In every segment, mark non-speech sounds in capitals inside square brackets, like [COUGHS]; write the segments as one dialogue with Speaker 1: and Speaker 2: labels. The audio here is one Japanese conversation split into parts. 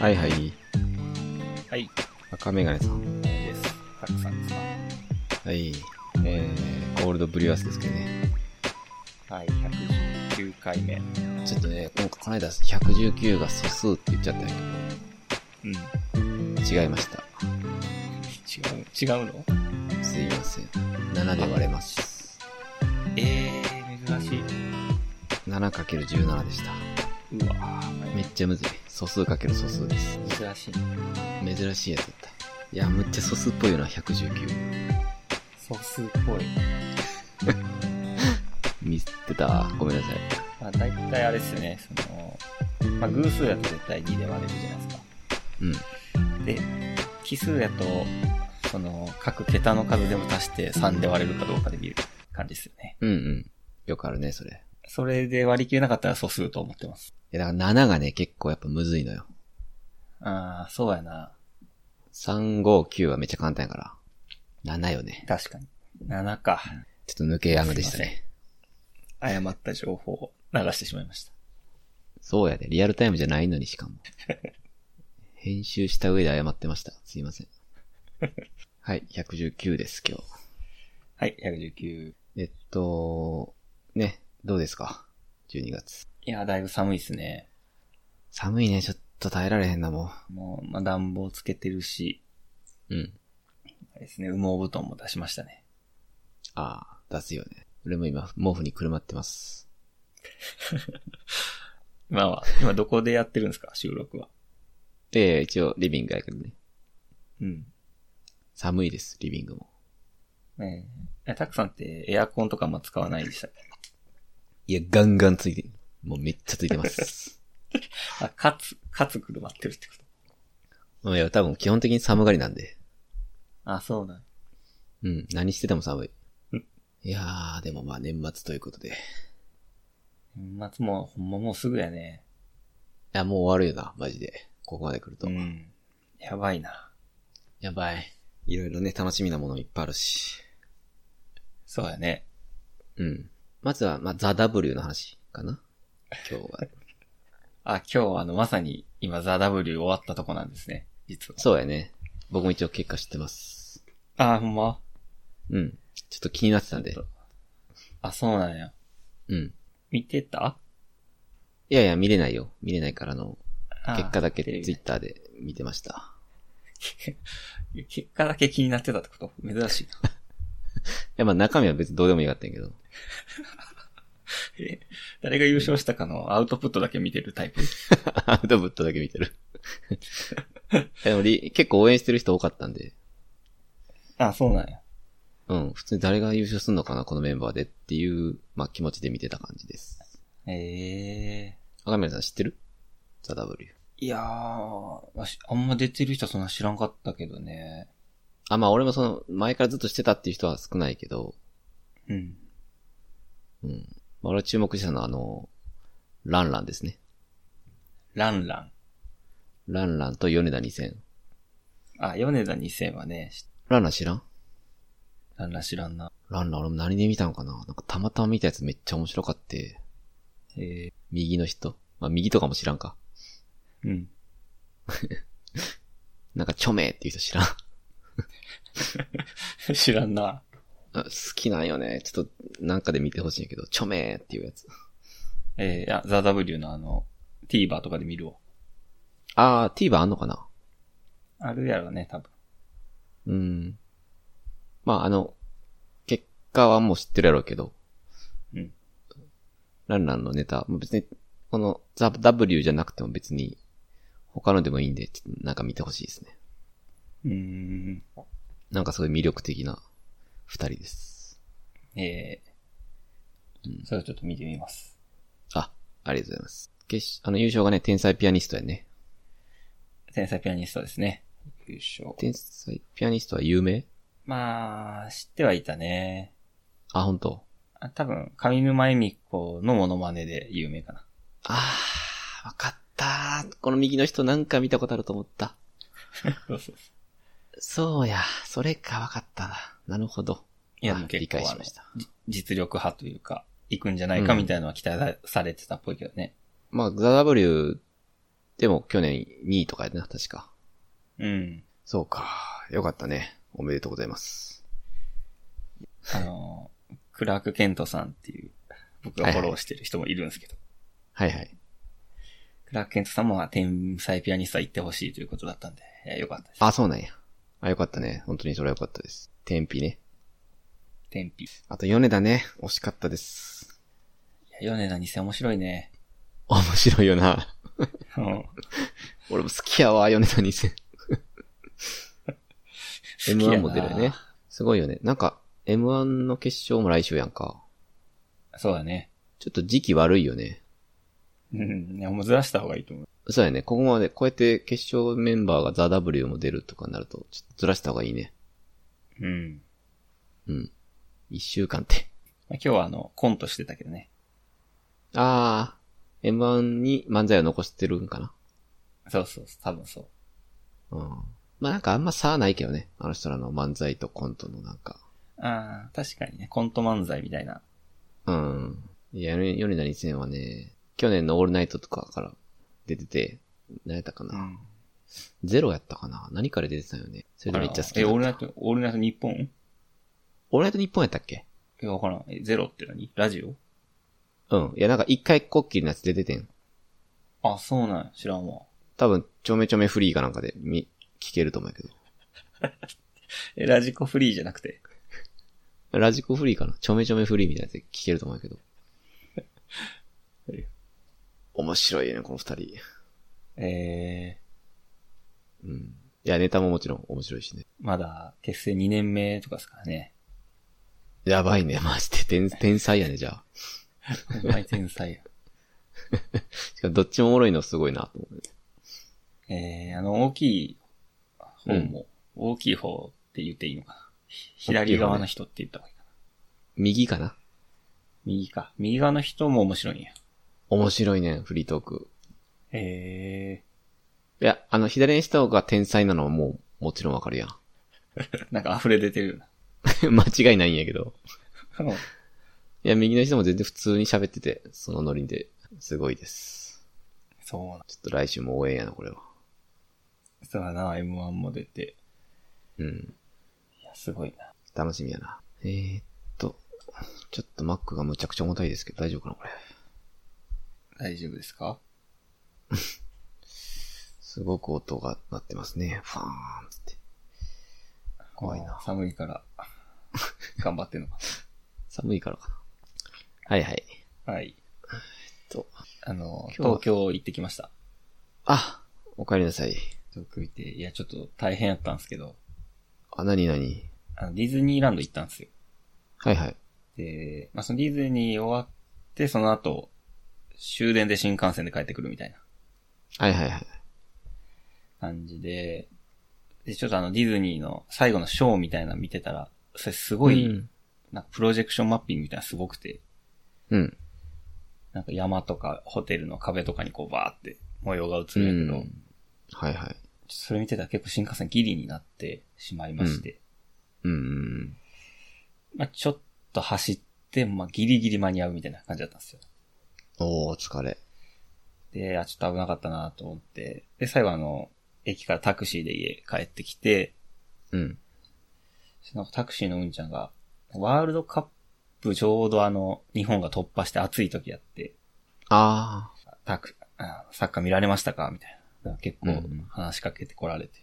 Speaker 1: はいはい。
Speaker 2: はい。
Speaker 1: 赤メガネさん。
Speaker 2: です。たくさんです
Speaker 1: はい。えー、ゴールドブリュアスですけどね。
Speaker 2: かはい、119回目。うん。
Speaker 1: ちょっとね、今回この間119が素数って言っちゃったんや
Speaker 2: 違う、
Speaker 1: けど、違いました。
Speaker 2: 違うの
Speaker 1: すいません。7で割れます。
Speaker 2: えー、珍しい。
Speaker 1: 7×17 でした。
Speaker 2: うわぁ、
Speaker 1: めっちゃむずい。素数かける素数です。
Speaker 2: 珍しいね。
Speaker 1: 珍しいやつだった。いや、むっちゃ素数っぽいよな、119。
Speaker 2: 素数っぽい。
Speaker 1: ミスってた。ごめんなさい。
Speaker 2: まあ、大体あれですよね、その、まあ、偶数だと絶対2で割れるじゃないですか。
Speaker 1: うん。
Speaker 2: で、奇数だと、その、各桁の数でも足して3で割れるかどうかで見る感じですよね。
Speaker 1: うんうん。よくあるね、それ。
Speaker 2: それで割り切れなかったら素数と思ってます。
Speaker 1: いや、だから7がね、結構やっぱむずいのよ。
Speaker 2: あー、そうやな。
Speaker 1: 359はめっちゃ簡単やから。7よね。
Speaker 2: 確かに。7か。
Speaker 1: ちょっと抜け穴でしたね。
Speaker 2: 誤った情報を流してしまいました。
Speaker 1: そうやで、リアルタイムじゃないのにしかも。 [LAUGHS] 編集した上で謝ってました。すいません。はい、119です、今日。
Speaker 2: はい、119。
Speaker 1: えっと、ね、どうですか ?12 月。
Speaker 2: いや、だいぶ寒いですね。
Speaker 1: 寒いね、ちょっと耐えられへんな、も
Speaker 2: もう、まあ、暖房つけてるし、
Speaker 1: う。うん。
Speaker 2: あれですね、羽毛布団も出しましたね。
Speaker 1: ああ、出すよね。俺も今、毛布にくるまってます。
Speaker 2: 今は、今どこでやってるんですか、収録は。
Speaker 1: で、一応、リビングやけどね。
Speaker 2: うん。
Speaker 1: 寒いです、リビングも。
Speaker 2: ねえ。えたくさんってエアコンとかあんま使わないでしたっけ
Speaker 1: いや、ガンガンついてる。もうめっちゃついてます。
Speaker 2: あ、かつ、かつ車ってるってこと。
Speaker 1: うんいや、多分基本的に寒がりなんで。
Speaker 2: あ、そうだ。
Speaker 1: うん、何してても寒い
Speaker 2: うん。
Speaker 1: いやー、でもまあ年末ということで。い
Speaker 2: 年末も、ほんまもうすぐやね。
Speaker 1: や、もう終わるよな、マジで。ここまで来ると。
Speaker 2: ん。やばいな。
Speaker 1: やばい。いろいろね、楽しみなものもいっぱいあるし。
Speaker 2: そうやね。
Speaker 1: うん。まずは、まあ、ザ・ W の話かな今
Speaker 2: [LAUGHS]
Speaker 1: 日は。
Speaker 2: あ、今日はあの、まさに今、ザ・ W 終わったとこなんですね。実は。
Speaker 1: そうやね。僕も一応結果知ってます。
Speaker 2: あ、ほんま
Speaker 1: うん。ちょっと気になってたんで。
Speaker 2: あ、そうなんや。
Speaker 1: うん。
Speaker 2: 見てた
Speaker 1: いやいや、見れないよ。見れないからあの、
Speaker 2: あー
Speaker 1: 結果だけ
Speaker 2: テレビ
Speaker 1: ツイッターで見てました。
Speaker 2: 結果だけ気になってたってこと珍しいな。
Speaker 1: いや、まあ中身は別にどうでもよかったんやけど。
Speaker 2: え誰が優勝したかのアウトプットだけ見てるタイプ。
Speaker 1: ア [LAUGHS] ウトプットだけ見てる。でもり結構応援してる人多かったんで、
Speaker 2: あ、そうなんや。
Speaker 1: うん、普通に誰が優勝するのかな、このメンバーでっていう、まあ、気持ちで見てた感じです。
Speaker 2: ええ
Speaker 1: 赤宮さん知ってるザ・ W。
Speaker 2: いやー、わしあんま出てる人そんな知らんかったけどね。
Speaker 1: あ、まあ、俺もその、前からずっとしてたっていう人は少ないけど、
Speaker 2: うん。
Speaker 1: うん。まあ、俺は注目したのは、あの、ランランですね。
Speaker 2: ランラン。
Speaker 1: ランランと米田2000。
Speaker 2: あ、米田2000はね、し
Speaker 1: ランラン知らん
Speaker 2: ランラン知らんな。
Speaker 1: ランラン俺も何で見たのかななんかたまたま見たやつめっちゃ面白かって、
Speaker 2: え
Speaker 1: 右の人。まあ、右とかも知らんか。
Speaker 2: ー、うん。
Speaker 1: なんか、チョメーっていう人知らん。
Speaker 2: 知らんな。
Speaker 1: あ好きなんよね。ちょっと、なんかで見てほしいんやけど、ちょめーっていうやつ。
Speaker 2: えー、あ、ザ・ W のあの、TVer とかで見るわ。
Speaker 1: あー、TVer あんのかな
Speaker 2: あるやろね、多分。
Speaker 1: うん。まあ、あの、結果はもう知ってるやろうけど。
Speaker 2: うん。
Speaker 1: ランランのネタ、もう別に、このザ・ W じゃなくても別に、他のでもいいんで、ちょっとなんか見てほしいですね。
Speaker 2: うーん。
Speaker 1: なんかすごい魅力的な二人です。
Speaker 2: えー、
Speaker 1: うん
Speaker 2: それをちょっと見てみます。
Speaker 1: あ、ありがとうございます。決しあの、優勝がね、天才ピアニストやね。
Speaker 2: 天才ピアニストですね。優勝。
Speaker 1: 天才ピアニストは有名
Speaker 2: まあ、知ってはいたね。
Speaker 1: あ、本当
Speaker 2: あ多分、上沼恵美子のモノマネで有
Speaker 1: [LAUGHS]
Speaker 2: 名かな。
Speaker 1: あー、わかったー。この右の人なんか見たことあると思った。
Speaker 2: そうそうそう。
Speaker 1: そうや、それかわかったな。なるほど。
Speaker 2: いや、
Speaker 1: あ
Speaker 2: でも結
Speaker 1: 理
Speaker 2: 構
Speaker 1: 解
Speaker 2: あ
Speaker 1: し
Speaker 2: の
Speaker 1: ました。
Speaker 2: 実力派というか、行くんじゃないかみたいなのは期待されてたっぽいけどね。
Speaker 1: まあ、ザ・ W っでも去年2位とかやな、確か。
Speaker 2: うん。
Speaker 1: そうか。よかったね。おめでとうございます。
Speaker 2: あの、 [LAUGHS] クラーク・ケントさんっていう、僕がフォローしてる人もいるんですけど、
Speaker 1: はいはい。
Speaker 2: クラーク・ケントさんもまあ天才ピアニストは行ってほしいということだったんで、いやよかったです。
Speaker 1: あ、そうなんや。あ、よかったね。本当にそれはよかったです。天日ね。
Speaker 2: 天日。い
Speaker 1: あと、米田ね。惜しかったです。
Speaker 2: や、米田2世面白
Speaker 1: [LAUGHS]
Speaker 2: いね。
Speaker 1: 面白いよな。
Speaker 2: うん
Speaker 1: 俺も好きやわ、米田2000。M1 も出るよ。
Speaker 2: 好きや
Speaker 1: ね。すごいよね。なんか、M1 の決勝も来週やんか。
Speaker 2: な [LAUGHS] そうだね。
Speaker 1: ちょっと時期悪いよね。
Speaker 2: うん。いや、もうずらした方がいいと思う。
Speaker 1: そうやね。ここまで、こうやって決勝メンバーがザ・ W も出るとかになると、ちょっとずらした方がいいね。
Speaker 2: うん。
Speaker 1: うん。一週間って。
Speaker 2: まあ、今日はあの、コントしてたけどね。
Speaker 1: あー、M1 に漫才を残してるんかな。
Speaker 2: そうそうそう、多分そう。
Speaker 1: うん。まあなんかあんま差はないけどね。あの人らの漫才とコントのなんか。
Speaker 2: ああ、確かにね、コント漫才みたいな。
Speaker 1: うん。いや、米田2000はね、去年のオールナイトとかから出てて、何やったかな。
Speaker 2: ん。
Speaker 1: ゼロやったかな何から出てたよね。それでめっちゃ好きだっ
Speaker 2: え、
Speaker 1: た。
Speaker 2: オールナイト、オールナイト日本
Speaker 1: オールナイト日本やったっけ
Speaker 2: え、わからん。え、ゼロって何ラジオ
Speaker 1: うん。いや、なんか一回こっきりのやつ出ててん。
Speaker 2: あ、そうなんや知らんわ。
Speaker 1: 多分、ちょめちょめフリーかなんかで、み、聞けると思うけど。
Speaker 2: え、ラジコフリーじゃなくて。
Speaker 1: ラジコフリーかなちょめちょめフリーみたいなやつで聞けると思 [LAUGHS] うけど。面白いよね、この二人。
Speaker 2: え
Speaker 1: うん。いや、ネタももちろん面白いしね。
Speaker 2: ー、まだ結成2年目とかですからね。
Speaker 1: やばいね、マジで。天、天才やね、じゃあ。
Speaker 2: ほんまに天才や。
Speaker 1: しかもどっちもおもろいのすごいな、と思うね。
Speaker 2: [LAUGHS] えー、あの、大きい方も、大きい方って言っていいのかな。左側の人って言った方がいいかな。
Speaker 1: 右かな
Speaker 2: 右か。右側の人も面白いんや。
Speaker 1: 面白いね、フリートーク。
Speaker 2: え
Speaker 1: いや、あの、左の人が天才なのはもう、もちろんわかるやん。 [LAUGHS]
Speaker 2: ー、なんか溢れ出てる [LAUGHS] よな。
Speaker 1: 間違いないんやけど。
Speaker 2: うん
Speaker 1: いや、右の人も全然普通に喋ってて、そのノリで、すごいです。
Speaker 2: そうなん
Speaker 1: ちょっと来週も応援やな、これは。
Speaker 2: そうだな、M1 も出て。
Speaker 1: うん。
Speaker 2: いや、すごいな。
Speaker 1: 楽しみやな。えー、っと、ちょっとマックがむちゃくちゃ重たいですけど、大丈夫かな、これ。
Speaker 2: 大丈夫ですか
Speaker 1: すごく音が鳴ってますね。ファーンつって。怖いな。
Speaker 2: 寒いから、頑張って [LAUGHS] んのか。
Speaker 1: 寒いからかな。はいはい。
Speaker 2: はい。
Speaker 1: と、
Speaker 2: あの、
Speaker 1: 今日は
Speaker 2: 東京行ってきました。
Speaker 1: あ、お帰りなさい。
Speaker 2: 東京行って、いや、ちょっと大変やったんですけど、
Speaker 1: あ、なになに
Speaker 2: あの、ディズニーランド行ったんですよ。
Speaker 1: はいはい。
Speaker 2: で、まあ、そのディズニー終わって、その後、終電で新幹線で帰ってくるみたいな
Speaker 1: はいはいはい。
Speaker 2: 感じで、で、ちょっとあの、ディズニーの最後のショーみたいなの見てたら、それすごい、
Speaker 1: うん。
Speaker 2: なんかプロジェクションマッピングみたいなのすごくて、
Speaker 1: うん。
Speaker 2: なんか山とかホテルの壁とかにこうバーって模様が映るんやけど、
Speaker 1: うんはいはい。
Speaker 2: それ見てたら結構新幹線ギリになってしまいまして、
Speaker 1: うんうん
Speaker 2: まあちょっと走って、まあギリギリ間に合うみたいな感じだったんですよ。
Speaker 1: うん。おー、疲れ。
Speaker 2: で、あ、ちょっと危なかったなと思って、で、最後あの、駅からタクシーで家帰ってきて、
Speaker 1: うん。
Speaker 2: なんかタクシーのうんちゃんが、ワールドカップちょうどあの、日本が突破して暑い時やって、
Speaker 1: あ
Speaker 2: タク、あサッカー見られましたかみたいな。結
Speaker 1: う
Speaker 2: 構
Speaker 1: ん
Speaker 2: 話しかけてこられて。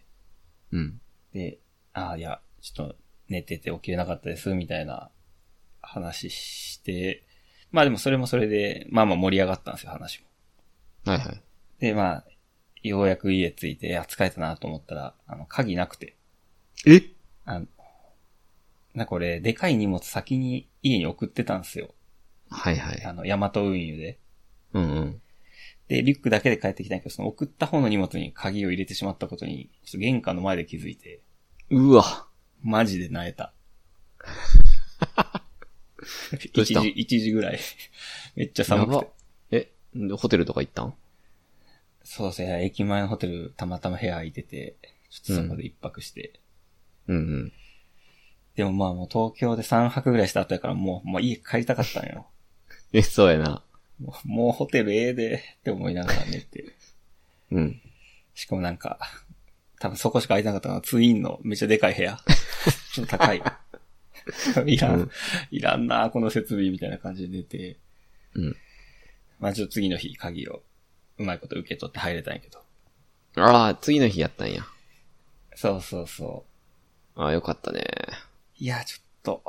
Speaker 1: ー。うん。
Speaker 2: で、ああ、いや、ちょっと寝てて起きれなかったです、みたいな話して、まあでもそれもそれで、まあまあ盛り上がったんですよ、話も。
Speaker 1: はいはい。
Speaker 2: で、まあ、ようやく家着いて、あ、疲れたなと思ったら、あの、鍵なくて、
Speaker 1: え
Speaker 2: あの、な、これ、でかい荷物先に家に送ってたんですよ。
Speaker 1: はいはい。
Speaker 2: あの、ヤマト運輸で。
Speaker 1: うんうん。
Speaker 2: で、リュックだけで帰ってきたんやけど、その送った方の荷物に鍵を入れてしまったことに、ちょっと玄関の前で気づいて、
Speaker 1: うわ。
Speaker 2: マジで泣
Speaker 1: [LAUGHS]
Speaker 2: えた。
Speaker 1: ど
Speaker 2: 1
Speaker 1: うした
Speaker 2: 時、一時ぐらい。 [LAUGHS] めっちゃ
Speaker 1: や
Speaker 2: 寒く
Speaker 1: ば
Speaker 2: て。。
Speaker 1: え、ホテルとか行ったん
Speaker 2: そうそう、駅前のホテル、たまたま部屋空いてて、ちょっとそこで一泊して。
Speaker 1: うんうん。
Speaker 2: でもまあもう東京で3泊ぐらいした後やからもう、もう家帰りたかったんよ。
Speaker 1: え、そうやな。
Speaker 2: もうもうホテルええで、って思いながら寝て。
Speaker 1: うん。
Speaker 2: しかもなんか、多分そこしか空いてなかったのはツインのめっちゃでかい部屋。 [LAUGHS] ちょっと高い。 [LAUGHS] いらん、
Speaker 1: うん
Speaker 2: いらんな、この設備みたいな感じで出て。
Speaker 1: うん。
Speaker 2: まあちょっと次の日、鍵をうまいこと受け取って入れたんやけど。
Speaker 1: ああ、次の日やったんや。
Speaker 2: そうそうそう。
Speaker 1: ああ、よかったね。
Speaker 2: いや、ちょっと、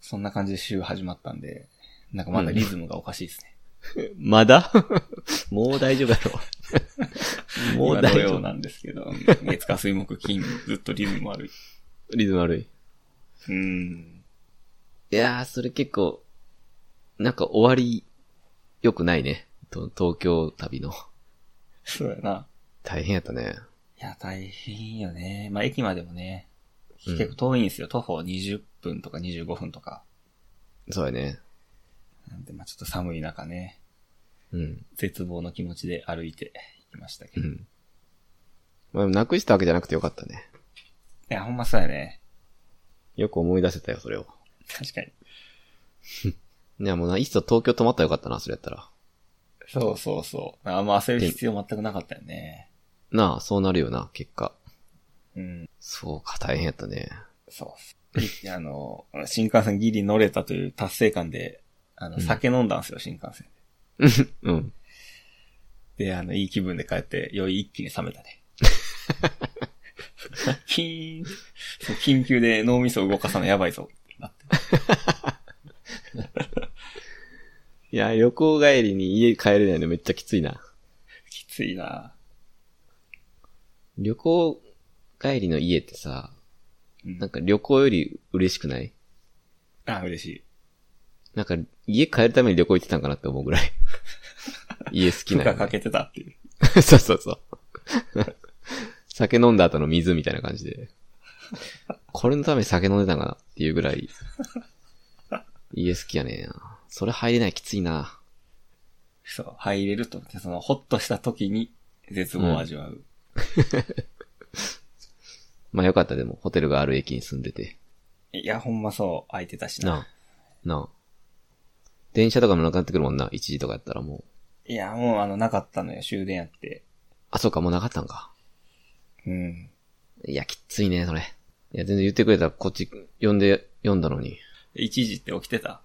Speaker 2: そんな感じで週始まったんで、なんかまだリズムがおかしいですね。
Speaker 1: まだ [LAUGHS] もう大丈夫だろ。もう
Speaker 2: 今
Speaker 1: 大
Speaker 2: 土
Speaker 1: 丈
Speaker 2: 曜
Speaker 1: 夫。
Speaker 2: なんですけど、月火水木金、ずっとリズム悪い。
Speaker 1: リズム悪い。
Speaker 2: うん。
Speaker 1: いやー、それ結構、なんか終わり、良くないね。と東京旅の。
Speaker 2: そうやな。
Speaker 1: 大変やったね。
Speaker 2: いや、大変よね。まあ、駅までもね、
Speaker 1: うん
Speaker 2: 結構遠いんですよ。徒歩20分とか25分とか。
Speaker 1: そうやね。
Speaker 2: なんで、まあ、ちょっと寒い中ね、
Speaker 1: うん。
Speaker 2: 絶望の気持ちで歩いていましたけ
Speaker 1: う
Speaker 2: ど。い
Speaker 1: ん。まあ、なくしたわけじゃなくてよかったね。
Speaker 2: や、ほんまそうやね。
Speaker 1: よく思い出せたよ、それを。
Speaker 2: 確かに。
Speaker 1: いや、もうな、いっそ東京泊まったらよかったな、それやったら。
Speaker 2: そうそうそう。あんま焦る必要全くなかったよね。
Speaker 1: なあ、そうなるよな、結果。
Speaker 2: うん。
Speaker 1: そうか、大変やったね。 [LAUGHS]
Speaker 2: そう。いやあの、新幹線ギリ乗れたという達成感で、あ
Speaker 1: う
Speaker 2: の、
Speaker 1: ん
Speaker 2: 酒飲んだんですよ、新幹線
Speaker 1: うん。
Speaker 2: で。で、あの、いい気分で帰って、酔い一気に冷め
Speaker 1: [LAUGHS]
Speaker 2: たね。キーン。そう緊急で脳みそを動かさないやばいぞ。なって
Speaker 1: いや、旅行帰りに家帰れないのめっちゃきついな。
Speaker 2: きついな
Speaker 1: 旅行帰りの家ってさ、
Speaker 2: うん
Speaker 1: なんか旅行より嬉しくない
Speaker 2: あ、嬉しい。
Speaker 1: なんか家帰るために旅行行ってたんかなって思うぐらい。
Speaker 2: [LAUGHS]
Speaker 1: 家好き
Speaker 2: 負
Speaker 1: な
Speaker 2: 荷
Speaker 1: の
Speaker 2: か
Speaker 1: ね、
Speaker 2: けてたってい
Speaker 1: [LAUGHS]
Speaker 2: う。
Speaker 1: そうそうそう。酒飲んだ後の水みたいな感じで。これのために酒飲んでたんかなっていうぐらい。家好きやねんな。それ入れないきついな。
Speaker 2: そう、入れると思って、その、ほっとした時に絶望を味わう。
Speaker 1: まあよかったでも、ホテルがある駅に住んでて。
Speaker 2: いや、ほんまそう、空いてたしな。
Speaker 1: なあ。なあ。電車とかもなくなってくるもんな。1時とかやったらもう。
Speaker 2: いや、もうあの、なかったのよ、終電やって。
Speaker 1: あ、そうか、もうなかったんか。
Speaker 2: うん。
Speaker 1: いや、きついね、それ。いや、全然言ってくれたらこっち、呼んで、読んだのに。
Speaker 2: 一時って起きてた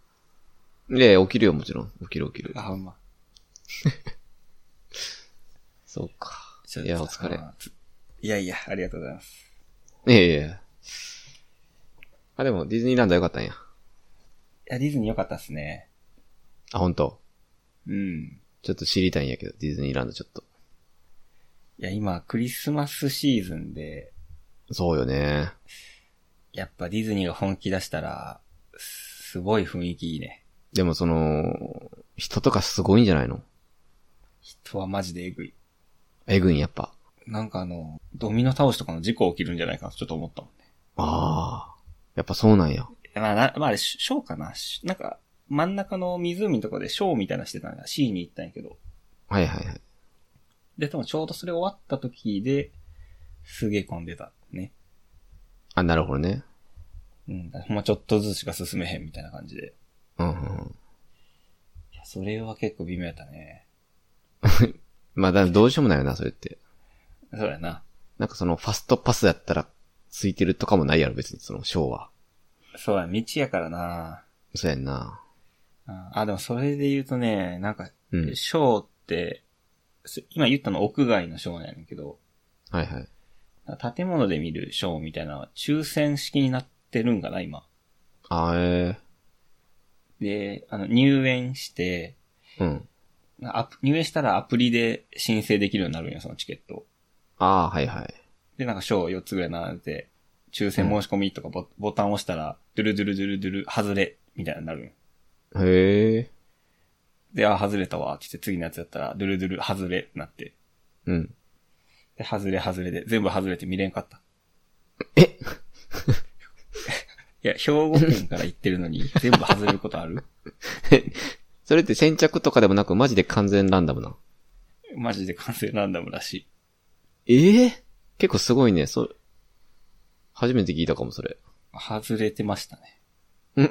Speaker 1: いやいや起きるよ、もちろん。起きる起きる
Speaker 2: あ、。ほんま。
Speaker 1: そうか。
Speaker 2: ちょっ
Speaker 1: い
Speaker 2: と
Speaker 1: や、お疲れ。
Speaker 2: あついやいや、ありがとうございます。
Speaker 1: いやいやいや。あ、でも、ディズニーランドよかったんや。
Speaker 2: いや、ディズニー良かったっすね。
Speaker 1: あ、ほんと。
Speaker 2: うん。
Speaker 1: ちょっと知りたいんやけど、ディズニーランドちょっと。
Speaker 2: いや、今、クリスマスシーズンで、
Speaker 1: そうよね。
Speaker 2: やっぱディズニーが本気出したら、すごい雰囲気いいね。
Speaker 1: でもその、人とかすごいんじゃないの
Speaker 2: 人はマジでエグい。
Speaker 1: えぐいん、やっぱ。
Speaker 2: なんかあの、ドミノ倒しとかの事故起きるんじゃないかなとちょっと思ったもんね。
Speaker 1: ああ。やっぱそうなんや。
Speaker 2: まあ、なまあ、あれ、シショーかなしなんか、真ん中の湖のとこでショーみたいなのしてたんだ。C に行ったんやけど。
Speaker 1: はいはいはい。
Speaker 2: で、でもちょうどそれ終わった時で、すげえ混んでた。ね。
Speaker 1: あ、なるほどね。
Speaker 2: うん。ほんまちょっとずつしか進めへんみたいな感じで。
Speaker 1: うんうんうん。
Speaker 2: いや、それは結構微妙やったね。
Speaker 1: まあ、だどうしようもないよな、それって。
Speaker 2: そうやな。
Speaker 1: なんかその、ファストパスだったら、ついてるとかもないやろ、別に、その、ショーは。
Speaker 2: そうや、道やからな。
Speaker 1: そうやんな。
Speaker 2: ああ、でもそれで言うとね、なんか、
Speaker 1: うん。
Speaker 2: ショーって、す今言ったの屋外のショーなんやねんけど、
Speaker 1: はいはい。
Speaker 2: 建物で見るショーみたいなのは抽選式になってるんかな、今。
Speaker 1: あーえ
Speaker 2: で、あの、入園して、
Speaker 1: ー。うん。
Speaker 2: アプ入園したらアプリで申請できるようになるんよ、そのチケットを。
Speaker 1: ああ、はいはい。
Speaker 2: で、なんかショー4つぐらい並んでて、抽選申し込みとかボ,、ボタン押したら、ドゥルドゥルドゥルドゥル、外れ、みたいなのになるんよ
Speaker 1: へえ。
Speaker 2: で、あ、外れたわ、って言って次のやつやったら、ドゥルドゥル、外れ、ってなって。
Speaker 1: うん。
Speaker 2: で、外れ外れで、全部外れて見れんかった。
Speaker 1: え
Speaker 2: [LAUGHS] いや、兵庫県から行ってるのに、全部外れることある [LAUGHS]
Speaker 1: それって先着とかでもなく、マジで完全ランダムな。
Speaker 2: マジで完成ランダムらしい。
Speaker 1: ええ結構すごいね、そ、初めて聞いたかも、それ。
Speaker 2: 外れてましたね。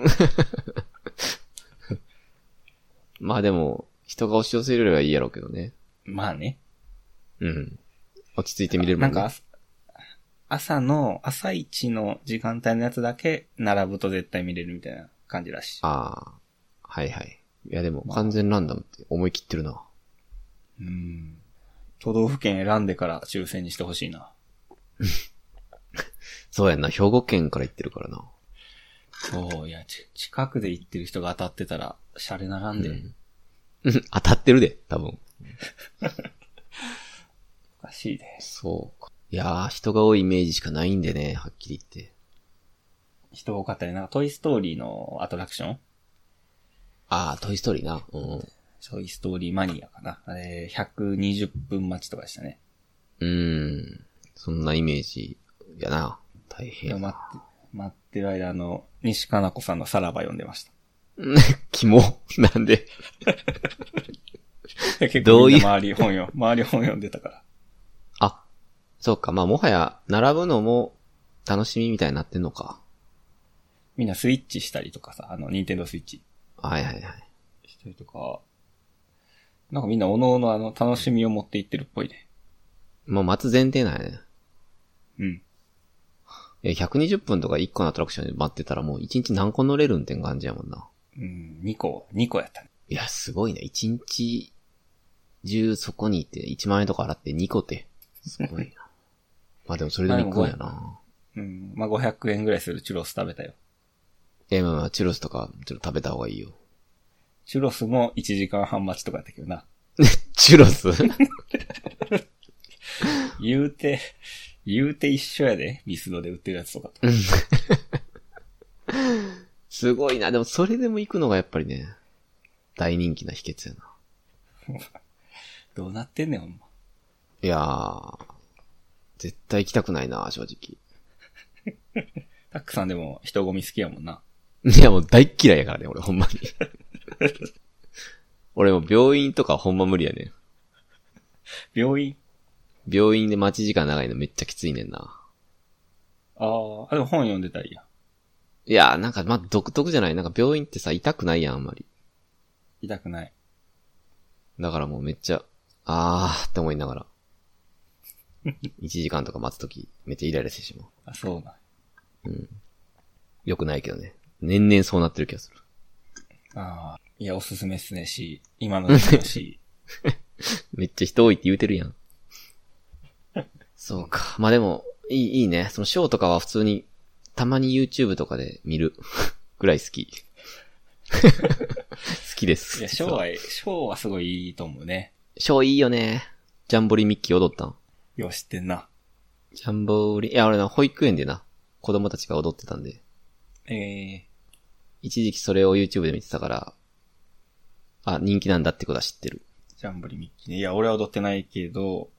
Speaker 1: まあでも、人が押し寄せるよりはいいやろうけどね。
Speaker 2: まあね。
Speaker 1: うん。落ち着いて見れるもん
Speaker 2: なんか
Speaker 1: ね。
Speaker 2: 朝、朝の、朝一の時間帯のやつだけ並ぶと絶対見れるみたいな感じらしい。
Speaker 1: ああ。はいはい。いやでも
Speaker 2: まあ
Speaker 1: 完全ランダムって思い切ってるな。
Speaker 2: うん。都道府県選んでから抽選にしてほしいな。
Speaker 1: そうやんな。兵庫県から行ってるからな。
Speaker 2: そう、いや、ち近くで行ってる人が当たってたら、シャレならんで、
Speaker 1: うんうん [LAUGHS] 当たってるで、多分。
Speaker 2: おかしいで。
Speaker 1: そうか。いやー、人が多いイメージしかないんでね、はっきり言って。
Speaker 2: 人多かったり、なんかトイストーリーのアトラクション
Speaker 1: ああ、トイストーリーな。うん。
Speaker 2: トイストーリーマニアかな。あれ、120分待ちとかでしたね。
Speaker 1: うん。そんなイメージやな。大変
Speaker 2: いや
Speaker 1: や
Speaker 2: 待
Speaker 1: な。
Speaker 2: って、待ってる間、あの、西加奈子さんのさらば読んで
Speaker 1: [LAUGHS]
Speaker 2: ました。
Speaker 1: キモ。 [LAUGHS] なんで。
Speaker 2: 結
Speaker 1: ど
Speaker 2: 構
Speaker 1: ういう
Speaker 2: みんな周り本読、周り本読んでたから。
Speaker 1: あ、そうか。まあ、もはや、並ぶのも楽しみみたいになってんのか。
Speaker 2: みんなスイッチしたりとかさ、あの、ニンテンドースイッチ
Speaker 1: はいはいはい。
Speaker 2: したりとか、なんかみんなおののあの、楽しみを持っていってるっぽいね。
Speaker 1: もう待つ前提なんやね。
Speaker 2: うん。
Speaker 1: え、120分とか1個のアトラクションで待ってたらもう1日何個乗れるんって感じやもんな。
Speaker 2: うん、2個、2個やったね。
Speaker 1: いや、すごいな。1日中そこにいて1万円とか払って2個って。すごいな。まあでもそれでも行くんやな。
Speaker 2: うん、まあ、500円ぐらいするチュロス食べたよ。
Speaker 1: え、まあまあ、チュロスとかちょっと食べた方がいいよ。
Speaker 2: チュロスも1時間半待ちとかやったけどな。
Speaker 1: チュロス [LAUGHS]
Speaker 2: 言うて、言うて一緒やで、ミスドで売ってるやつとかと。
Speaker 1: すごいな。でもそれでも行くのがやっぱりね、大人気な秘訣やな。
Speaker 2: どうなってんねん、ほんま。
Speaker 1: いやー、絶対行きたくないな、正直。 [LAUGHS]
Speaker 2: たくさんでも人混み好きやもんな。
Speaker 1: いや、もう大嫌いやからね、俺、ほんまに。俺もう病院とかほんま無理やね。
Speaker 2: 病院
Speaker 1: 病院で待ち時間長いのめっちゃきついねんな。
Speaker 2: あーあ、でも本読んでたらいいやん。
Speaker 1: いやー、なんか、まあ、独特じゃないなんか病院ってさ、痛くないやん、あんまり。
Speaker 2: 痛くない。
Speaker 1: だからもうめっちゃ、あーって思いながら。1時
Speaker 2: [LAUGHS]
Speaker 1: 間とか待つとき、めっちゃイライラしてしまう。
Speaker 2: あ、そうなん。
Speaker 1: よくないけどね。年々そうなってる気がする。
Speaker 2: ああ、いや、おすすめっすねし、今の時期だし。
Speaker 1: めっちゃ人多いって言うてるやん。そうか。まあでも、いい、いいね。そのショーとかは普通に、たまに YouTube とかで見る [LAUGHS] ぐらい好
Speaker 2: [LAUGHS]
Speaker 1: き。好きです。
Speaker 2: いや、ショーは、ショーはすごいいいと思うね。
Speaker 1: ショーいいよね。ジャンボリミッキー踊ったん。
Speaker 2: よう知ってんな。
Speaker 1: ジャンボリ、いや、俺な、保育園でな、子供たちが踊ってたんで、
Speaker 2: ええ
Speaker 1: 一時期それを YouTube で見てたから、あ、人気なんだってことは知ってる。
Speaker 2: ジャンボリミッキーね。いや、俺は踊ってないけど、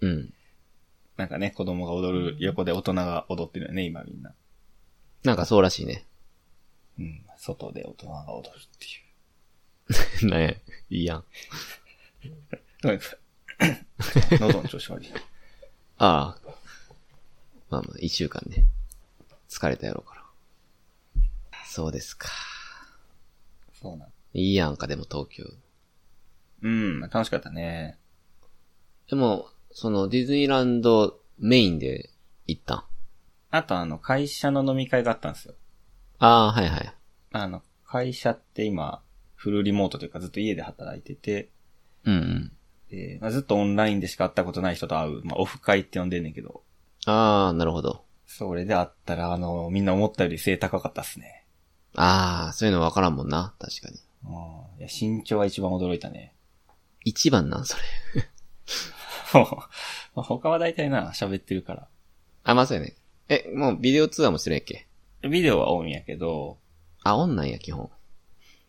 Speaker 1: うん。
Speaker 2: なんかね、子供が踊る横で大人が踊ってるよね、今みんな。
Speaker 1: なんかそうらしいね。 [LAUGHS]
Speaker 2: うん、外で大人が踊るっていう。
Speaker 1: ねいいやん。
Speaker 2: ごめんなさい喉の調子悪い。
Speaker 1: ああ。まあまあ、一週間ね。疲れたやろうから。そうですか。
Speaker 2: そうなん。
Speaker 1: いいやんか、でも東京。
Speaker 2: うん、楽しかったね。
Speaker 1: でも、そのディズニーランドメインで行ったん。
Speaker 2: あとあの、会社の飲み会があったんですよ。
Speaker 1: ああ、はいはい。
Speaker 2: あの、会社って今、フルリモートというかずっと家で働いてて、
Speaker 1: うんうん。
Speaker 2: で、まあ、ずっとオンラインでしか会ったことない人と会う、まあ、オフ会って呼んでんねんけど、
Speaker 1: ああ、なるほど。
Speaker 2: それで会ったら、あの、みんな思ったより背高かったっすね。
Speaker 1: ああ、そういうの分からんもんな。確かに。
Speaker 2: うん。いや、身長は一番驚いたね。 [LAUGHS]
Speaker 1: 一番なん、それ。
Speaker 2: もうまあ他は大体な、喋ってるから。
Speaker 1: あ、まあそうやね。え、もうビデオ通話もしてるんやっけ
Speaker 2: ビデオはオンやけど、
Speaker 1: あ、オンなんや、基本。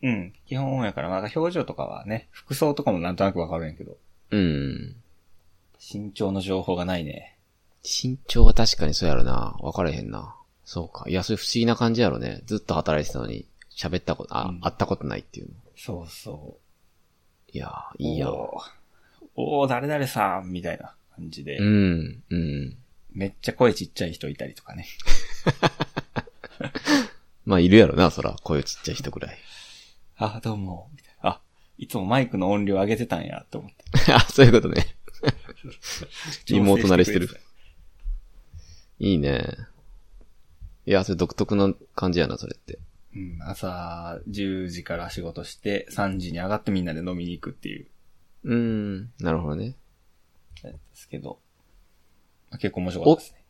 Speaker 2: うん、基本オンやから、まあ、なんか表情とかはね、服装とかもなんとなくわかるんやけど、
Speaker 1: うん。
Speaker 2: 身長の情報がないね。
Speaker 1: 身長は確かにそうやろな。分かれへんな。そうか。いや、それ不思議な感じやろね。ずっと働いてたのに、喋ったこと、あ、
Speaker 2: うん
Speaker 1: 会ったことないっていうの。
Speaker 2: そうそ
Speaker 1: いやー、
Speaker 2: う。
Speaker 1: いいや。
Speaker 2: おーおー誰々さんみたいな感じで、
Speaker 1: うん、うん。
Speaker 2: めっちゃ声ちっちゃい人いたりとかね。
Speaker 1: まあ、いるやろな、そら。声ちっちゃい人くらい。 [LAUGHS]
Speaker 2: あ、
Speaker 1: [LAUGHS]
Speaker 2: どうも、みたいな。あ、いつもマイクの音量上げてたんや、と思って。
Speaker 1: あ、そういうことね。妹慣れしてる。いいね。いや、それ独特な感じやな、それって。
Speaker 2: うん、朝10時から仕事して、3時に上がってみんなで飲みに行くっていう、
Speaker 1: うーん、なるほどね。
Speaker 2: やつですけど、まあ結構面白かったですね。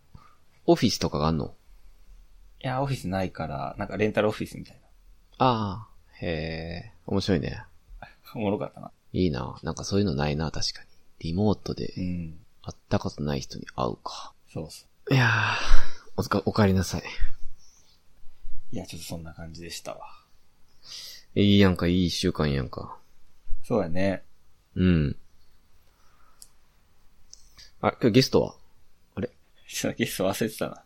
Speaker 1: オフィスとかがあんの
Speaker 2: いや、オフィスないから、なんかレンタルオフィスみたいな。
Speaker 1: ああ、へえ、面白いね。
Speaker 2: おもろかったな。
Speaker 1: いいな。なんかそういうのないな、確かに。リモートで
Speaker 2: うん。
Speaker 1: 会ったことない人に会うか。
Speaker 2: そうそう。
Speaker 1: いやー、おつか、お帰りなさい。
Speaker 2: いや、ちょっとそんな感じでしたわ。
Speaker 1: いいやんか、いい一週間やんか。
Speaker 2: そうだね。
Speaker 1: うん。あ、今日ゲストは
Speaker 2: ちょっとゲスト忘れてたな。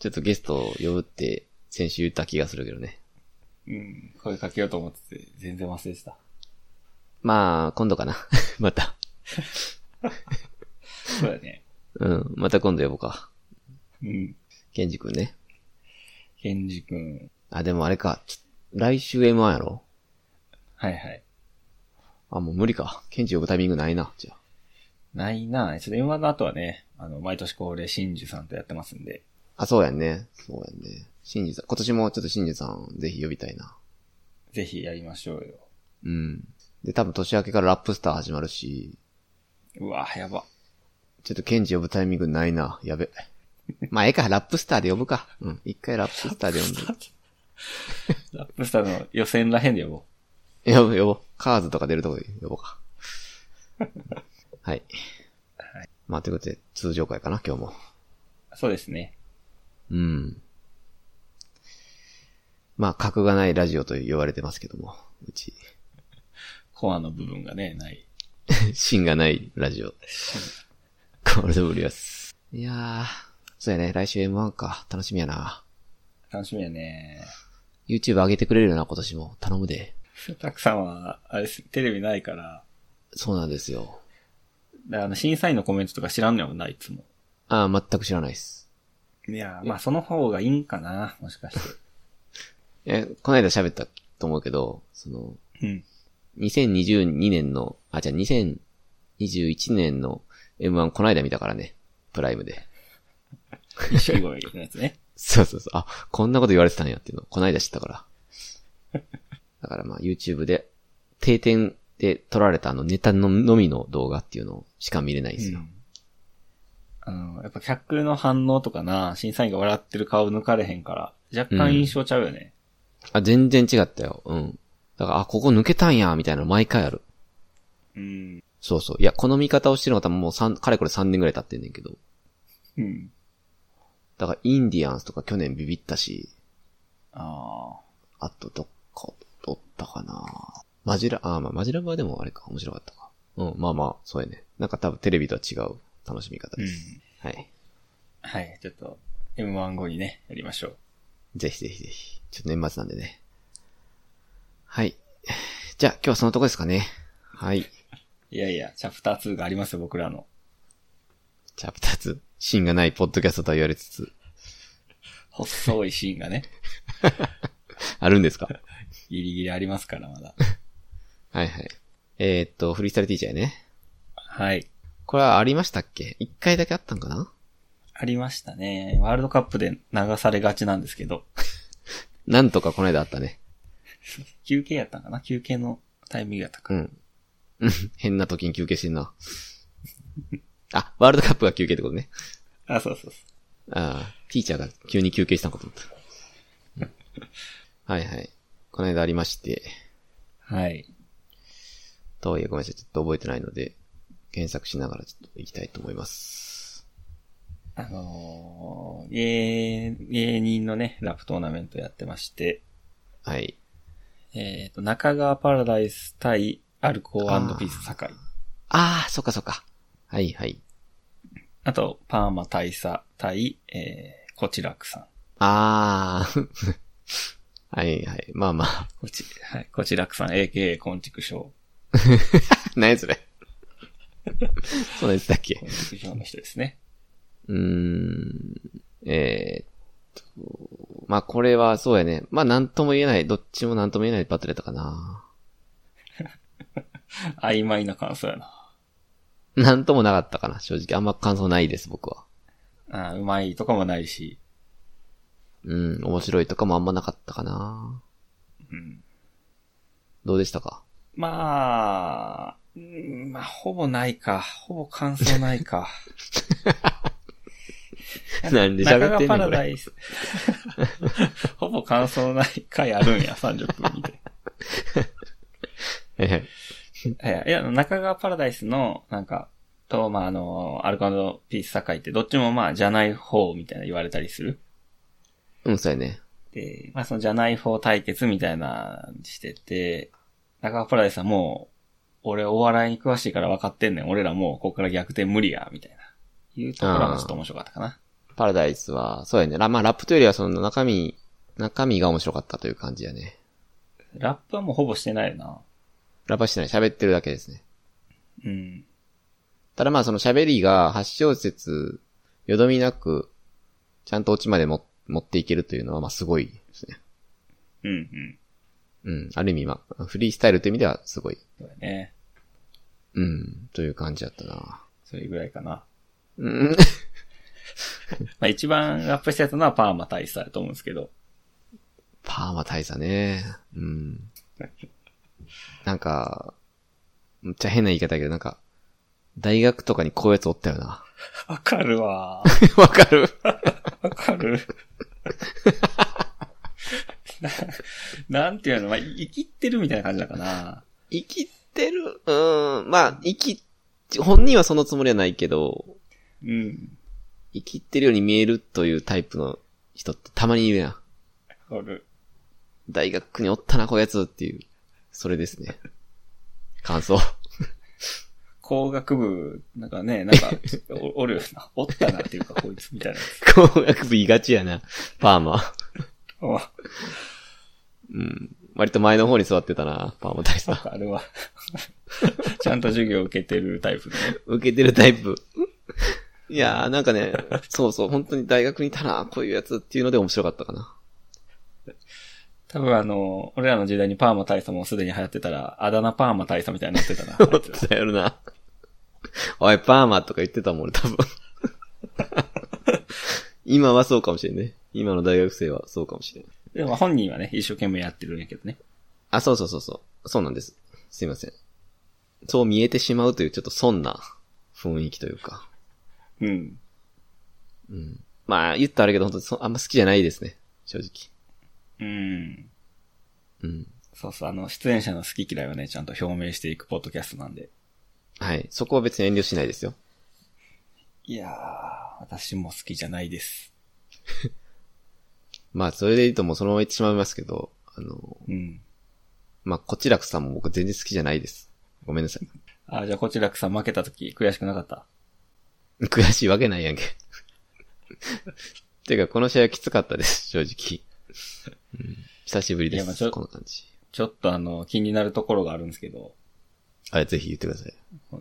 Speaker 1: ちょっとゲストを呼ぶって先週言った気がするけどね。
Speaker 2: うん。声かけようと思ってて、全然忘れてた。
Speaker 1: まあ、今度かな。 [LAUGHS] また。
Speaker 2: そうだね。 [LAUGHS]
Speaker 1: うん。また今度呼ぼうか。
Speaker 2: うん。
Speaker 1: ケンジ君ね。
Speaker 2: ケンジ君。
Speaker 1: あ、でもあれか。ち来週 M1 やろ
Speaker 2: はいはい。
Speaker 1: あ、もう無理か。ケンジ呼ぶタイミングないな。じゃあ。
Speaker 2: ないなちょっと M1 の後はね、あの、毎年恒例、真珠さんとやってますんで。
Speaker 1: あ、そうやんね。そうやんね。シンジさん。今年もちょっとシンジさんぜひ呼びたいな。
Speaker 2: ぜひやりましょうよ。
Speaker 1: うん。で、多分年明けからラップスター始まるし、
Speaker 2: うわやば。
Speaker 1: ちょっとケンジ呼ぶタイミングないな。や [LAUGHS] べ。まあ、ええか、ラップスターで呼ぶか。うん。一回ラップスターで呼んで。
Speaker 2: ラップスターの予選らへんで呼ぼう。
Speaker 1: 呼ぶ、呼ぼう。カーズとか出るとこで呼ぼうか。はい。まあ、ということで、通常会かな、今日も。
Speaker 2: そうですね。
Speaker 1: うん。まあ、格がないラジオと言われてますけども、うち、
Speaker 2: コアの部分がね、ない。
Speaker 1: 芯がないラジオ。コールドブリュアス。いやー、そうやね、来週 M1 か、楽しみやな。
Speaker 2: 楽しみやね。
Speaker 1: YouTube 上げてくれるよな、今年も。頼むで。
Speaker 2: たくさんは、あれです、テレビないから、
Speaker 1: そうなんですよ。
Speaker 2: だからあの審査員のコメントとか知らんのやもんな、いつも。
Speaker 1: ああ、全く知らないです。
Speaker 2: いやー、まあその方がいいんかな、もしかして。
Speaker 1: え、この間喋ったと思うけど、その、
Speaker 2: うん。
Speaker 1: 2022年の、あ、じゃあ2021年の M1 この間見たからね。プライムで。
Speaker 2: 錦鯉のやつね。
Speaker 1: そうそうそう。あ、こんなこと言われてたんやっていうの、この間知ったから。
Speaker 2: [LAUGHS]
Speaker 1: だからまあ YouTube で、定点で撮られたあのネタののみの動画っていうのしか見れないんですよ。
Speaker 2: あの、やっぱ客の反応とかな、審査員が笑ってる顔抜かれへんから、若干印象ちゃうよね。
Speaker 1: あ、全然違ったよ。うん。だから、あ、ここ抜けたんや、みたいなの毎回ある。
Speaker 2: うん。
Speaker 1: そうそう。いや、この見方をしてる方ももう3、かれこれ3年ぐらい経ってんねんけど。
Speaker 2: うん。
Speaker 1: だからインディアンスとか去年ビビったし、
Speaker 2: あ
Speaker 1: あとどっか、どったかなマジラ、あーまあマジラブはでもあれか、面白かったか。うん、まあまあ、そうやね。なんか多分テレビとは違う楽しみ方
Speaker 2: ー。う
Speaker 1: で
Speaker 2: ん
Speaker 1: す。。はい。
Speaker 2: はい、ちょっと、M1 後にね、やりましょう。
Speaker 1: ぜひぜひぜひ。ちょっと年末なんでね。はい。じゃあ今日はそのとこですかね。はい。
Speaker 2: いやいや、チャプター2がありますよ、僕らの。
Speaker 1: チャプター2。芯がないポッドキャストとは言われつつ、
Speaker 2: 細いシーン [LAUGHS] がね、
Speaker 1: あるんですか
Speaker 2: ギリギリありますから、まだ。
Speaker 1: はいはい。えー、っと、フリースタイルティーチャーね。
Speaker 2: はい。
Speaker 1: これはありましたっけ一回だけあったんかな
Speaker 2: ありましたね。ワールドカップで流されがちなんですけど、 [LAUGHS]
Speaker 1: なんとかこの間あったね。
Speaker 2: 休憩やったんかな休憩のタイミングやったか。
Speaker 1: うん。 [LAUGHS] うん変な時に休憩してんな。あ、ワールドカップが休憩ってことね。
Speaker 2: あ、そうそうそ
Speaker 1: ああ、ティーチャーが急に休憩したのかと思った。はいはい。この間ありまして、
Speaker 2: う。はい。
Speaker 1: とはいえごめんなさい、ちょっと覚えてないので、検索しながらちょっと行きたいと思います。
Speaker 2: あのー、芸、芸人のね、ラップトーナメントやってまして、
Speaker 1: はい。
Speaker 2: えっ、と、中川パラダイス対アルコーピース酒井。
Speaker 1: ああ、そっかそっか。はいはい。
Speaker 2: あと、パーマ大佐対、えー、こちらくさん。
Speaker 1: ああ、 [LAUGHS] はいはい。まあまあ。 [LAUGHS]
Speaker 2: こち、はい、こちらくさん、AKA こんちくしょ
Speaker 1: 何それ。 [LAUGHS] そうなんでしたっけ
Speaker 2: う。こんちくしょうの人ですね。
Speaker 1: うーん。えーっと、まあこれはそうやね。まあなんとも言えない。どっちもなんとも言えないバトルだったかな。
Speaker 2: 曖昧な感想やな。
Speaker 1: [LAUGHS] なんともなかったかな、正直。あんま感想ないです、僕は。
Speaker 2: あーうまいとかもないし。
Speaker 1: うん、面白いとかもあんまなかったかな。
Speaker 2: うん。
Speaker 1: どうでしたか
Speaker 2: まあ、うんまあ、ほぼないか。ほぼ感想ないか。
Speaker 1: [LAUGHS] なんで喋ってんねんこれ
Speaker 2: 中川パラダイス。 [LAUGHS] ほぼ感想ない回あるんや、30分みたい
Speaker 1: えへ。
Speaker 2: な。いや、いや中川パラダイスの、なんか、と、まあ、あの、アルカドピース境って、どっちもまあ、じゃない方みたいな言われたりする。
Speaker 1: [LAUGHS] うん、そうやね。
Speaker 2: で、まあ、そのじゃない方対決みたいな、してて、中川パラダイスはもう、俺お笑いに詳しいから分かってんねん。俺らもう、ここから逆転無理や、みたいな。いうところがちょっと面白かったかな。
Speaker 1: パラダイスは、そうやね。ラまあ、ラップというよりはその中身、中身が面白かったという感じやね。
Speaker 2: ラップはもうほぼしてないよな。
Speaker 1: ラップはしてない。喋ってるだけですね。
Speaker 2: うん。
Speaker 1: ただまあその喋りが8小節、よどみなく、ちゃんとオチまでも持っていけるというのは、まあすごいですね。
Speaker 2: うんうん。
Speaker 1: うん。ある意味、まあ、フリースタイルという意味ではすごい。
Speaker 2: そうだね。
Speaker 1: うん。という感じだったな。
Speaker 2: それぐらいかな。
Speaker 1: うん。 [LAUGHS]
Speaker 2: まあ一番ラップしてたのはパーマ大佐だと思うんですけど。
Speaker 1: パーマ大佐ね。うん。なんか、むっちゃ変な言い方だけど、なんか、大学とかにこういうやつおったよな。
Speaker 2: わかるわ。
Speaker 1: [LAUGHS] わかる
Speaker 2: わかる。 [LAUGHS] ななんていうの、まあ、生きってるみたいな感じだかな。
Speaker 1: 生きてるうーん。まあ、生き、本人はそのつもりはないけど、
Speaker 2: うん。
Speaker 1: 生きてるように見えるというタイプの人ってたまにいるやん。
Speaker 2: わかる。
Speaker 1: 大学におったな、こういうやつっていう。それですね。感想。
Speaker 2: 工学部、なんかね、なんか、おおるよな。おったなっていうか、こいつみたいなやつ。
Speaker 1: 工学部言いがちやな。パーマ。
Speaker 2: わ
Speaker 1: うん。割と前の方に座ってたな、パーマ大佐。
Speaker 2: かるわ。ちゃんと授業受けてるタイプのね。
Speaker 1: 受けてるタイプ。いやー、なんかね、そうそう、本当に大学にいたな、こういうやつっていうので面白かったかな。
Speaker 2: 多分あの、俺らの時代にパーマ大佐もすでに流行ってたら、あだ名パーマ大佐みたいになってたな。あ [LAUGHS] いつ
Speaker 1: だよな。おい、パーマとか言ってたもん、俺多分。今はそうかもしれんね。今の大学生はそうかもしれん。
Speaker 2: でも本人はね、一生懸命やってるんやけどね。
Speaker 1: あ、そうそうそうそう。そうなんです。すいません。そう見えてしまうというちょっと損な雰囲気というか。
Speaker 2: うん。
Speaker 1: うん。まあ、言ったらあれけど、本当にそあんま好きじゃないですね。正直。
Speaker 2: うん。
Speaker 1: うん。
Speaker 2: そうそう、あの、出演者の好き嫌いはね、ちゃんと表明していくポッドキャストなんで。
Speaker 1: はい。そこは別に遠慮しないですよ。
Speaker 2: いやー、私も好きじゃないです。
Speaker 1: まあ、それで言うともうそのまま言ってしまいますけど、あの、
Speaker 2: うん。
Speaker 1: まあ、こちらくさんも僕全然好きじゃないです。ごめんなさい。
Speaker 2: あー、じゃあこちらくさん負けた時悔しくなかった
Speaker 1: [LAUGHS] 悔しいわけないやんけ。てか、この試合きつかったです、正直。うん久しぶりで
Speaker 2: いやまあち
Speaker 1: す、
Speaker 2: ょ
Speaker 1: この感じ。
Speaker 2: ちょっとあの、気になるところがあるんですけど、
Speaker 1: はい、ぜひ言ってください。
Speaker 2: こ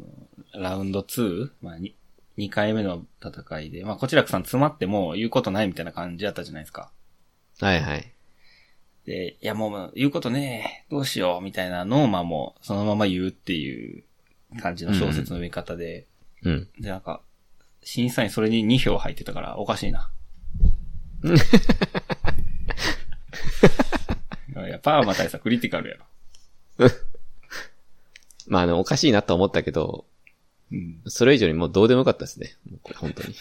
Speaker 2: の、ラウンド 2? まあ、に2回目の戦いで、まあ、こちらくさん詰まってもう言うことないみたいな感じだったじゃないですか。
Speaker 1: はいはい。
Speaker 2: で、いやもう言うことねえ、どうしよう、みたいなのをまあもうそのまま言うっていう感じの小説の見方で、
Speaker 1: うん。
Speaker 2: で、なんか、審査員それに2票入ってたからおかしいな。 [LAUGHS] いやいや、パーマ大佐クリティカルやろ。
Speaker 1: まあ、あの、おかしいなとは思ったけど、
Speaker 2: うん。
Speaker 1: それ以上にもうどうでもよかったですね。もうこれ本当に。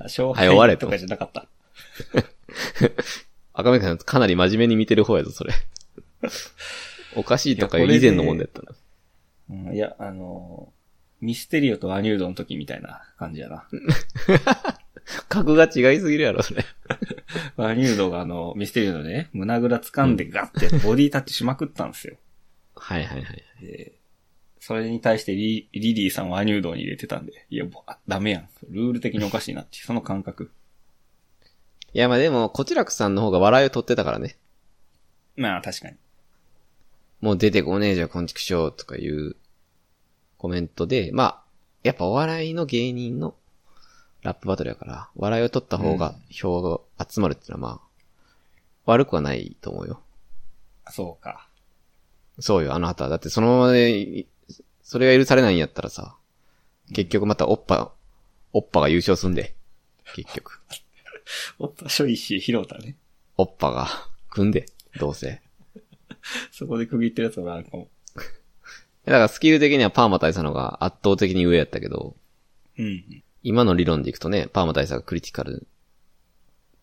Speaker 2: 勝
Speaker 1: はい終われ
Speaker 2: 敗
Speaker 1: と
Speaker 2: とかじゃなかった。
Speaker 1: 赤目さんかなり真面目に見てる方やぞ、それ。 [LAUGHS] おかしいとかより以前の問題だったな。
Speaker 2: うん、いや、あのーミステリオとアニュードの時みたいな感じやな。
Speaker 1: 格が違いすぎるやろ、それ。
Speaker 2: アニュードがあの、ミステリオのね、胸ぐら掴んでガッてボディタッチしまくったんですよ。
Speaker 1: はいはいはい。
Speaker 2: で、それに対してリリリーさんをアニュードに入れてたんで、いや、ぼあダメやん。ルール的におかしいなっていう、その感覚。
Speaker 1: いや、まあでも、こちらくさんの方が笑いを取ってたからね。
Speaker 2: まあ、確かに。
Speaker 1: もう出てこねえじゃん、こんちくしょうとかいうコメントで、まあ、やっぱお笑いの芸人のラップバトルやから、笑いを取った方が票が集まるってのはまあ、悪くはないと思うよ。
Speaker 2: そうか。
Speaker 1: そうよ、あの旗。だってそのままでい、それが許されないんやったらさ、結局またおっぱ、おっぱが優勝すんで。結局。
Speaker 2: おっぱ、初石広田ね。
Speaker 1: おっぱが、 [LAUGHS] 組んで、どうせ。
Speaker 2: そこで区切ってるやつおらんかも。
Speaker 1: だからスキル的にはパーマ大佐の方が圧倒的に上やったけど、
Speaker 2: うん。
Speaker 1: 今の理論でいくとね、パーマ大佐がクリティカルっ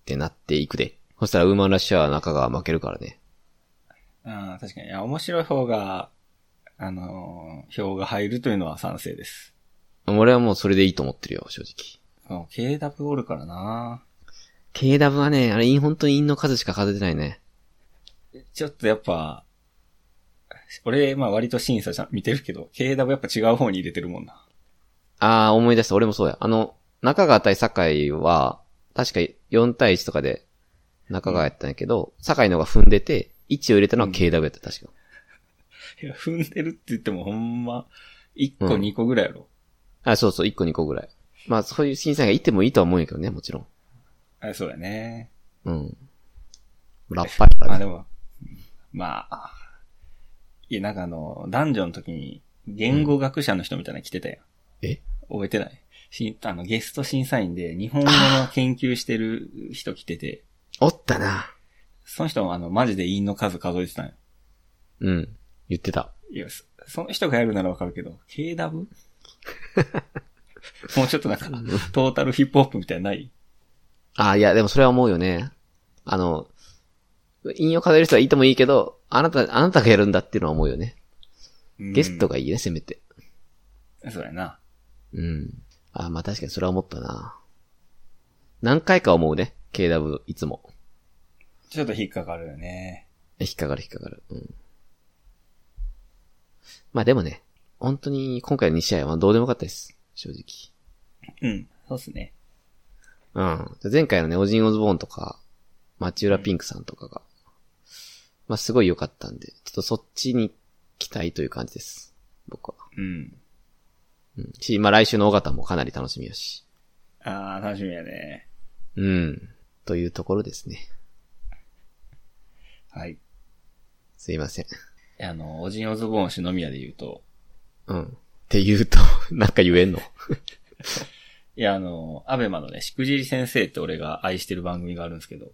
Speaker 1: てなっていくで。そしたらウーマンラッシュアー中川負けるからね。
Speaker 2: ああ、確かに。いや、面白い方が、あのー票が入るというのは賛成です。
Speaker 1: 俺はもうそれでいいと思ってるよ、正直。
Speaker 2: もう KW おるからな
Speaker 1: KW はね、あれ、本当に陰の数しか数えてないね。
Speaker 2: ちょっとやっぱ、俺、まあ割と審査ちゃん見てるけど、KW やっぱ違う方に入れてるもんな。
Speaker 1: あー、思い出した。俺もそうや。あの、中川対酒井は、確か4対1とかで中川やったんやけど、酒井の方が踏んでて、1を入れたのは KW やった、確か。
Speaker 2: いや、踏んでるって言ってもほんま、1個
Speaker 1: うん
Speaker 2: 2個ぐらいやろ。
Speaker 1: あ、そうそう、1個2個ぐらい。まあ、そういう審査員がいてもいいとは思うんやけどね、もちろん。
Speaker 2: あそうだね。
Speaker 1: うん。ラッパーやからね。
Speaker 2: あ、でも、まあ、いや、なんかあの、男女の時に、言語学者の人みたいなの来てたやん。
Speaker 1: え
Speaker 2: 覚えてないしあの、ゲスト審査員で、日本語の研究してる人来
Speaker 1: [LAUGHS]
Speaker 2: てて、
Speaker 1: おったな。
Speaker 2: その人もあの、マジで陰の数数えてたんよ。
Speaker 1: うん。言ってた。
Speaker 2: いや、そその人がやるならわかるけど、KW?
Speaker 1: [LAUGHS]
Speaker 2: もうちょっとなんか、トータルヒップホップみたいなのない
Speaker 1: あいや、でもそれは思うよね。あの、引用数える人はいてもいいけど、あなた、あなたがやるんだっていうのは思うよね。ゲスト
Speaker 2: が。
Speaker 1: がいいね、せめて。
Speaker 2: そうやな。
Speaker 1: うん。あまあ確かにそれは思ったな。何回か思うね。KW、いつも。
Speaker 2: ちょっと引っかかるよね。
Speaker 1: 引っかかる引っかかる。うん。まあでもね、本当に今回の2試合はどうでもよかったです。正直。
Speaker 2: うん。そうっすね。
Speaker 1: うん。前回のね、オジン・オズボーンとか、マチューラ・ピンクさんとかが、まあすごい良かったんで、ちょっとそっちに期待という感じです。僕は。
Speaker 2: うん。
Speaker 1: うん。し、まあ来週の尾形もかなり楽しみやし。
Speaker 2: ああ、楽しみやね。
Speaker 1: うん。というところですね。
Speaker 2: はい。
Speaker 1: すいません。
Speaker 2: あの、オジンオズボーン篠宮で言うと、
Speaker 1: うん。って言うと、 [LAUGHS] なんか言えんの。
Speaker 2: いや、あの、アベマのね、しくじり先生って俺が愛してる番組があるんですけど、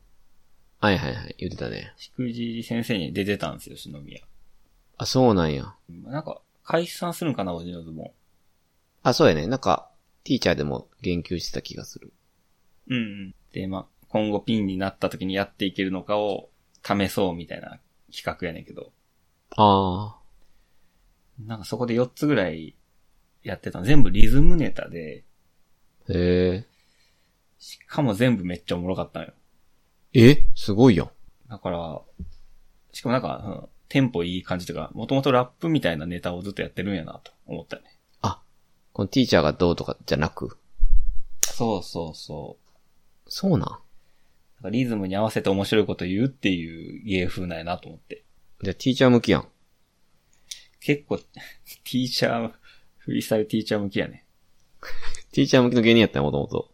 Speaker 1: はいはいはい。言ってたね。
Speaker 2: しくじり先生に出てたんですよ、篠宮。
Speaker 1: あ、そうなんや。
Speaker 2: なんか、解散するんかな、オジンオズボ
Speaker 1: あ、そうやね。なんか、ティーチャーでも言及してた気がする。
Speaker 2: ーン。うん、で、ま、今後ピンになった時にやっていけるのかを試そうみたいな企画やねんけど、
Speaker 1: あ
Speaker 2: なんかそこで4つぐらいやってたの全部リズムネタで、
Speaker 1: あ。へ
Speaker 2: しかも全部めっちゃおもろかったのよ。
Speaker 1: え。えすごいやん。
Speaker 2: だから、しかもなんか、うんテンポいい感じとか、もともとラップみたいなネタをずっとやってるんやなと思ったね。
Speaker 1: あ、このティーチャーがどうとかじゃなく。
Speaker 2: そうそうそう。
Speaker 1: そうなん。
Speaker 2: だからリズムに合わせて面白いこと言うっていう芸風なんやなと思って。
Speaker 1: じゃあティーチャー向きやん。
Speaker 2: 結構、テ [LAUGHS] ィーチャー、フリースタイルティーチャー向きやね。 [LAUGHS]
Speaker 1: ティーチャー向きの芸人やったよ、もともと。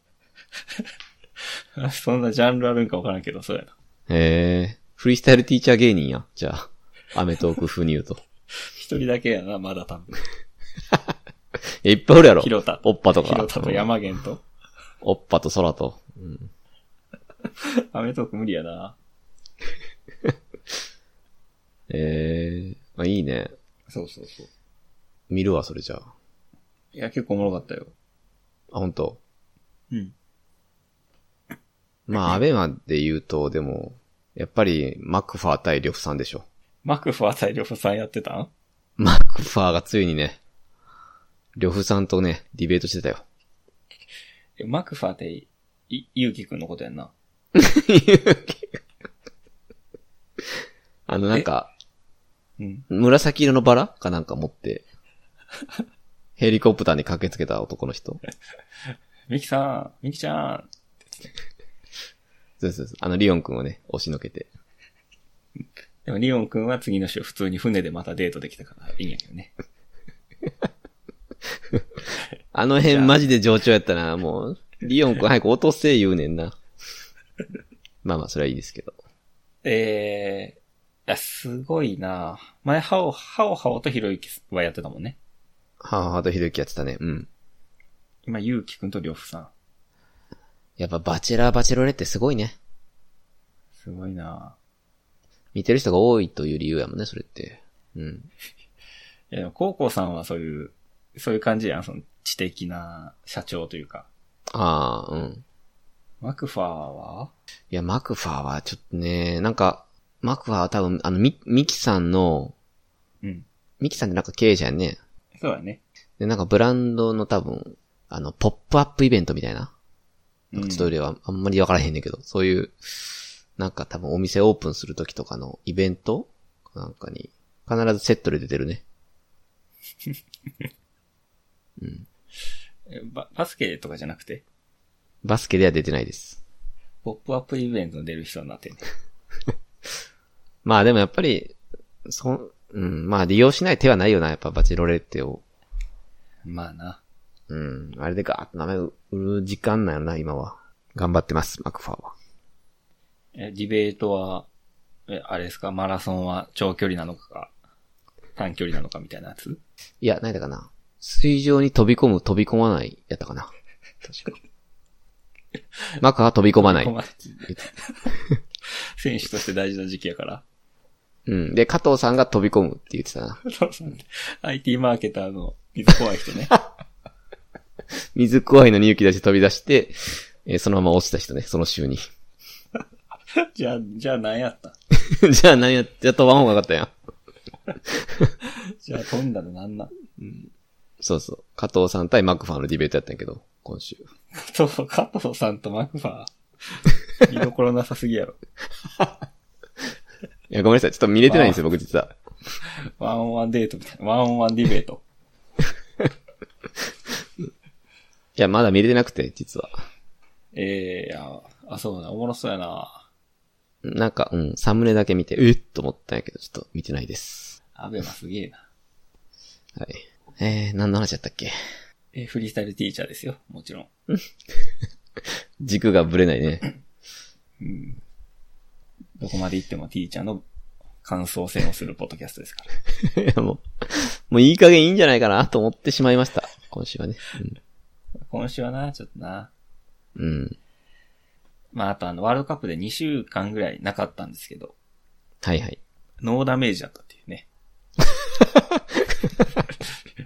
Speaker 2: そんなジャンルあるんかわからんけど、そうやな。
Speaker 1: へえ。フリースタイルティーチャー芸人やん。じゃあ、アメトーク風に言うと。 [LAUGHS]
Speaker 2: 一人だけやな、まだ多分。
Speaker 1: えいっぱいおるやろ。
Speaker 2: 広田。
Speaker 1: おっぱとか。
Speaker 2: 広田と
Speaker 1: うん
Speaker 2: 山源と。
Speaker 1: おっぱと空と。うん。
Speaker 2: アメトーク無理やな。
Speaker 1: ええ。あ、いいね。
Speaker 2: そうそうそう。
Speaker 1: 見るわ、それじゃあ。
Speaker 2: いや、結構おもろかったよ。
Speaker 1: あ、本当。
Speaker 2: うん。
Speaker 1: まあ、アベマで言うと、でも、やっぱり、マックファー対呂布さんでしょ。 [LAUGHS]
Speaker 2: マクファー対呂布さんやってたん
Speaker 1: マックファーがついにね、呂布さんとね、ディベートしてた
Speaker 2: [LAUGHS]
Speaker 1: よ。
Speaker 2: えマクファーって、い、ゆうきくんのことやんな。
Speaker 1: あの、なんか、
Speaker 2: うん。
Speaker 1: 紫色のバラかなんか持って、ヘリコプターに駆けつけた男の人。
Speaker 2: ミキさん、ミキちゃん。
Speaker 1: そうそうそう。あの、リオン君をね、押しのけて。
Speaker 2: でも、リオンくんは次の週普通に船でまたデートできたからいいんやけどね。
Speaker 1: あの辺マジで上長やったな、もう。リオン君早く落とせ言うねんな。まあまあ、それはいいですけど。
Speaker 2: えー、や、すごいな前、ハオ、ハオハオとひろゆきはやってたもんね。
Speaker 1: はあはあとひどきやってたね。うん。
Speaker 2: 今、ゆうきくんとりょうふさん。
Speaker 1: やっぱバチェラー、バチェロレってすごいね。
Speaker 2: すごいな
Speaker 1: 見てる人が多いという理由やもんね、それって。うん。
Speaker 2: いや、でも、高校さんはそういう、そういう感じやん。その、知的な社長というか。
Speaker 1: ああ、うん。
Speaker 2: マクファーはい
Speaker 1: や、マクファーはちょっとね、なんか、マクファーは多分、あの、ミミキさんの、
Speaker 2: うん。
Speaker 1: ミキさんってなんか経営者やんね。
Speaker 2: そうだね。
Speaker 1: で、なんかブランドの多分、あの、ポップアップイベントみたいな。なんかちょっと俺はあんまりわからへんねんけど、そういう、なんか多分お店オープンするときとかのイベントなんかに、必ずセットで出てるね。
Speaker 2: えババスケとかじゃなくて、
Speaker 1: バスケでは出てないです。
Speaker 2: ポップアップイベントに出る人になってんね。
Speaker 1: まあでもやっぱり、そん、うん、まあ利用しない手はないよな、やっぱバチェロレッテを。
Speaker 2: まあな。
Speaker 1: うん、あれでガーッと名前売る時間なんやろな、今は。頑張ってます、マクファーは。
Speaker 2: え、ディベートは、え、あれですか、マラソンは長距離なのか、短距離なのかみたいなやつ
Speaker 1: いや、何だかな。水上に飛び込む、飛び込まない、やったかな。
Speaker 2: 確かに。
Speaker 1: マクは飛び込まない。
Speaker 2: 選手として大事な時期やから。
Speaker 1: うん。で、加藤さんが飛び込むって言ってたな。 [LAUGHS]
Speaker 2: そうそう IT マーケターの水怖い人ね。 [LAUGHS]
Speaker 1: 水怖いのに勇気出して飛び出して、えーそのまま落ちた人ね、その週に。 [LAUGHS]
Speaker 2: じゃあ、じゃあ何やった
Speaker 1: じゃあ何や、じゃあ飛ばん方がよかったやん。
Speaker 2: じゃあ飛んだのなんなん
Speaker 1: そうそう。加藤さん対マクファーのディベートやったんやけど、今週。
Speaker 2: 加藤、加藤さんとマクファー。見どころなさすぎやろ。
Speaker 1: いや、ごめんなさい。ちょっと見れてないんですよ、僕実は。
Speaker 2: ワンオンワンデートみたいな。ワンオンワンディベート。
Speaker 1: いや、まだ見れてなくて、実は。
Speaker 2: ええいや、あ、そうだ、おもろそうやな。
Speaker 1: なんか、うん、サムネだけ見て、うっと思ったんやけど、ちょっと見てないです。
Speaker 2: アベマすげえな。
Speaker 1: はい。えー、何の話やったっけ
Speaker 2: え、フリースタイルティーチャーですよ、もちろん。
Speaker 1: 軸がぶれないね。 [LAUGHS]
Speaker 2: うん。どこまで行ってもティーチャーの感想戦をするポッドキャストですから。
Speaker 1: いや、もう、もういい加減いいんじゃないかなと思ってしまいました。今週はね。
Speaker 2: 今週はな、ちょっとな。
Speaker 1: うん。うん、
Speaker 2: まあ、あとあの、ワールドカップで2週間ぐらいなかったんですけど、
Speaker 1: はいはい。
Speaker 2: ノーダメージだったっていうね。 [LAUGHS]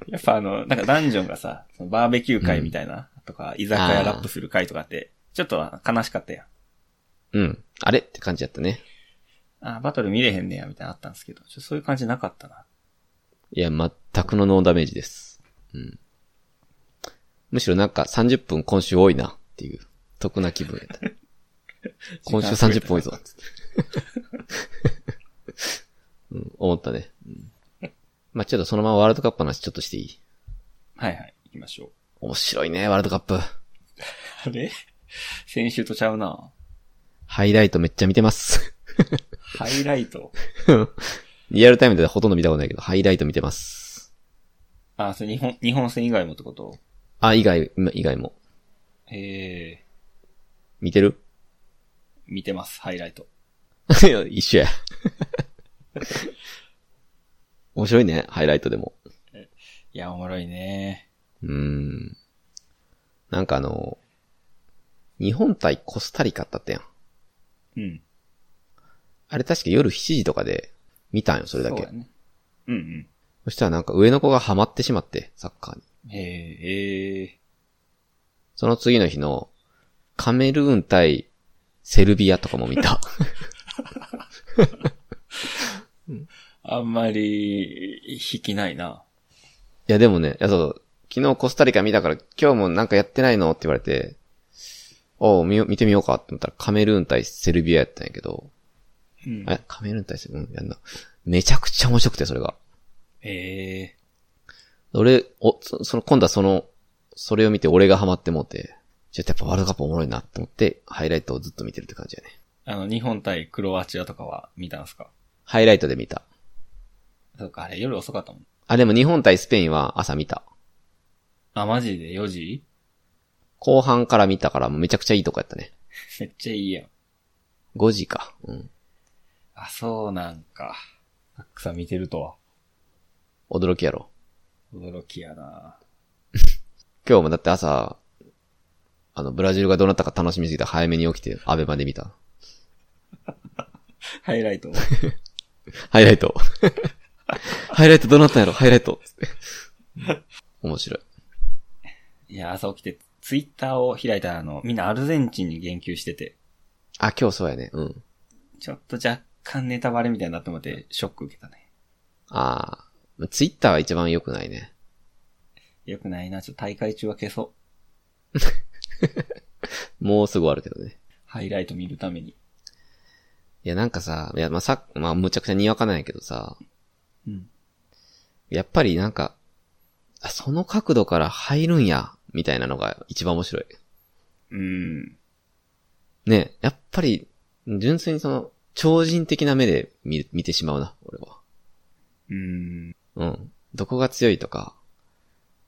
Speaker 2: やっぱあの、なんかダンジョンがさ、そのバーベキュー会みたいな、とか、居酒屋ラップする会とかって、ちょっとは悲しかったやん。
Speaker 1: うん。あれって感じやったね。
Speaker 2: あー、バトル見れへんねや、みたいなのあったんですけど、ちょっとそういう感じなかったな。
Speaker 1: いや、全くのノーダメージです。うん。むしろなんか30分今週多いなっていう、得な気分やった。今週30分多いぞ。つってうん、思ったね。うん、まあちょっとそのままワールドカップの話ちょっとしていい
Speaker 2: はいはい、行きましょう。
Speaker 1: 面白いね、ワールドカップ。
Speaker 2: あれ先週とちゃうな。
Speaker 1: ハイライトめっちゃ見てます。 [LAUGHS]
Speaker 2: ハイライト。
Speaker 1: リアルタイムではほとんど見たことないけど、ハイライト見てます。
Speaker 2: あ、それ日本、日本戦以外もってこと
Speaker 1: あ、以外、今以外も。
Speaker 2: ええ
Speaker 1: 見てる
Speaker 2: 見てます、ハイライト。
Speaker 1: いや一緒や。 [LAUGHS] 面白いね、ハイライトでも。
Speaker 2: いや、おもろいね。
Speaker 1: うーん。なんかあの、日本対コスタリカだったやん。
Speaker 2: うん。
Speaker 1: あれ確か夜7時とかで見たんよ、それだ
Speaker 2: そ
Speaker 1: け。
Speaker 2: う
Speaker 1: そ
Speaker 2: ね。うん
Speaker 1: したらなんか上の子がハマってしまって、サッカーに。
Speaker 2: うん。えええ
Speaker 1: その次の日の、カメルーン対セルビアとかも見
Speaker 2: [LAUGHS]
Speaker 1: た。
Speaker 2: ーあんまり、引きないな。
Speaker 1: いやでもね、いやそう、昨日コスタリカ見たから今日もなんかやってないのって言われて、おう、見よ見てみようかって思ったらカメルーン対セルビアやったんやけど、
Speaker 2: うん
Speaker 1: え、カメルーン対セルビア、うん、やんな。めちゃくちゃ面白くて、それが。
Speaker 2: ええ
Speaker 1: 俺、お、そその、今度はその、それを見て俺がハマってもうて、ちょっとやっぱワールドカップおもろいなって思って、ハイライトをずっと見てるって感じやね。
Speaker 2: あの、日本対クロアチアとかは見たんすか
Speaker 1: ハイライトで見た。
Speaker 2: そうか、あれ夜遅かったもん。
Speaker 1: あ、でも日本対スペインは朝見た。
Speaker 2: あ、マジで4時 [LAUGHS]
Speaker 1: 後半から見たからもうめちゃくちゃいいとこやったね。
Speaker 2: めっちゃいいやん。
Speaker 1: 5時か。うん。
Speaker 2: あ、そうなんか。たくさん見てるとは。
Speaker 1: 驚きやろ。
Speaker 2: 驚きやな
Speaker 1: 今日もだって朝、あの、ブラジルがどうなったか楽しみすぎて早めに起きて、アベマで見た。
Speaker 2: ハイライ [LAUGHS] トを。
Speaker 1: ハイライト。 [LAUGHS] ハイライトどうなったんやろハイライト。面白い。
Speaker 2: いや、朝起きて、ツイッターを開いたら、あの、みんなアルゼンチンに言及してて、
Speaker 1: あ、今日そうやね。うん。
Speaker 2: ちょっと若干ネタバレみたいになって思って、ショック受けたね。
Speaker 1: ああ、ツイッターは一番良くないね。
Speaker 2: よくないな、ちょっと大会中は消そう。
Speaker 1: もうすぐ終わるけどね。
Speaker 2: ハイライト見るために。
Speaker 1: いや、なんかさ、いや、まあ、さ、まあ、むちゃくちゃにわかなんやけどさ、
Speaker 2: うん。
Speaker 1: やっぱりなんか、あその角度から入るんや、みたいなのが一番面白い。
Speaker 2: うん。
Speaker 1: ねやっぱり、純粋にその、超人的な目で見る見てしまうな、俺は。
Speaker 2: うん。
Speaker 1: うん。どこが強いとか、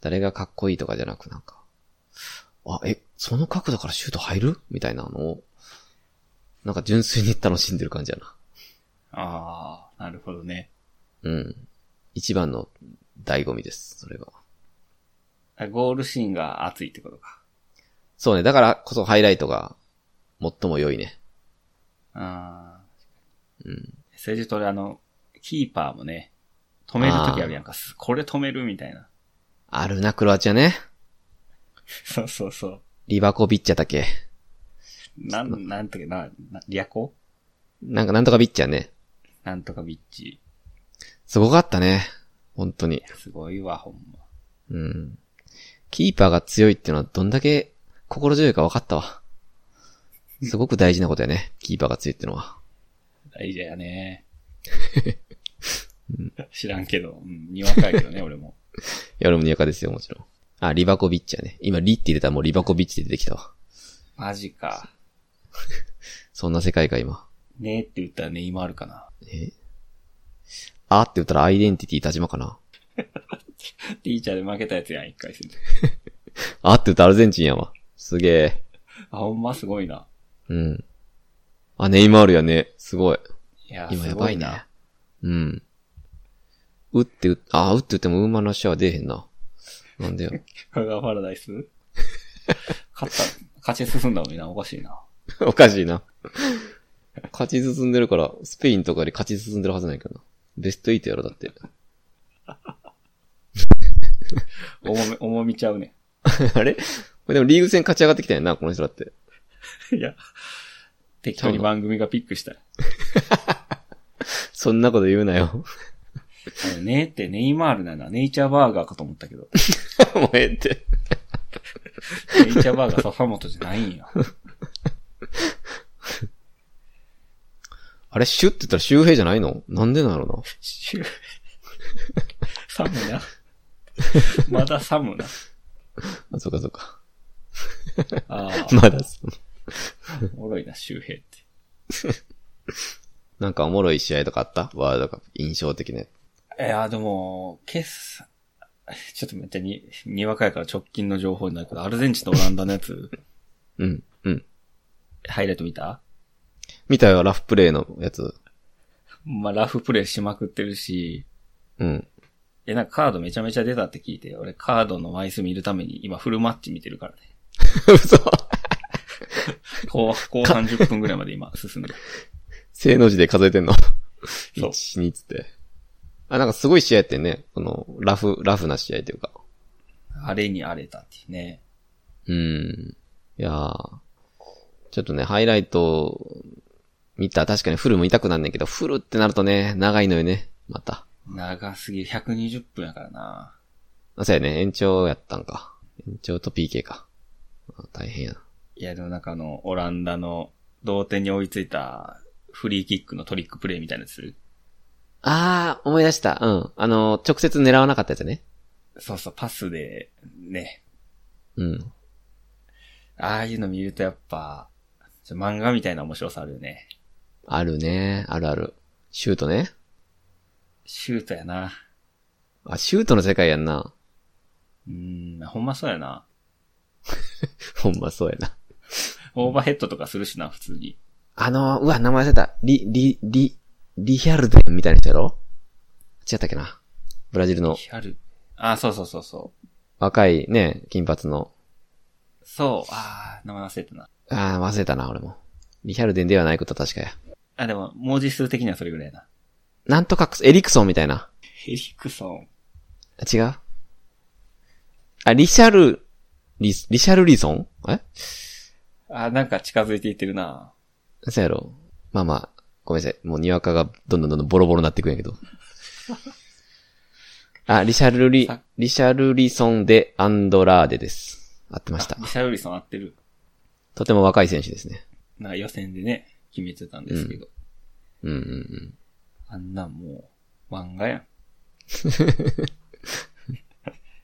Speaker 1: 誰がかっこいいとかじゃなくなんか、あ、え、その角度からシュート入るみたいなのを、なんか純粋に楽しんでる感じやな。
Speaker 2: ああ、なるほどね。
Speaker 1: うん。一番の醍醐味です、それが。
Speaker 2: あゴールシーンが熱いってことか。
Speaker 1: そうね、だからこそハイライトが、最も良いね。
Speaker 2: ああ。
Speaker 1: うん。
Speaker 2: それでと俺あの、キーパーもね、止めるときあるやんか。すこれ止めるみたいな。 [LAUGHS]
Speaker 1: あるな、クロアチアね。
Speaker 2: そうそうそう。
Speaker 1: リバコビッチャだっけ。
Speaker 2: なん、なんとか、な、な略語
Speaker 1: なんかなんとかビッチャね。
Speaker 2: なんとかビッチ。
Speaker 1: すごかったね。本当に。
Speaker 2: すごいわ、ほんま。
Speaker 1: うん。キーパーが強いってのはどんだけ心強いか分かったわ。すごく大事なことやね。キーパーが強いってのは。
Speaker 2: 大事や [LAUGHS] ね。知らんけど、うん、にわかやけどね、俺も。
Speaker 1: いや、俺もにやかですよ、もちろん。あ、リバコビッチャね。今、リって入れたらもうリバコビッチで出てきたわ。
Speaker 2: マジか。
Speaker 1: そんな世界が今。
Speaker 2: ねえって言ったらね、今あるかな。
Speaker 1: えあーって言ったらアイデンティティ田島かな。
Speaker 2: ティーチャーで負けたやつやん、一回戦で。
Speaker 1: あーって言ったらアルゼンチンやわ。すげえ。
Speaker 2: あ、ほんますごいな。
Speaker 1: うん。あ、ネイマールやね。すごい。
Speaker 2: いや、
Speaker 1: 今
Speaker 2: す
Speaker 1: や
Speaker 2: ご
Speaker 1: ばいな。。うん。打って打っ、あー、打って打っても馬の足は出えへんな。なんでよ。
Speaker 2: 香川パラダイス勝った、勝ち進んだのにな、おかしいな。
Speaker 1: [LAUGHS] おかしいな。勝ち進んでるから、スペインとかより勝ち進んでるはずないけどな。ベスト8やろ、だって。
Speaker 2: 重み、重みちゃうね。
Speaker 1: あれでもリーグ戦勝ち上がってきたんやな、この人だって。
Speaker 2: いや、適当に番組がピックした。
Speaker 1: そんなこと言うなよ。 [LAUGHS]
Speaker 2: あのねえってネイマールなんだ。ネイチャーバーガーかと思ったけど。
Speaker 1: もうええって。
Speaker 2: ネイチャーバーガー笹本じゃないんや。
Speaker 1: あれ、シュって言ったら周平じゃないのなんでなんやろな。
Speaker 2: シュサムな。まだサムな。
Speaker 1: あ、そうかそうか。
Speaker 2: ああ、
Speaker 1: まだその、
Speaker 2: おもろいな、周平って。
Speaker 1: なんかおもろい試合とかあったワールドカップ。印象的ね。
Speaker 2: いや、でも、決算、ちょっとめっちゃに、にわかやから直近の情報になるけど、アルゼンチンとオランダのやつ、
Speaker 1: うん、うん。
Speaker 2: ハイライト見た
Speaker 1: 見たよ、ラフプレイのやつ。
Speaker 2: まあ、ラフプレイしまくってるし、
Speaker 1: うん。 [LAUGHS]
Speaker 2: え、なんかカードめちゃめちゃ出たって聞いて、俺カードの枚数見るために今フルマッチ見てるからね。
Speaker 1: 嘘。
Speaker 2: 後、後半10分ぐらいまで今進んでる。
Speaker 1: 正の字で数えてんの。
Speaker 2: そう
Speaker 1: 1、2つって。あ、なんかすごい試合やってんね。この、ラフ、ラフな試合というか。
Speaker 2: あれに荒れたっていうね。
Speaker 1: うん。いやーちょっとね、ハイライト、見た。確かにフルも痛くなんねんけど、フルってなるとね、長いのよね。また。
Speaker 2: 長すぎる。120分やからな。
Speaker 1: あ、そうやね。延長やったんか。延長と PK か。あ大変やな。
Speaker 2: いや、でもなんかあの、オランダの同点に追いついたフリーキックのトリックプレイみたいなやつ。
Speaker 1: あー、思い出した。うん。あの、直接狙わなかったやつね。
Speaker 2: そうそう、パスで、ね。
Speaker 1: うん。
Speaker 2: ああいうの見るとやっぱ、ちょ漫画みたいな面白さあるよね。
Speaker 1: あるね。あるある。シュートね。
Speaker 2: シュートやな。
Speaker 1: あ、シュートの世界やんな。
Speaker 2: うーん、ほんまそうやな。
Speaker 1: ほんまそうやな。
Speaker 2: オーバーヘッドとかするしな、普通に。
Speaker 1: あの、うわ、名前忘れた。リ、リ、リ、リヒャルデンみたいな人やろ違ったっけな。ブラジルの
Speaker 2: ヒャル。あ、そうそうそうそう。
Speaker 1: 若いね、金髪の。
Speaker 2: そう、あー、名前忘れたな。
Speaker 1: ああ、忘れたな、俺も。リヒャルデンではないことは確かや。
Speaker 2: あ、でも、文字数的にはそれぐらいやな。
Speaker 1: なんとかくす、エリクソンみたいな。
Speaker 2: エリクソン。
Speaker 1: 違うあ、リシャル、リ、リシャルリソンえ
Speaker 2: あ、なんか近づいていってるな。
Speaker 1: そうやろまあまあ、ごめんなさい。もうにわかがどんどんどんどんボロボロになっていくんやけど。あ、リシャルリ
Speaker 2: さ、
Speaker 1: リシャルリソンでアンドラーデです。合ってました
Speaker 2: あリ。シャルリソン合ってる。
Speaker 1: とても若い選手ですね。
Speaker 2: な、予選でね、決めてたんですけど。
Speaker 1: うんうんうん。
Speaker 2: あんなんもう、漫画 [LAUGHS] やん。い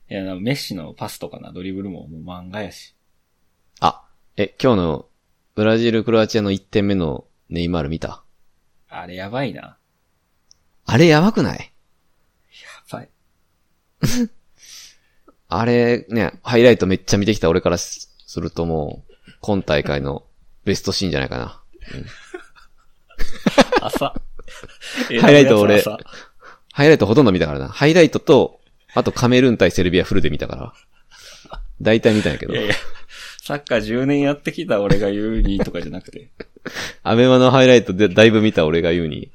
Speaker 2: や、なメッシのパスとかな、ドリブルももう漫画やし。
Speaker 1: あ、え、今日のブラジル、クロアチアの1点目のネイマール見た
Speaker 2: あれやばいな。
Speaker 1: あれやばくない
Speaker 2: やばい。
Speaker 1: あれね、ハイライトめっちゃ見てきた俺からすするともう、今大会のベストシーンじゃないかな。
Speaker 2: [LAUGHS] 朝。
Speaker 1: ハイライト俺
Speaker 2: えらいやつ朝
Speaker 1: ハイライトほとんど見たからな。ハイライトと、あとカメルーン対セルビアフルで見たから。大体見たんやけど
Speaker 2: い。やいや、サッカー10年やってきた俺が言うにとかじゃなくて。
Speaker 1: アベマのハイライトでだいぶ見た俺が言うに、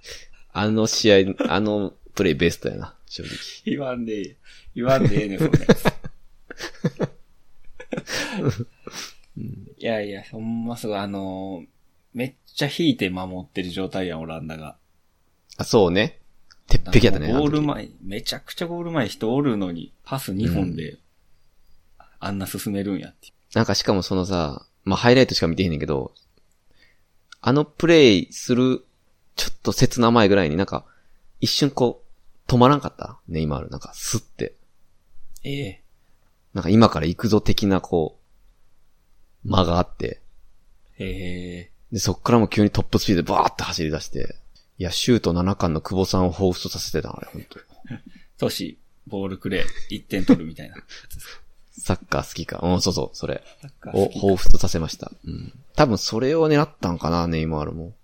Speaker 1: あの試合、あのプレイベストやな、正直。
Speaker 2: 言わんでいい。言わんでええねん、そんなやつ。いやいや、ほんますごい、あのーめっちゃ引いて守ってる状態やん、オランダが。
Speaker 1: あ、そうね。鉄壁やったね。
Speaker 2: ゴー
Speaker 1: あ
Speaker 2: ル
Speaker 1: の時
Speaker 2: 前、めちゃくちゃゴール前人おるのに、パス2本で、あんな進めるんやって。
Speaker 1: なんかしかもそのさ、まあ、ハイライトしか見てへんねんけど、あのプレイする、ちょっと切な前ぐらいになんか、一瞬こう、止まらんかったネイマール。なんか、スって。
Speaker 2: ええ。
Speaker 1: なんか今から行くぞ的なこう、間があって。
Speaker 2: ええ。
Speaker 1: で、そっからも急にトップスピードでバーって走り出して。いや、シュート7巻の久保さんを彷彿とさせてたな、あれ、本当
Speaker 2: トシ、ボールくれ、1点取るみたいな。
Speaker 1: サッカー好きか。うん、そうそう、それ。
Speaker 2: サッカー
Speaker 1: を
Speaker 2: 好き
Speaker 1: 彷彿とさせました。うん。多分それを狙ったんかな、ネイマール
Speaker 2: [LAUGHS]
Speaker 1: も。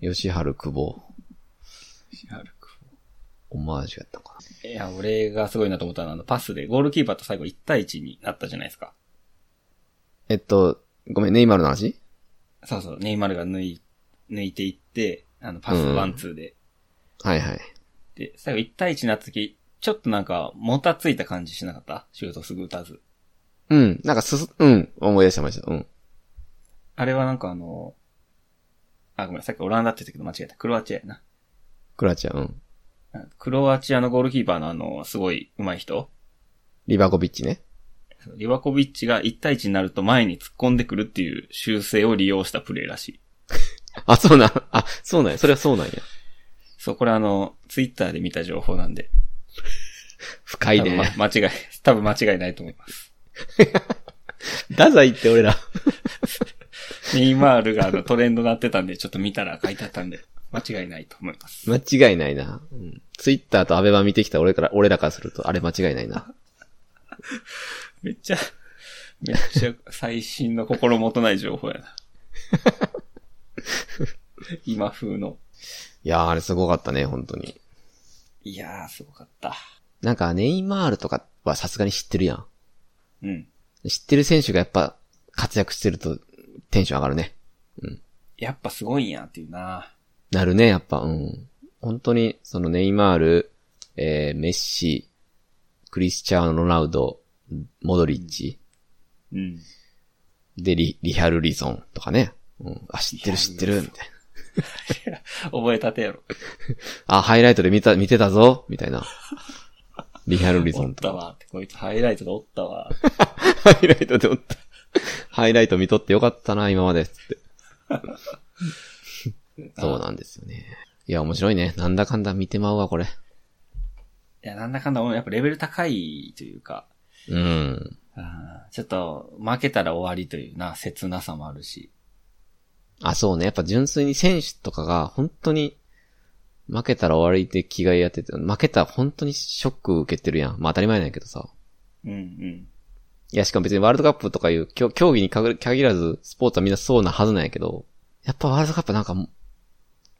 Speaker 1: 吉原久保、
Speaker 2: なるか
Speaker 1: オマージュやったんか
Speaker 2: いや、俺がすごいなと思ったのは、あの、パスで、ゴールキーパーと最後1対1になったじゃないですか。
Speaker 1: な。えっと、ごめん、ネイマールの話
Speaker 2: そうそう、ネイマールが抜い、抜いていって、あの、パスワンツーで。
Speaker 1: はいはい。
Speaker 2: で、最後1対1になった時、ちょっとなんか、もたついた感じしなかったシュートすぐ打たず。
Speaker 1: うん、なんかすす、うん、思い出しました。うん。
Speaker 2: あれはなんかあの、あ、ごめん、さっきオランダって言ったけど間違えた。クロアチアやな。
Speaker 1: クラチア、うん。
Speaker 2: うんクロアチアのゴールキーパーのあの、すごい上手い人。
Speaker 1: リバコビッチね。
Speaker 2: リワコビッチが1対1になると前に突っ込んでくるっていう修正を利用したプレーらしい。
Speaker 1: あ、そうなん、あ、そうなんや。それはそうなんや。
Speaker 2: そう、これあの、ツイッターで見た情報なんで。
Speaker 1: 深い
Speaker 2: 多
Speaker 1: ね。
Speaker 2: 分ま間違い、多分間違いないと思い
Speaker 1: [LAUGHS]
Speaker 2: ます。
Speaker 1: ダザイって俺ら。
Speaker 2: ネイマールがあのトレンドなってたんで、ちょっと見たら書いてあったんで、間違いないと思いま
Speaker 1: [LAUGHS]
Speaker 2: す。
Speaker 1: 間違いないな。うん。ツイッターとアベマ見てきた俺から、俺らからすると、あれ間違いないな。
Speaker 2: めっちゃ、めっちゃ最新の心もとない
Speaker 1: [LAUGHS]
Speaker 2: 情報やな。今風の。
Speaker 1: いやー、あれすごかったね、本当に。
Speaker 2: いやー、すごかった。
Speaker 1: なんか、ネイマールとかはさすがに知ってるやん。
Speaker 2: うん。
Speaker 1: 知ってる選手がやっぱ活躍してるとテンション上がるね。
Speaker 2: やっぱすごいんやっていうな
Speaker 1: なるね、やっぱ。うん。本当に、そのネイマール、えー、メッシ、クリスチャーノ・ロナウド、モドリッチ、
Speaker 2: うん。
Speaker 1: で、リ、リハル・リソンとかね。うん。あ、知ってる知ってる、みたい
Speaker 2: 覚えたてやろ。
Speaker 1: な。あ、ハイライトで見た、見てたぞ、みたいな。リハル・リソ
Speaker 2: おっ
Speaker 1: ンと
Speaker 2: た
Speaker 1: か。
Speaker 2: わって、こいつハイライトでおった [LAUGHS] わ。
Speaker 1: [LAUGHS] ハイライトでおった。ハイライト見とってよかったな、今まで、つって。そうなんですよね。いや、面白いね。なんだかんだ見てまうわ、これ。
Speaker 2: いや、なんだかんだ、やっぱレベル高いというか、
Speaker 1: うん。
Speaker 2: あーちょっと、負けたら終わりというな、切なさもあるし。
Speaker 1: あ、そうね。やっぱ純粋に選手とかが本当に負けたら終わりで気がやってて、負けたら本当にショック受けてるやん。まあ当たり前なんやけどさ。
Speaker 2: うんうん。
Speaker 1: いや、しかも別にワールドカップとかいう競競技に限る限らず、スポーツはみんなそうなはずなんやけど、やっぱワールドカップなんかも、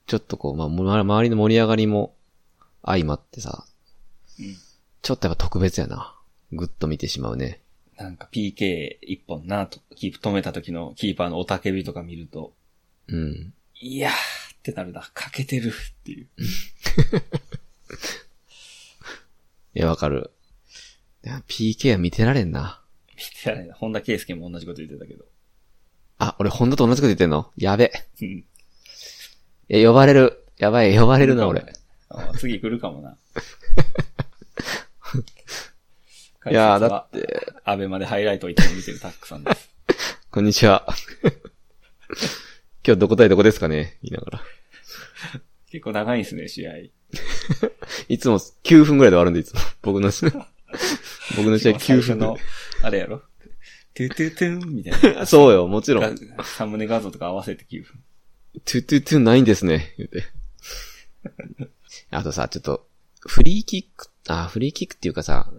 Speaker 1: ちょっとこう、まあ、も周りの盛り上がりも相まってさ、
Speaker 2: うん
Speaker 1: ちょっとやっぱ特別やな。ぐっと見てしまうね。
Speaker 2: なんか PK 一本なと、キープ止めた時のキーパーのおたけびとか見ると、
Speaker 1: うん。
Speaker 2: いやーってなるな。欠けてるっていう。
Speaker 1: いや、わかる。いや PK は見てられんな。
Speaker 2: 見てられない。本田圭佑も同じこと言ってたけど。
Speaker 1: あ、俺、ホンダと同じこと言ってんのやべ。
Speaker 2: うん。
Speaker 1: え、呼ばれる。やばい、呼ばれるな、俺。
Speaker 2: あ。次来るか
Speaker 1: [LAUGHS]
Speaker 2: もな。
Speaker 1: いやー
Speaker 2: 解説は
Speaker 1: だって、
Speaker 2: アベマでハイライトをいつも見てるタックさ
Speaker 1: [LAUGHS]
Speaker 2: んです。
Speaker 1: こんにちは。 [LAUGHS] 今日どこ対どこですかね言いながら。
Speaker 2: 結構長いんですね、試合。
Speaker 1: いつも9分ぐらいで終わるんで、いつも。僕の試合。僕の試合9
Speaker 2: 最初
Speaker 1: 分
Speaker 2: の
Speaker 1: の。、
Speaker 2: あれやろトゥトゥトゥンみたい
Speaker 1: [LAUGHS]
Speaker 2: な。
Speaker 1: そうよ、もちろん。ト
Speaker 2: が
Speaker 1: ゥ
Speaker 2: サムネ画像とか合わせて9分。
Speaker 1: トゥトゥないんですね。言うて。あとさ、ちょっと、フリーキック、あ、フリーキックっていうかさ、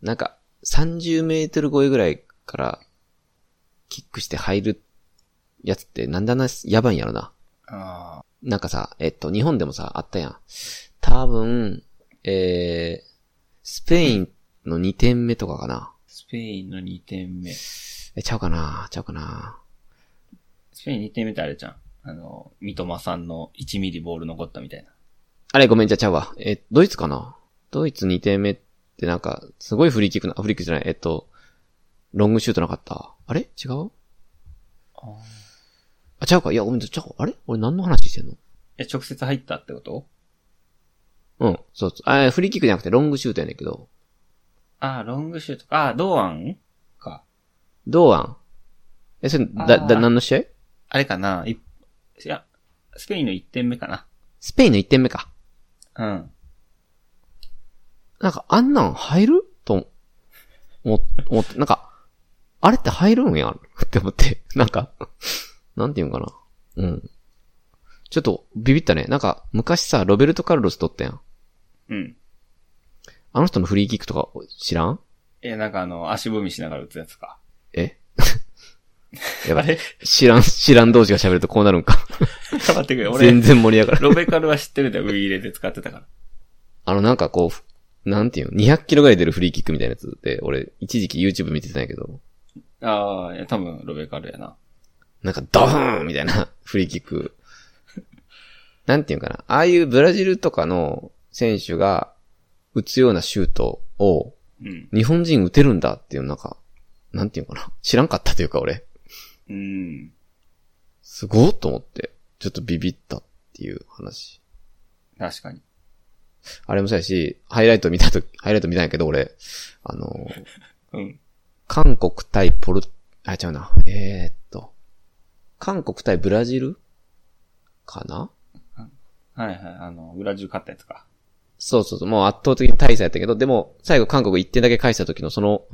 Speaker 1: なんか、30メートル超えぐらいから、キックして入るやつって、なんだな、やばいんやろな。
Speaker 2: ああ。
Speaker 1: なんかさ、えっと、日本でもさ、あったやん。多分、えー、スペインの2点目とかかな。
Speaker 2: スペインの2点目。ス
Speaker 1: え、ちゃうかなちゃうかな
Speaker 2: ペイン2点目ってあれじゃん。あの、三笘さんの1ミリボール残ったみたいな。
Speaker 1: あれ、ごめん、じゃあちゃうわ。え、ドイツかなドイツ2点目ってなんか、すごいフリーキックな、あフリーキックじゃない、えっと、ロングシュートなかった。あれ違うあ、ちゃうかいや、ごめん、ちゃう。あれ俺何の話してんの
Speaker 2: え、直接入ったってこと
Speaker 1: うん、そうそう。あ、フリーキックじゃなくてロングシュートやねんけど、
Speaker 2: ああ、ロングシュート。ああ、堂安か。
Speaker 1: 堂安。え、それ、だ、
Speaker 2: あー
Speaker 1: だ、何の試合
Speaker 2: あれかないいや、スペインの1点目か
Speaker 1: スペインの1点目か。
Speaker 2: な。うん。
Speaker 1: なんか、あんなん入ると思、思って、なんか、あれって入るんやんって思って、 [LAUGHS] なんか、なんていうんかな。うん。ちょっと、ビビったね。なんか、昔さ、ロベルト・カルロス取ったやん。
Speaker 2: うん。
Speaker 1: あの人のフリーキックとか知らん
Speaker 2: え、なんかあの、足踏みしながら打つやつか。
Speaker 1: え [LAUGHS] やば
Speaker 2: あ
Speaker 1: い。
Speaker 2: れ
Speaker 1: 知らん、知らん同士が喋るとこうなるんか。
Speaker 2: 待ってくれ、
Speaker 1: 全
Speaker 2: [LAUGHS] 俺、
Speaker 1: 然盛り上がる。
Speaker 2: ロベカルは知ってるで、ウィーレで使ってたから。
Speaker 1: あの、なんかこう、なんていうの、200キロぐらい出るフリーキックみたいなやつって、俺、一時期 YouTube 見てたんやけど、
Speaker 2: ああ、いや多分ロベカルやな。
Speaker 1: なんかドーンみたいな [LAUGHS] フリーキック。なんていうかな。ああいうブラジルとかの選手が打つようなシュートを
Speaker 2: うん。
Speaker 1: 日本人打てるんだっていうなんか、なんていうかな。知らんかったというか俺、
Speaker 2: うん。
Speaker 1: すごっと思って、ちょっとビビったっていう話。
Speaker 2: 確かに。
Speaker 1: あれもそうやし、ハイライト見たとき、ハイライト見たんやけど俺、あのー、
Speaker 2: うん。
Speaker 1: 韓国対ポル、あ、違うな。えー、っと、韓国対ブラジルかな
Speaker 2: はいはい。あの、ブラジル勝ったやつか。
Speaker 1: そうそうそう、もう圧倒的に大差やったけど、でも、最後韓国1点だけ返した時のその、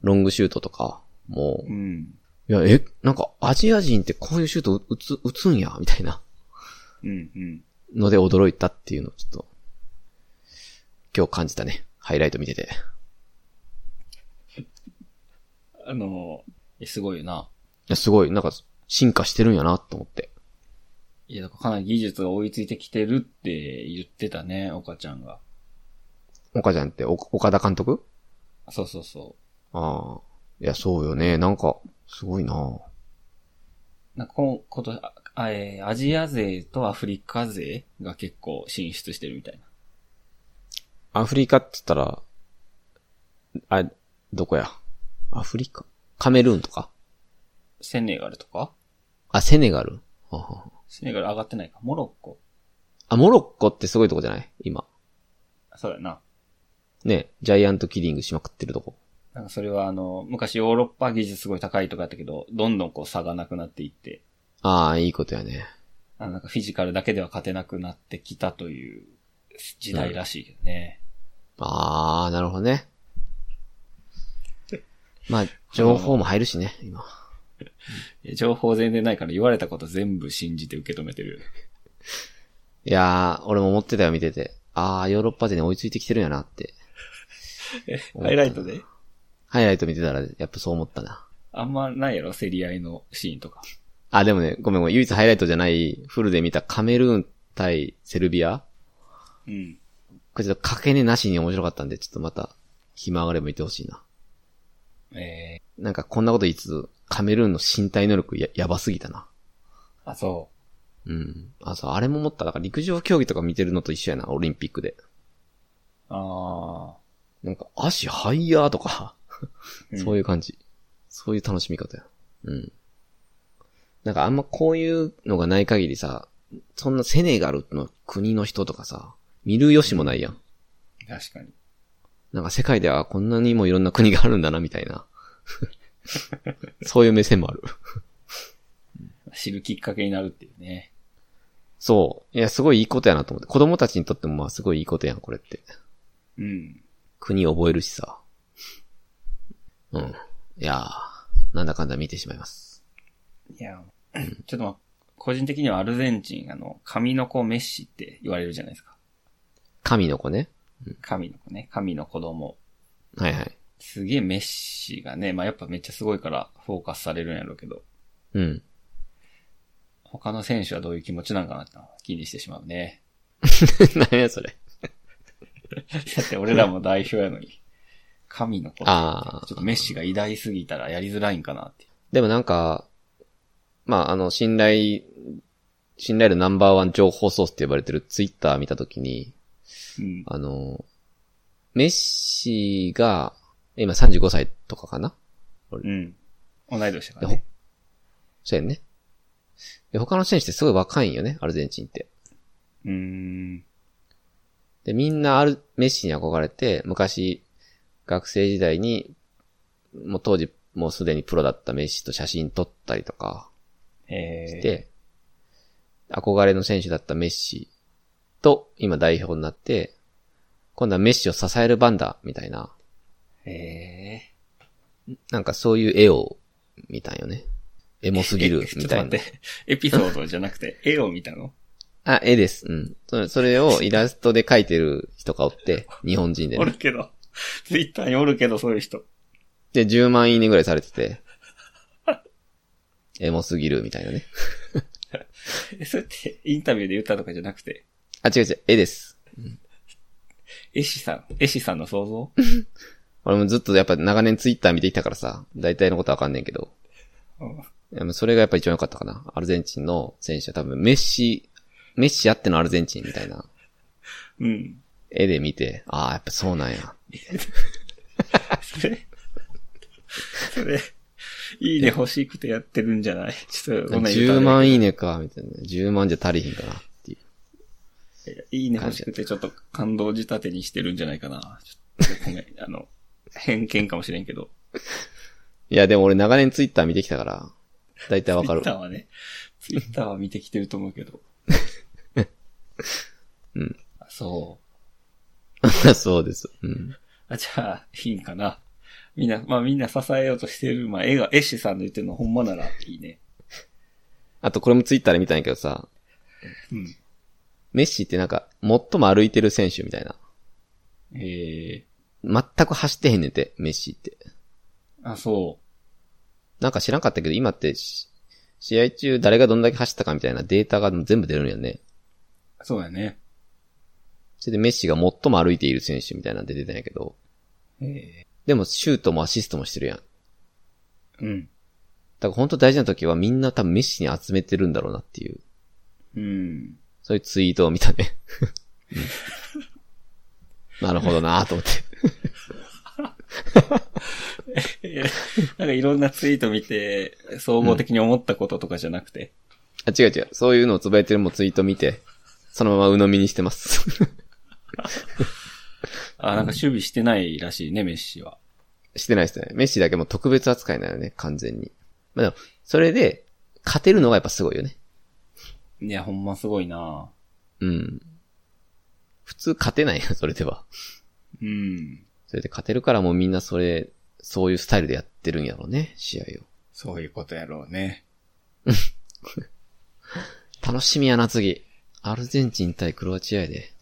Speaker 1: ロングシュートとか、もう、
Speaker 2: うん。
Speaker 1: いや、え、なんかアジア人ってこういうシュート打つ、打つんや、みたいな
Speaker 2: うん、うん。
Speaker 1: ので驚いたっていうのをちょっと、今日感じたね。ハイライト見てて。
Speaker 2: あの、えすごいよな。
Speaker 1: いや、すごい、なんか、進化してるんやな、と思って。
Speaker 2: いや、だからかなり技術が追いついてきてるって言ってたね、岡ちゃんが。
Speaker 1: 岡ちゃんって、お岡田監督
Speaker 2: そうそうそ
Speaker 1: ああ。いや、そうよね。なんか、すごいな
Speaker 2: う。なんかこ、今年、ああえーアジア勢とアフリカ勢が結構進出してるみたいな。
Speaker 1: アフリカって言ったら、あ、どこやアフリカカメルーンとか
Speaker 2: セネガルとか
Speaker 1: あ、セネガル。はあはあ
Speaker 2: セネガル上がってないか。モロッコ。
Speaker 1: あ、モロッコってすごいとこじゃない今。
Speaker 2: そうだな。
Speaker 1: ね、ジャイアントキリングしまくってるとこ。
Speaker 2: なんかそれはあの、昔ヨーロッパ技術すごい高いとかやったけど、どんどんこう差がなくなっていって、
Speaker 1: ああ、いいことやね。
Speaker 2: あのなんかフィジカルだけでは勝てなくなってきたという時代らしいよね。
Speaker 1: ああ、なるほどね。まあ、情報も入るしね、今。
Speaker 2: いや情報全然ないから言われたこと全部信じて受け止めてるよね。
Speaker 1: いやー、俺も思ってたよ、見てて。ああ、ヨーロッパ勢に追いついてきてるんやなって。
Speaker 2: [LAUGHS] ハイライトで
Speaker 1: ハイライト見てたら、やっぱそう思ったな。
Speaker 2: あんまないやろ競り合いのシーンとか。
Speaker 1: あ、でもね、ごめんごめん、唯一ハイライトじゃないフルで見たカメルーン対セルビア
Speaker 2: うん。
Speaker 1: これちょっと掛け根なしに面白かったんで、ちょっとまた、暇上がれば見てほしいな。
Speaker 2: え
Speaker 1: なんかこんなこと言いつつ、カメルーンの身体能力や、やばすぎたな。
Speaker 2: ー、あ、そ
Speaker 1: うん。あ、そう、あれも思った。だから陸上競技とか見てるのと一緒やな、オリンピックで。
Speaker 2: う。あ
Speaker 1: なんか、足ハイヤーとか、
Speaker 2: あ。
Speaker 1: そう
Speaker 2: い
Speaker 1: いう感じ。そういう楽しみ方や。うん。なんかあんまこういうのがない限りさ、そんなセネガルの国の人とかさ、見るよしもないやん。
Speaker 2: うん。確かに。
Speaker 1: なんか世界ではこんなにもいろんな国があるんだな、みたい [LAUGHS] な。そういう目線もある。
Speaker 2: 知るきっかけになるっていうね。
Speaker 1: そう。いや、すごいいいことやなと思って。子供たちにとってもまあすごいいいことやん、これって。
Speaker 2: うん。
Speaker 1: 国覚えるしさ。うん。いやー、なんだかんだ見てしまいます。
Speaker 2: いや、 [CLEARS THROAT] ちょっとまあ、個人的にはアルゼンチン、あの、神の子メッシって言われるじゃないですか。
Speaker 1: 神の子ね。
Speaker 2: 神の子ね。神の子供。
Speaker 1: はいはい。
Speaker 2: すげえメッシがね、まあやっぱめっちゃすごいからフォーカスされるんやろうけど、
Speaker 1: うん。 [LAUGHS]
Speaker 2: 他の選手はどういう気持ちなんかなってのは気にしてしまうね。 [LAUGHS]
Speaker 1: 何やそれ。
Speaker 2: だって俺らも代表やのに、神の子って
Speaker 1: あー
Speaker 2: ちょっとメッシが偉大すぎたらやりづらいんかなって。
Speaker 1: でもなんか、まあ、あの、信頼、信頼度ナンバーワン情報ソースって呼ばれてるツイッター見たときに、
Speaker 2: うん。
Speaker 1: あの、メッシが、今35歳とかかな
Speaker 2: うん。同い年だからね。
Speaker 1: そうやんね。で、他の選手ってすごい若いんよね、アルゼンチンって。
Speaker 2: うーん。
Speaker 1: で、みんなある、メッシに憧れて、昔、学生時代に、もう当時、もうすでにプロだったメッシと写真撮ったりとかし
Speaker 2: えー、
Speaker 1: て、憧れの選手だったメッシと、今代表になって、今度はメッシを支える番だ、みたいな、
Speaker 2: えー、
Speaker 1: なんかそういう絵を見たんよね。エモすぎる
Speaker 2: え、 [LAUGHS] ちょ
Speaker 1: み
Speaker 2: っと
Speaker 1: た
Speaker 2: 待
Speaker 1: い
Speaker 2: っ
Speaker 1: な
Speaker 2: て。。エピソードじゃなくて、 [LAUGHS] 絵を見たの
Speaker 1: あ、絵です。うん。それそれをイラストで描いてる人がおって、日本人で
Speaker 2: お
Speaker 1: ね
Speaker 2: る。けど。 [LAUGHS] ツイッターにおるけど、そういう人。
Speaker 1: で、10万いいねぐらいされてて、 [LAUGHS] エモすぎるみたいなね。
Speaker 2: えそれって、インタビューで言ったとかじゃなくて、
Speaker 1: あ、違う違う、絵です。
Speaker 2: 絵師さん、絵師さんの想像
Speaker 1: 俺もずっとやっぱ長年ツイッター見てきたからさ、大体のことはわかんねんけど、
Speaker 2: うん
Speaker 1: でもそれがやっぱ一番良かったかな。アルゼンチンの選手は多分メッシ、メッシあってのアルゼンチンみたいな
Speaker 2: うん。
Speaker 1: 絵で見て、ああ、やっぱそうなんや。
Speaker 2: それ、それ、いいね欲しくてやってるんじゃないちょっとごめん言うたら
Speaker 1: 10万いいねか、みたいな。10万じゃ足りひんかなっていう。
Speaker 2: いいね欲しくてちょっと感動仕立てにしてるんじゃないかな。ちょっとごめん、あの、偏見かもしれんけど。
Speaker 1: いや、でも俺長年ツイッター見てきたから、大体わか
Speaker 2: ツイ
Speaker 1: る
Speaker 2: ッタ。ーはね、ツイッターは見てきてると思うけ [LAUGHS] ど。
Speaker 1: うん。
Speaker 2: あそう。
Speaker 1: [LAUGHS] そうです。うん。
Speaker 2: あ、じゃあ、いいんかな。みんな、まあみんな支えようとしてる、まあ絵が、絵師さんの言ってるのほんまならいいね。
Speaker 1: あとこれもツイッターで見たんやけどさ、
Speaker 2: うん。
Speaker 1: メッシってなんか、最も歩いてる選手みたいな。
Speaker 2: ええ
Speaker 1: 全く走ってへんねんて、メッシって。
Speaker 2: あ、そ
Speaker 1: なんか知らんかったけど、今ってし、試合中誰がどんだけ走ったかみたいなデータが全部出るんやね。
Speaker 2: う。そうやね。
Speaker 1: それでメッシが最も歩いている選手みたいなんで出てんやけど。
Speaker 2: ええ
Speaker 1: でもシュートもアシストもしてるやん。だ
Speaker 2: うん。
Speaker 1: から本当大事な時はみんな多分メッシに集めてるんだろうなっていう。
Speaker 2: うん。
Speaker 1: そういうツイートを見たね。うんなるほどなと思って。
Speaker 2: えなんかいろんなツイート見て、総合的に思ったこととかじゃなくて。
Speaker 1: あ、違う違う。そういうのをつぶやいてるもツイート見て、そのまま鵜呑みにしてます。
Speaker 2: あ、なんか守備してないらしいね、メッシは。
Speaker 1: してないですね。メッシだけもう特別扱いなのね、完全に。まあでも、それで、勝てるのがやっぱすごいよね。
Speaker 2: いや、ほんますごいな
Speaker 1: うん。普通勝てないよ、 [LAUGHS] それでは。
Speaker 2: うん。
Speaker 1: それで勝てるからもうみんなそれ、そういうスタイルでやってるんやろうね、試合を。
Speaker 2: そういうことやろうね。
Speaker 1: 楽しみやな、次。アルゼンチン対クロアチアやで。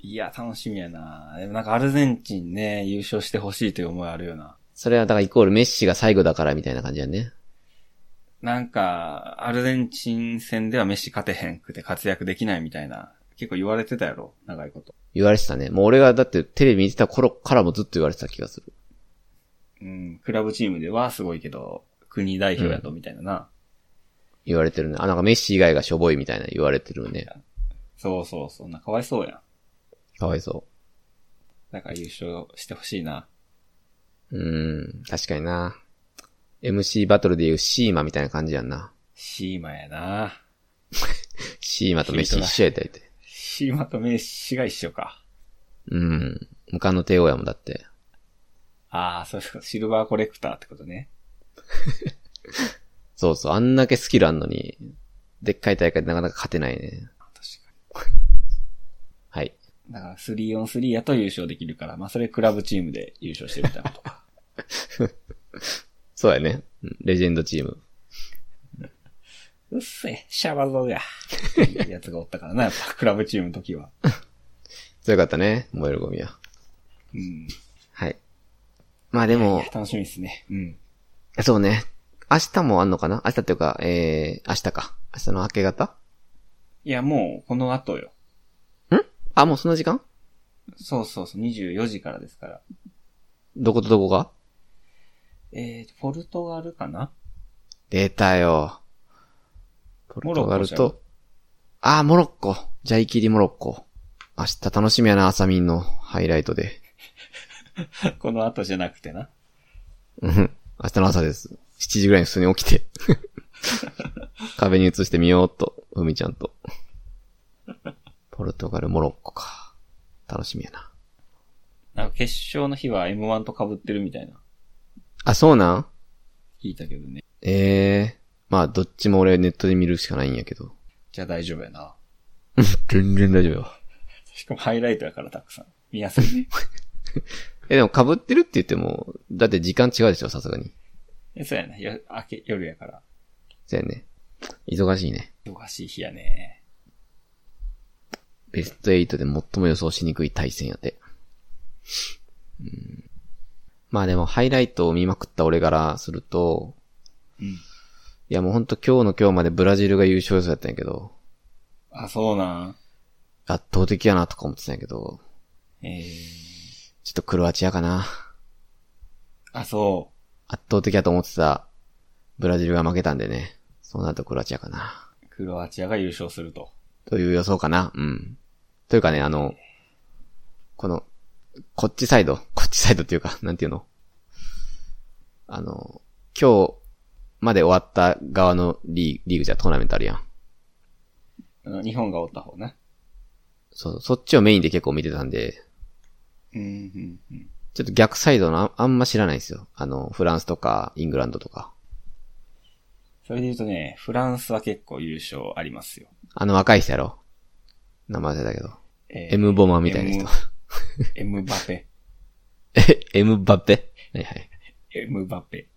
Speaker 2: いや、楽しみやなでもなんかアルゼンチンね、優勝してほしいという思いあるよな。
Speaker 1: それはだからイコールメッシが最後だからみたいな感じやね。
Speaker 2: なんか、アルゼンチン戦ではメッシ勝てへんくて活躍できないみたいな、結構言われてたやろ、長いこと。
Speaker 1: 言われてたね。もう俺がだってテレビ見てた頃からもずっと言われてた気がする。
Speaker 2: うん、クラブチームではすごいけど、国代表やとみたいなな。
Speaker 1: 言われてるね。あ、なんかメッシ以外がしょぼいみたいな言われてるね。
Speaker 2: そうそうそう、な、かわいそうやん。
Speaker 1: かわいそ
Speaker 2: だから優勝してほしいな。
Speaker 1: う。うん、確かにな。MC バトルで言うシーマみたいな感じやんな。
Speaker 2: シーマやな。
Speaker 1: シーマとメッシ一緒やったりて。
Speaker 2: シーマとメッシが一緒か。
Speaker 1: うん。無冠の帝王やもんだって。
Speaker 2: ああ、そうそう、シルバーコレクターってことね。
Speaker 1: そうそう、あんだけスキルあんのに、でっかい大会でなかなか勝てないね。
Speaker 2: 確か
Speaker 1: はい。
Speaker 2: に。だから 3on3 やと優勝できるから、まあそれクラブチームで優勝してるみたいなことか。
Speaker 1: そうやね。うんレジェンドチーム。
Speaker 2: うっせえ、シャバゾウが。っていうやつがおったからな、やっぱクラブチームの時は。
Speaker 1: 強かったね、燃えるゴミは。
Speaker 2: うん。
Speaker 1: はい。まあでも、
Speaker 2: 楽しみですね。うん。
Speaker 1: そうね。明日もあんのかな明日っていうか、えー、明日か。明日の明け方
Speaker 2: いや、もう、この後よ。
Speaker 1: あ、もうその時間
Speaker 2: そうそうそう、24時からですから。
Speaker 1: どことどこが
Speaker 2: えー、ポルトガルかな [LAUGHS]
Speaker 1: 出たよ。ポルトガル
Speaker 2: モロッコじゃん
Speaker 1: と、あー、モロッコ。ジャイキリモロッコ。明日楽しみやな、アサミンのハイライトで。
Speaker 2: この後じゃなくてな。
Speaker 1: うん明日の朝です。7時ぐらいに普通に起きて。 [LAUGHS] 壁に移してみようっと、海ちゃんと。ポルトガル、モロッコか。楽しみやな。
Speaker 2: なんか決勝の日は M1 と被ってるみたいな。
Speaker 1: あ、そうなん
Speaker 2: 聞いたけどね。
Speaker 1: ええまあ、どっちも俺ネットで見るしかないんやけど。
Speaker 2: じゃあ大丈夫やな。
Speaker 1: 全然大丈夫よ。
Speaker 2: しかもハイライトやからたくさん。見やすいね。 [LAUGHS]
Speaker 1: え、でも被ってるって言っても、だって時間違うでしょ、さすがに。
Speaker 2: えそうやな、よ明け、夜やから。
Speaker 1: そうやね。忙しいね。
Speaker 2: 忙しい日やね。
Speaker 1: ベスト8で最も予想しにくい対戦やて。うん、まあでも、ハイライトを見まくった俺からすると、
Speaker 2: うん。
Speaker 1: いやもうほんと今日の今日までブラジルが優勝予想やったんやけど、
Speaker 2: あ、そうなん。
Speaker 1: 圧倒的やなとか思ってたんやけど、
Speaker 2: えー、
Speaker 1: ちょっとクロアチアかな。
Speaker 2: あ、そ
Speaker 1: 圧倒的やと思ってたブラジルが負けたんでね。そうなるとクロアチアかな。
Speaker 2: う。クロアチアが優勝すると。
Speaker 1: という予想かな。うん。というかね、あの、この、こっちサイド、 [LAUGHS] こっちサイドっていうか、なんていうのあの、今日まで終わった側のリーリーグじゃトーナメントあるやん。
Speaker 2: うん日本がおった方な。
Speaker 1: そう、そっちをメインで結構見てたんで、
Speaker 2: うん、うん、うん。
Speaker 1: ちょっと逆サイドのああんま知らないんですよ。あの、フランスとか、イングランドとか。
Speaker 2: それで言うとね、フランスは結構優勝ありますよ。
Speaker 1: あの若い人やろ名前忘れたけど。
Speaker 2: え
Speaker 1: エムボマーみたいな人。
Speaker 2: エムエムバペ。
Speaker 1: え、エムバペはいはい。
Speaker 2: エムバペ。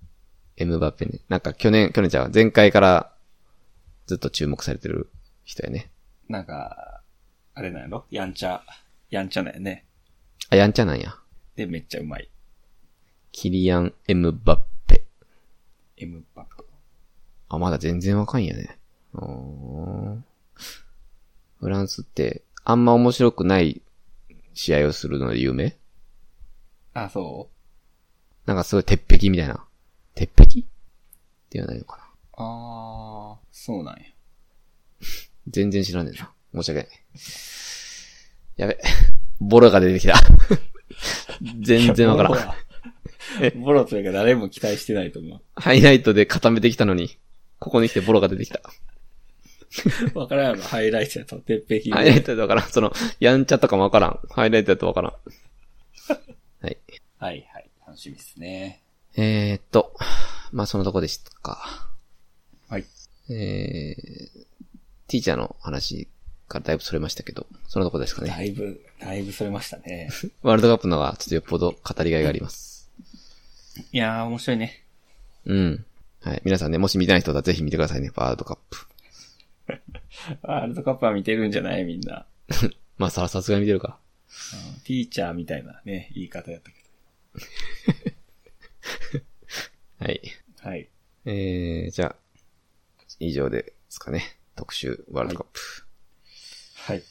Speaker 1: エムバペね。なんか去年、去年ちゃうわ前回からずっと注目されてる人やね。
Speaker 2: なんか、あれなんやろやんちゃ、やんちゃなんやね。
Speaker 1: あ、やんちゃなんや。
Speaker 2: で、めっちゃうまい。
Speaker 1: キリアン・エムバペ。
Speaker 2: エムバペ。
Speaker 1: あ、まだ全然若いんやね。うーんフランスって、あんま面白くない試合をするので有名
Speaker 2: あ、そ
Speaker 1: なんかすごい鉄壁みたいな。鉄壁って言わないのかな。
Speaker 2: うあー、そうなんや。
Speaker 1: 全然知らねえな。申し訳ない。やべ。ボロが出てきた。 [LAUGHS] 全然わからん。
Speaker 2: ん。ボロというか誰も期待してないと思
Speaker 1: ハイライトで固めてきたのに、ここに来てボロが出てきた。
Speaker 2: う。わからんやろハイライトやと、鉄壁。
Speaker 1: ハイライトだからん、その、やんちゃとかもわからん。ハイライトだとわからん。はい。
Speaker 2: はいはい。楽しみですね。
Speaker 1: えーっと、まあ、そのとこでしたか。
Speaker 2: はい。
Speaker 1: えー、ティーチャーの話からだいぶそれましたけど、そのとこですかね。
Speaker 2: だいぶ、だいぶそれましたね。
Speaker 1: ワールドカップの方がちょっとよっぽど語りがいがあります。
Speaker 2: いやー、面白いね。
Speaker 1: うん。はい。皆さんね、もし見てない人はぜひ見てくださいね、ワールドカップ。
Speaker 2: ワールドカップは見てるんじゃないみんな。
Speaker 1: まあ、さ、さすがに見てるか。
Speaker 2: うんティーチャーみたいなね、言い方やったけ
Speaker 1: はい。
Speaker 2: ど。はい。
Speaker 1: えー、じゃあ、以上ですかね。特集ワールドカップ。
Speaker 2: はい。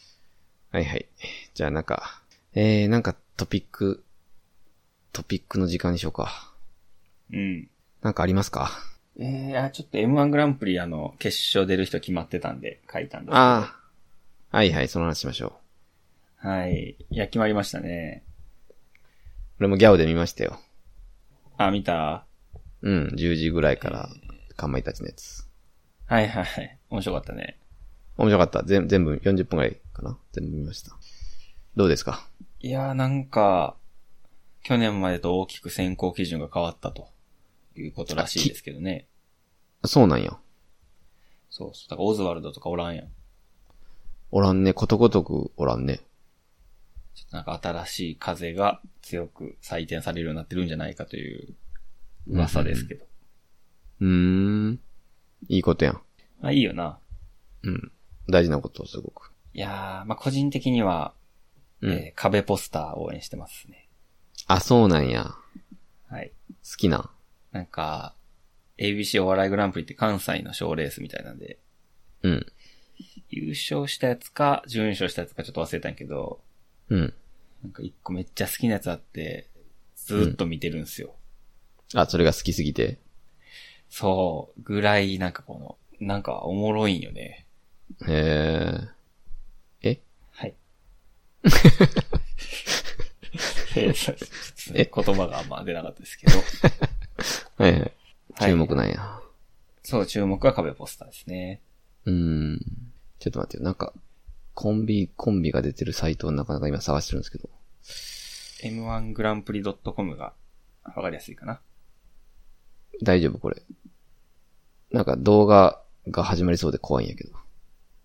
Speaker 1: はい、はい、じゃあなんか、えー、なんかトピック、トピックの時間にしようか。
Speaker 2: うん。
Speaker 1: なんかありますか
Speaker 2: えー、あ、ちょっと M1 グランプリあの、決勝出る人決まってたんで書いたんですけど。
Speaker 1: ああ。はいはい、その話しましょう。
Speaker 2: はい。いや、決まりましたね。
Speaker 1: 俺もギャオで見ましたよ。
Speaker 2: あ、見た
Speaker 1: うん、10時ぐらいから、かまいたちのやつ。
Speaker 2: はいはいはい。面白かったね。
Speaker 1: 面白かった。全全部、40分ぐらいかな全部見ました。どうですか
Speaker 2: いやーなんか、去年までと大きく選考基準が変わったということらしいですけどね。
Speaker 1: そうなんや。
Speaker 2: そうそう。だからオズワルドとかおらんやん。ち
Speaker 1: おらんね、ことごとくおらんね。
Speaker 2: ょっとなんか新しい風が強く採点されるようになってるんじゃないかという噂ですけど。
Speaker 1: うーん。いいことやん。
Speaker 2: まあいいよな。
Speaker 1: うん。大事なこと、すごく。
Speaker 2: いやー、まあ個人的には、
Speaker 1: うん。
Speaker 2: えー壁ポスター応援してますね。
Speaker 1: あ、そうなんや。
Speaker 2: はい。
Speaker 1: 好きなん。
Speaker 2: なんか、ABC お笑いグランプリって関西の賞レースみたいなんで、
Speaker 1: うん。
Speaker 2: 優勝したやつか、準優勝したやつかちょっと忘れたんやけど、
Speaker 1: うん。
Speaker 2: なんか一個めっちゃ好きなやつあって、ずーっと見てるんすよ。
Speaker 1: あ、それが好きすぎて。
Speaker 2: そう、ぐらい、なんかこの、なんかおもろいんよね。 [LAUGHS]
Speaker 1: へえ。え
Speaker 2: はい。えーそうですね [LAUGHS] 言葉があんま出なかったですけど。
Speaker 1: はいはい。
Speaker 2: はい
Speaker 1: 注目なんや。
Speaker 2: そう、注目は壁ポスターですね。
Speaker 1: うーん。ちょっと待ってよ。なんか、コンビ、コンビが出てるサイトをなかなか今探してるんですけど。
Speaker 2: M1 グランプリ .com がわかりやすいかな。
Speaker 1: 大丈夫これ。なんか動画が始まりそうで怖いんやけど。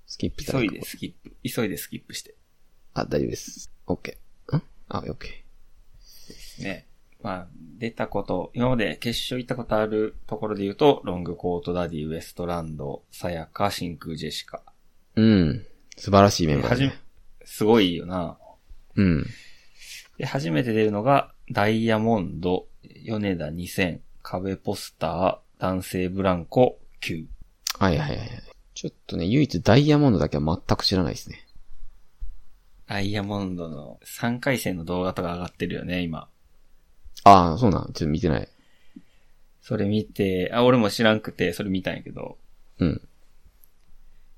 Speaker 1: スキップしたら
Speaker 2: 急
Speaker 1: なん
Speaker 2: い
Speaker 1: か
Speaker 2: でスキップ、急いでスキップして。
Speaker 1: あ、大丈夫です。OK。んあ、OK。
Speaker 2: ね。まあ、出たこと、今まで決勝行ったことあるところで言うと、ロングコートダディ、ウエストランド、さやか、真空ジェシカ。
Speaker 1: うん。素晴らしいメンバー
Speaker 2: は
Speaker 1: だ
Speaker 2: じめ
Speaker 1: ね。、
Speaker 2: すごいよな。
Speaker 1: うん。
Speaker 2: で、初めて出るのが、ダイヤモンド、米田2000、壁ポスター、男性ブランコ、Q。
Speaker 1: はいはいはいはい。ちょっとね、唯一ダイヤモンドだけは全く知らないですね。
Speaker 2: ダイヤモンドの3回戦の動画とか上がってるよね、今。
Speaker 1: ああ、そうなん。ちょっと見てない。
Speaker 2: それ見て、あ、俺も知らんくて、それ見たんやけど、
Speaker 1: うん。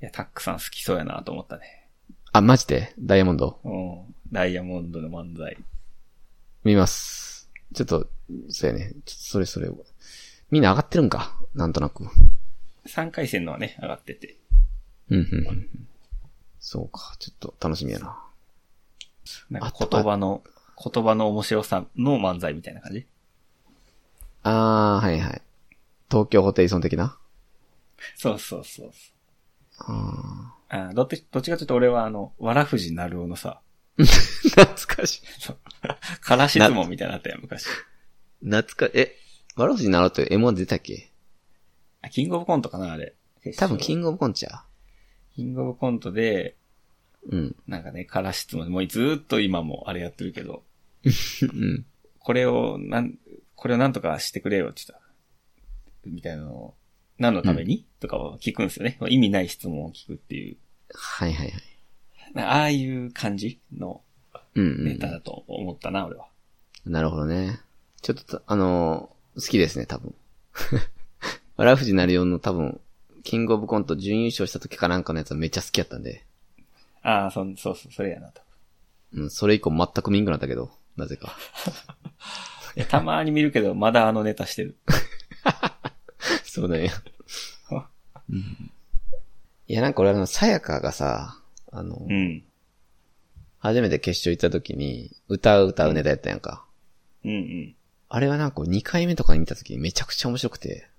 Speaker 2: いや、タックさん好きそうやなと思ったね。
Speaker 1: あ、マジでダイヤモンド
Speaker 2: うん。ダイヤモンドの漫才。
Speaker 1: 見ます。ちょっと、そうやね。ちょっとそれそれ。みんな上がってるんか。なんとなく。
Speaker 2: 3回戦のはね、上がってて。
Speaker 1: うんうんうん。そうか。ちょっと楽しみやな。
Speaker 2: なんか
Speaker 1: あとは
Speaker 2: 言葉の、言葉の面白さの漫才みたいな感じ
Speaker 1: あー、はいはい。東京ホテイソン的な
Speaker 2: そうそうそうそう。
Speaker 1: あ
Speaker 2: あーどっち、どっちかというと俺はあの、わらふじなるおのさ、
Speaker 1: ー。 [LAUGHS] 懐かしい。
Speaker 2: から質問みたいなのあったよ、昔。
Speaker 1: 懐か、え、ワロフジ習って M1 出たっけ
Speaker 2: あ、キングオブコントかな、あれ。
Speaker 1: 多分キ
Speaker 2: キン
Speaker 1: ングオブコンチャ
Speaker 2: グオブコントで、
Speaker 1: うん。
Speaker 2: なんかね、から質問、もうずーっと今もあれやってるけど、
Speaker 1: [LAUGHS] うん。
Speaker 2: これを、なん、これをなんとかしてくれよって言った。みたいなのを、何のために、とかを聞くんですよね。意味ない質問を聞くっていう。
Speaker 1: はいはいはい。
Speaker 2: なんかああいう感じの
Speaker 1: うん、うん。
Speaker 2: ネタだと思ったな、俺は。
Speaker 1: なるほどね。ちょっとた、あのー好きですね、多分。 [LAUGHS] わらふじなるよの多分、キングオブコント準優勝した時かなんかのやつはめっちゃ好きやったんで、
Speaker 2: ああ、そん、そうそう、それやな
Speaker 1: [LAUGHS]
Speaker 2: と。
Speaker 1: うん、それ以降全く見んくなったけど、なぜか。 [LAUGHS]
Speaker 2: いや、たまに見るけど、まだあのネタしてる。
Speaker 1: そうだね。いや、なんか俺あの、さやかがさ、あの、
Speaker 2: うん。
Speaker 1: 初めて決勝行った時に、歌う歌うネタやったやんか。
Speaker 2: うんうん。
Speaker 1: あれはなんか2回目とかに見た時にめちゃくちゃ面白くて、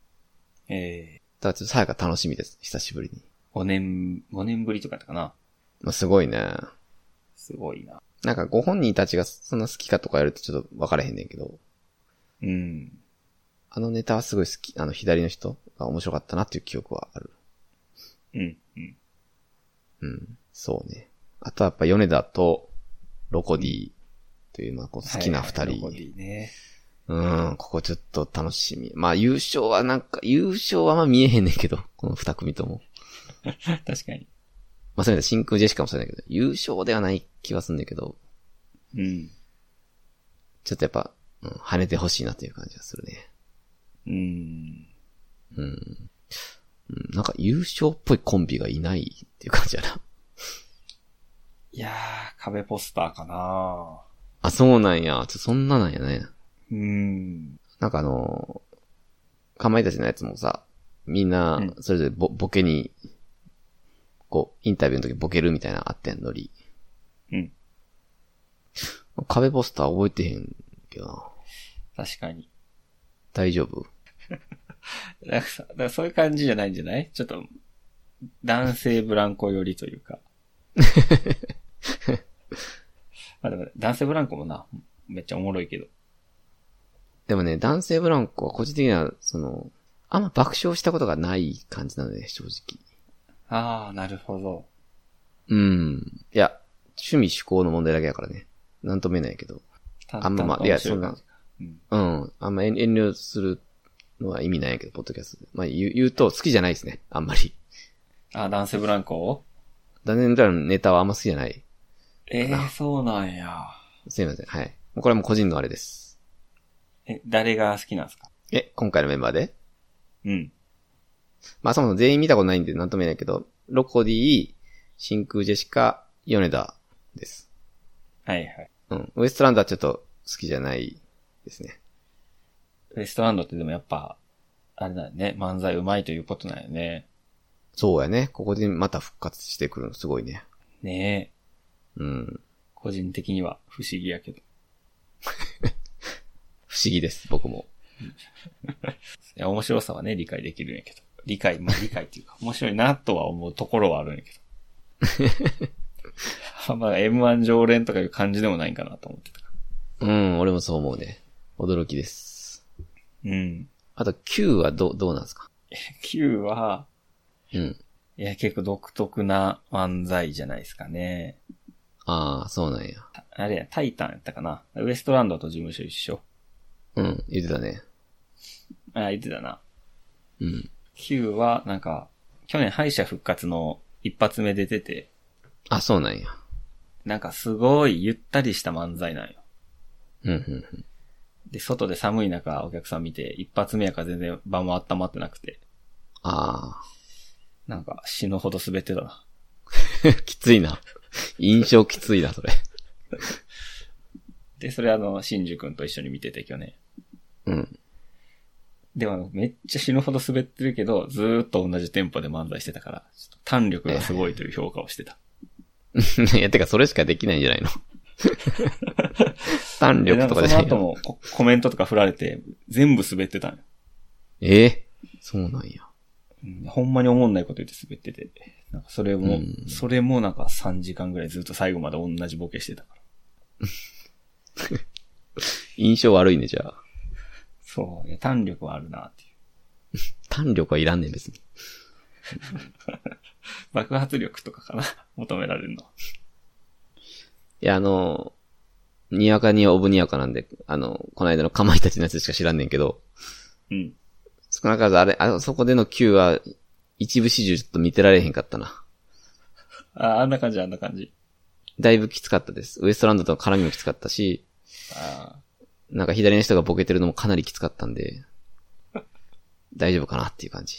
Speaker 2: ええ
Speaker 1: だからちょっとさやか楽しみです、久しぶりに。
Speaker 2: 5年、5年ぶりとかやったかな。
Speaker 1: まあ、すごいね。
Speaker 2: すごいな。
Speaker 1: なんかご本人たちがそんな好きかとかやるとちょっと分からへんねんけど、
Speaker 2: うん。
Speaker 1: あのネタはすごい好き、あの左の人が面白かったなっていう記憶はある。
Speaker 2: うん。うん。
Speaker 1: うん。そうね。あとはやっぱ米田とロコディという、まあ、こう好きな二人。 [LAUGHS]
Speaker 2: はいはいロコディね。
Speaker 1: うん、ここちょっと楽しみ。まあ優勝はなんか、優勝はまあ見えへんねんけど、 [LAUGHS] この二組とも。
Speaker 2: 確かに。
Speaker 1: まあそういう意味で真空ジェシカもそうだけど、優勝ではない気はするんだけど、
Speaker 2: うん。
Speaker 1: ちょっとやっぱ、うん、跳ねてほしいなという感じがするね。
Speaker 2: うん。
Speaker 1: うん。うん、なんか優勝っぽいコンビがいないっていう感じやな。
Speaker 2: いやー、壁ポスターかな
Speaker 1: あ、そうなんや。ちょ、そんななんやね。
Speaker 2: うん。
Speaker 1: なんかあのーかまいたちのやつもさ、みんな
Speaker 2: うん、
Speaker 1: それぞれボ,、ボケに、こう、インタビューの時ボケるみたいなのあってんのり。
Speaker 2: うん。
Speaker 1: 壁ポスター覚えてへんけどな。
Speaker 2: 確かに。
Speaker 1: 大丈夫
Speaker 2: だからさだからそういう感じじゃないんじゃないちょっと、男性ブランコ寄りとい
Speaker 1: [LAUGHS]
Speaker 2: うか。まあでも、男性ブランコもな、めっちゃおもろいけど。
Speaker 1: でもね、男性ブランコは個人的には、その、あんま爆笑したことがない感じなので、正直。
Speaker 2: ああ、なるほど。
Speaker 1: うん。いや、趣味趣向の問題だけだからね。なんとも言えないけど。あんままあ、いや、そんな。、
Speaker 2: うん。
Speaker 1: うん。あんま遠遠慮するのは意味ないけど、ポッドキャストで。まあ言う言うと、好きじゃないですね。あんまり。
Speaker 2: あ、男性ブランコ
Speaker 1: ダネンダのネタはあんま好きじゃない。
Speaker 2: ええー、そうなんや。
Speaker 1: すいません。はい。もうこれはもう個人のあれです。
Speaker 2: え、誰が好きなんですか
Speaker 1: え、今回のメンバーで
Speaker 2: うん。
Speaker 1: まあそもそも全員見たことないんで、なんとも言えないけど、ロコディ、真空ジェシカ、ヨネダです。
Speaker 2: はいはい。
Speaker 1: うん。ウエストランドはちょっと好きじゃないですね。
Speaker 2: ウエストランドってでもやっぱ、あれだよね、漫才上手いということなんよね。
Speaker 1: そうやね。ここでまた復活してくるのすごいね。
Speaker 2: ねえ、
Speaker 1: うん。
Speaker 2: 個人的には不思議やけど。い
Speaker 1: 不思議です、僕も。
Speaker 2: や、面白さはね、理解できるんやけど。理解、まあ理解っていうか、面白いなとは思うところはあるんやけど。まあ M1 常連とかいう感じでもないんかなと思ってたか
Speaker 1: うん、俺もそう思うね。驚きです。
Speaker 2: ら。うん。
Speaker 1: あと Q はど、どうなんですか
Speaker 2: Q は、
Speaker 1: うん。
Speaker 2: いや、結構独特な漫才じゃないですかね。
Speaker 1: ああ、そうなんや。
Speaker 2: あれや、タイタンやったかな。ウエストランドと事務所一緒。
Speaker 1: うん、言ってたね。
Speaker 2: あ、言ってたな。
Speaker 1: うん。
Speaker 2: Q は、なんか、去年敗者復活の一発目で出てて、
Speaker 1: あ、そうなんや。
Speaker 2: なんかすごいゆったりした漫才なんよ。
Speaker 1: うん、うん、
Speaker 2: で、外で寒い中お客さん見て、一発目やから全然場も温まってなくて、
Speaker 1: あ
Speaker 2: なんか死ぬほど滑ってたな。
Speaker 1: あ。 [LAUGHS] きついな。印象きついな、それ。
Speaker 2: で、それあの、真珠くんと一緒に見てて去年。
Speaker 1: うん。 [LAUGHS]
Speaker 2: でもあのめっちゃ死ぬほど滑ってるけど、ずーっと同じテンポで漫才してたから、ちょっと弾力がすごいという評価をしてた。
Speaker 1: いや、てか、それしかできないんじゃないの [LAUGHS] 弾
Speaker 2: で、
Speaker 1: 力
Speaker 2: なん
Speaker 1: と
Speaker 2: か
Speaker 1: か
Speaker 2: そ
Speaker 1: じゃな
Speaker 2: の
Speaker 1: い
Speaker 2: 後
Speaker 1: の
Speaker 2: もココメントとか振られて、全部滑ってたんよ。
Speaker 1: ええそうなんや。
Speaker 2: うんほんまに思んないこと言って滑ってて。なんかそれも、
Speaker 1: うん
Speaker 2: それもなんか3時間ぐらいずっと最後まで同じボケしてたから。
Speaker 1: 印象悪いね、じゃあ。
Speaker 2: そう。いや、弾力はあるなっていう。
Speaker 1: 弾力はいらんねん、別に。
Speaker 2: 爆発力とかかな [LAUGHS] 求められるのは。
Speaker 1: いや、あの、にわかにオブにわかなんで、あの、この間のかまいたちのやつしか知らんねんけど、
Speaker 2: うん。
Speaker 1: 少なからずあれ、あそこでの Q は、一部始終ちょっと見てられへんかったな。
Speaker 2: ああんな感じ、あんな感じ。
Speaker 1: だいぶきつかったです。ウエストランドとの絡みもきつかったし、
Speaker 2: あ
Speaker 1: なんか左の人がボケてるのもかなりきつかったんで、大丈夫かなっていう感じ。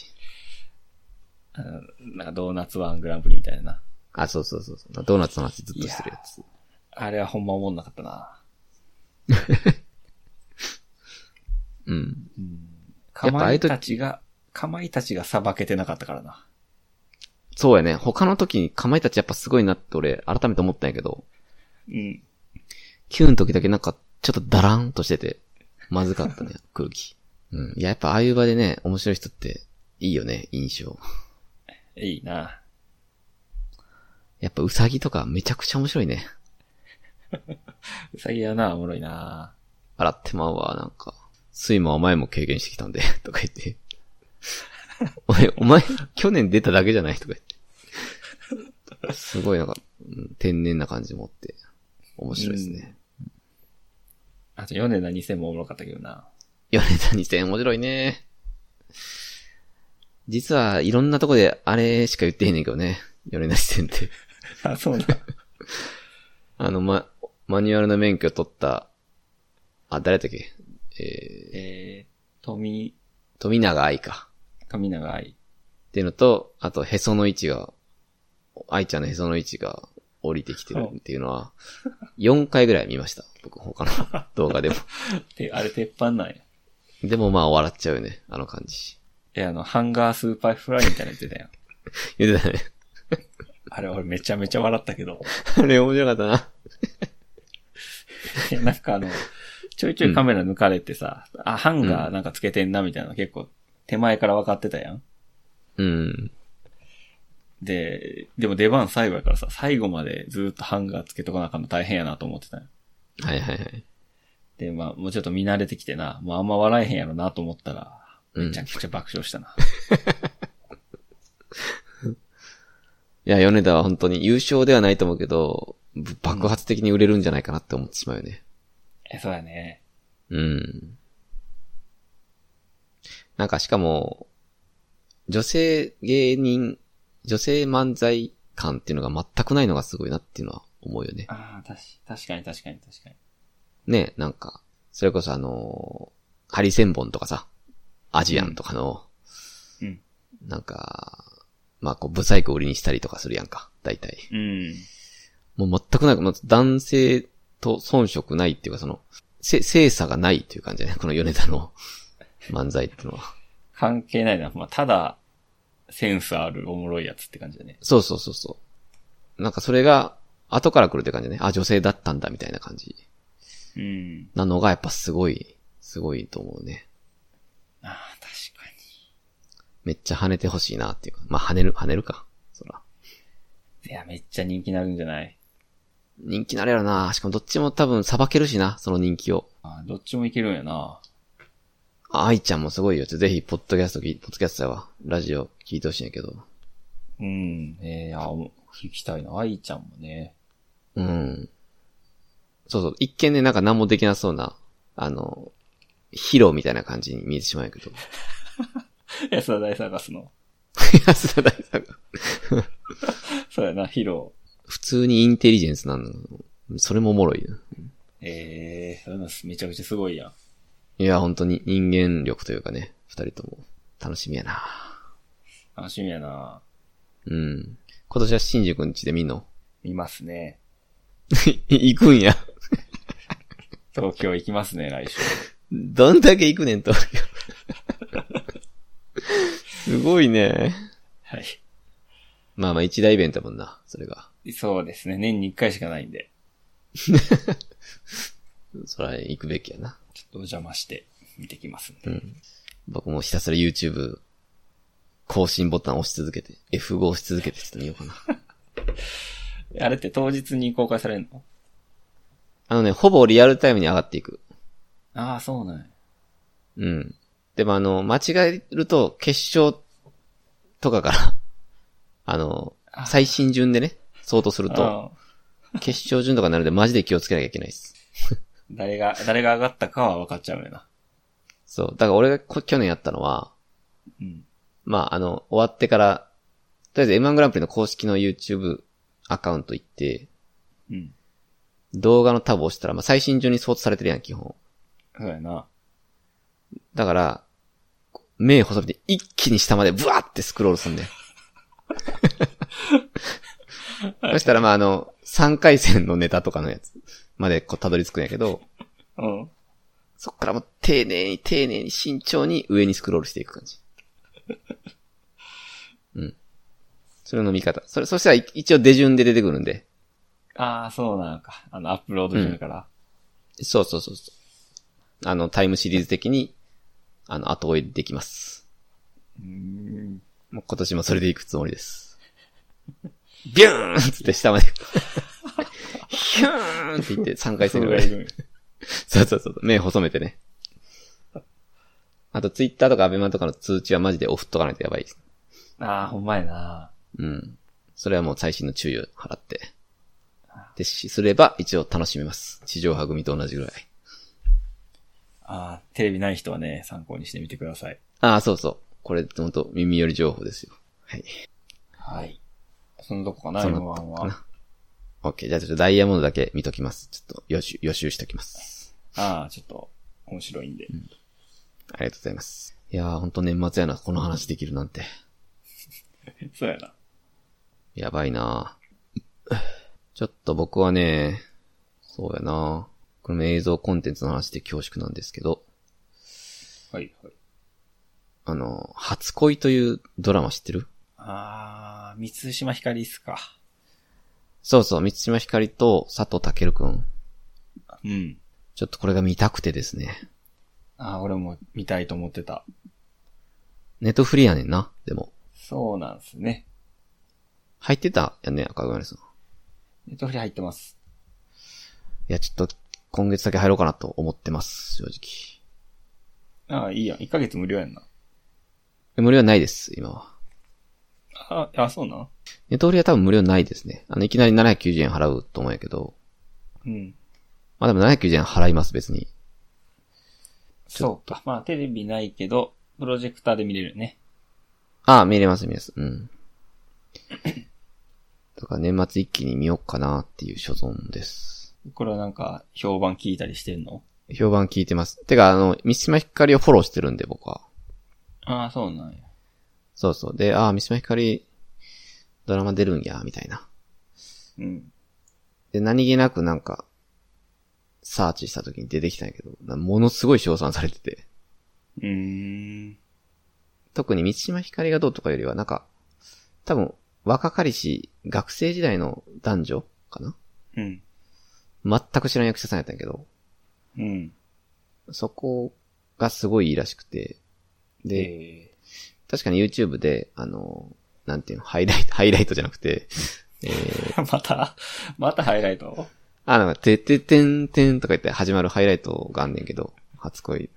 Speaker 2: ーあーなんかドーナツワングランプリみたいな。
Speaker 1: あ、そうそうそうそう。ドーナツの話ずっとしてるやつ。
Speaker 2: あれはほんま思んなかったな。
Speaker 1: うん。
Speaker 2: か
Speaker 1: やっぱあ
Speaker 2: ま
Speaker 1: あいう
Speaker 2: い
Speaker 1: 時
Speaker 2: たちが、かまいたちがさばけてなかったからな。
Speaker 1: そうやね。他の時にかまいたちやっぱすごいなって俺、改めて思ったんやけど、
Speaker 2: うん。
Speaker 1: Q の時だけなんか、ちょっとダラーンとしてて、まずかったね、空気。うん。いや、やっぱああいう場でね、面白い人って、いいよね、印象。
Speaker 2: いいな。
Speaker 1: やっぱウサギとかめちゃくちゃ面白いね。
Speaker 2: うさぎやな、おもろいな。
Speaker 1: 洗ってまうわ、なんか。水も甘いも経験してきたんで、 [LAUGHS] とか言って。俺、お前、去年出ただけじゃないとか言って。すごいなんか、うん天然な感じ持って、面白いですね。
Speaker 2: ああと、米田2000もおもろかったけどな。
Speaker 1: 米田2000面白いね。実はいろんなとこであれしか言ってへんねんけどね。米田2000って。 [LAUGHS]
Speaker 2: あ、そうな。
Speaker 1: あの、ま、マニュアルの免許取った、あ、誰だっけえー、
Speaker 2: [LAUGHS] えー、富、
Speaker 1: 富永愛か。
Speaker 2: 富永愛。
Speaker 1: っていうのと、あと、へその位置が、愛ちゃんのへその位置が降りてきてるっていうのは、4回ぐらい見ました。僕、他の
Speaker 2: [LAUGHS]
Speaker 1: 動画でも。
Speaker 2: て、あれ鉄板なんや。
Speaker 1: でもまあ、笑っちゃうよね。あの感じ。
Speaker 2: え、あの、ハンガースーパーフライみたいなの言ってたやん。
Speaker 1: 言
Speaker 2: [LAUGHS]
Speaker 1: ってたね。
Speaker 2: あれ、俺めちゃめちゃ笑ったけど。
Speaker 1: あれ面白かったな。
Speaker 2: いや [LAUGHS] なんかあの、ちょいちょいカメラ抜かれてさ、あ、ハンガーなんかつけてんなみたいなの結構手前から分かってたやん。
Speaker 1: うん。
Speaker 2: で、でも出番最後やからさ、最後までずっとハンガーつけとかなあかんの大変やなと思ってたんよ
Speaker 1: はいはいはい。
Speaker 2: で、まあ、もうちょっと見慣れてきてな、もうあんま笑えへんやろなと思ったら、
Speaker 1: うん
Speaker 2: めちゃくちゃ爆笑したな。
Speaker 1: いや、米田は本当に優勝ではないと思うけど、ぶ爆発的に売れるんじゃないかなって思ってしまうよね。
Speaker 2: [LAUGHS] え、そうやね。
Speaker 1: うん。なんかしかも、女性芸人、女性漫才感っていうのが全くないのがすごいなっていうのは思うよね。
Speaker 2: ああ、確確かに確かに確かに。
Speaker 1: ね、なんか、それこそあのーハリセンボンとかさ、アジアンとかの、
Speaker 2: うん。
Speaker 1: なんか、まあこう、ブサイク売りにしたりとかするやんか、大体。
Speaker 2: うん。
Speaker 1: もう全くなんか、もう男性と遜色ないっていうか、その、せ、性差がないっていう感じだね。この米田の漫才っていうのは。
Speaker 2: 関係ないな。まあ、ただ、センスあるおもろいやつって感じだね。
Speaker 1: そうそうそうそう。なんかそれが、後から来るって感じだね。あ、女性だったんだ、みたいな感じ。
Speaker 2: うん。
Speaker 1: なのが、やっぱすごい、すごいと思うね。
Speaker 2: ああ、確か
Speaker 1: めっちゃ跳ねてほしいなっていうか。まあ、跳ねる、跳ねるか。そら。
Speaker 2: に。いや、めっちゃ人気になるんじゃない
Speaker 1: 人気なるやろな。しかもどっちも多分裁けるしな、その人気を。
Speaker 2: ああ、どっちもいけるんやな。
Speaker 1: あ愛ちゃんもすごいよ。ちょぜひ、ポッドキャストき、ポッドキャストやわ。ラジオ聞いてほしいんやけど。
Speaker 2: うん。ええー、あ、もう聞きたいな。愛ちゃんもね。
Speaker 1: うん。そうそう。一見ね、なんか何もできなそうな、あの、ヒロみたいな感じに見えてしまうんやけど。
Speaker 2: 安田大探すの。
Speaker 1: 安田大さんが。
Speaker 2: そうやな、ヒロ。
Speaker 1: 普通にインテリジェンスなの。それもおもろいな。
Speaker 2: ええー、そういうのめちゃくちゃすごいやん。
Speaker 1: いや、本当に人間力というかね、二人とも。楽しみやな
Speaker 2: 楽しみやな。
Speaker 1: うん。今年は新宿んちで見んの [LAUGHS]
Speaker 2: 見ますね。
Speaker 1: 行くんや。
Speaker 2: 東京行きますね、来週。
Speaker 1: どんだけ行くねんと。すごいね。
Speaker 2: は
Speaker 1: まあまあ一大イベントやもんな、それが。
Speaker 2: い。そうですね、年に1回しかないんで。
Speaker 1: そら行くべきやな。
Speaker 2: ちょっとお邪魔して見てきますん
Speaker 1: う
Speaker 2: で。
Speaker 1: ん。僕もひたすら YouTube 更新ボタン押し続けて、F5 押し続けてちょっと見ようかな。
Speaker 2: あれって当日に公開されるの
Speaker 1: あのね、ほぼリアルタイムに上がっていく。
Speaker 2: ああ、そうなんや。
Speaker 1: うん。でもあの、間違えると決勝とかから、 [LAUGHS] あの、
Speaker 2: あ
Speaker 1: 最新順でね、相当すると、
Speaker 2: ああ
Speaker 1: 決勝順とかになるのでマジで気をつけなきゃいけないです。
Speaker 2: 誰が、誰が上がったかは分かっちゃうよな。
Speaker 1: そう。だから俺がこ去年やったのは、
Speaker 2: うん。
Speaker 1: まあ、あの、終わってから、とりあえず M1 グランプリの公式の YouTube アカウント行って、
Speaker 2: うん。
Speaker 1: 動画のタブを押したら、まあ、最新順に相当されてるやん、基本。
Speaker 2: そうやな。
Speaker 1: だから、目細めて一気に下までブワーってスクロールすんねん。そしたら、まあ、あの、3回戦のネタとかのやつまでこうたどり着くんやけど、
Speaker 2: うん。
Speaker 1: そっからもう丁寧に丁寧に慎重に上にスクロールしていく感じ。うん。それの見方。それ、そしたらい一応出順で出てくるんで。
Speaker 2: ああ、そうなのか。あの、アップロードするから。
Speaker 1: そうそうそうそう。あの、タイムシリーズ的に、あの、後追いできます。
Speaker 2: うーん。
Speaker 1: もう今年もそれで行くつもりです。 [LAUGHS] ビューンっつって下まで。ヒューンって言って3回
Speaker 2: そ
Speaker 1: 戦ぐ
Speaker 2: れ
Speaker 1: ら
Speaker 2: が
Speaker 1: い
Speaker 2: い。るんや
Speaker 1: そうそうそう。目細めてね。あと、ツイッターとかアベマとかの通知はマジでオフっとかないとやばいです。
Speaker 2: ああ、ほんまやな。
Speaker 1: うん。それはもう最新の注意を払って。で、しすれば一応楽しめます。地上波組と同じぐらい。
Speaker 2: あーテレビない人はね、参考にしてみてください。
Speaker 1: ああ、そうそう。これ、ほんと、耳寄り情報ですよ。はい。
Speaker 2: はい。そのどこかな、
Speaker 1: そ
Speaker 2: M1
Speaker 1: のか
Speaker 2: は。
Speaker 1: な。OK。じゃあちょっとダイヤモンドだけ見ときます。ちょっと予習、予習しときます。
Speaker 2: ああ、ちょっと、面白いんで。 [LAUGHS]
Speaker 1: ありがとうございます。いやー、ほんと年末やな。この話できるなんて。
Speaker 2: そうやな。
Speaker 1: やばいなちょっと僕はね、そうやなこれも映像コンテンツの話で恐縮なんですけど、
Speaker 2: はい、はい。
Speaker 1: あの、初恋というドラマ知ってる
Speaker 2: あー、三島ひかりっすか。
Speaker 1: そうそう、三島ひかりと佐藤健くん。
Speaker 2: うん。
Speaker 1: ちょっとこれが見たくてですね。
Speaker 2: あー、俺も見たいと思ってた。
Speaker 1: ネットフリーやねんな、でも。
Speaker 2: そうなんすね。
Speaker 1: 入ってたやんね、赤金さん。い
Speaker 2: ネットフリ入ってます。
Speaker 1: や、ちょっと、今月だけ入ろうかなと思ってます、正直。
Speaker 2: あー、いいやん。1ヶ月無料やんな。
Speaker 1: で無料はないです、今は。
Speaker 2: あー、あ、そうなん
Speaker 1: ネットフリーは多分無料ないですね。あの、いきなり790円払うと思うんやけど。
Speaker 2: うん。
Speaker 1: まあでも790円払います、別に。
Speaker 2: そうか。まあ、テレビないけど、プロジェクターで見れるね。
Speaker 1: ああ、見れます、見れます。うん。 [COUGHS] だから年末一気に見よっかなっていう所存です。
Speaker 2: これはなんか、評判聞いたりしてんの
Speaker 1: 評判聞いてます。てか、あの、三島ひかりをフォローしてるんで、僕は。
Speaker 2: あー、そうなんや。
Speaker 1: そうそう。で、ああ、三島ひかり、ドラマ出るんや、みたいな。
Speaker 2: うん。
Speaker 1: で、何気なくなんか、サーチした時に出てきたんやけど、なものすごい称賛されてて。
Speaker 2: うーん。
Speaker 1: 特に三島ひかりがどうとかよりは、なんか、多分、若かりし、学生時代の男女かな
Speaker 2: うん。
Speaker 1: 全く知らん役者さんやったんやけど、
Speaker 2: うん。
Speaker 1: そこがすごいいいらしくて、で、
Speaker 2: え
Speaker 1: 確かに YouTube で、あの、なんていうの、ハイライト、 [LAUGHS] ハイライトじゃなくて、えー、
Speaker 2: ーまた、またハイライト
Speaker 1: あ、なんか、てててんてんとか言って始まるハイライトがあんねんけど、初恋。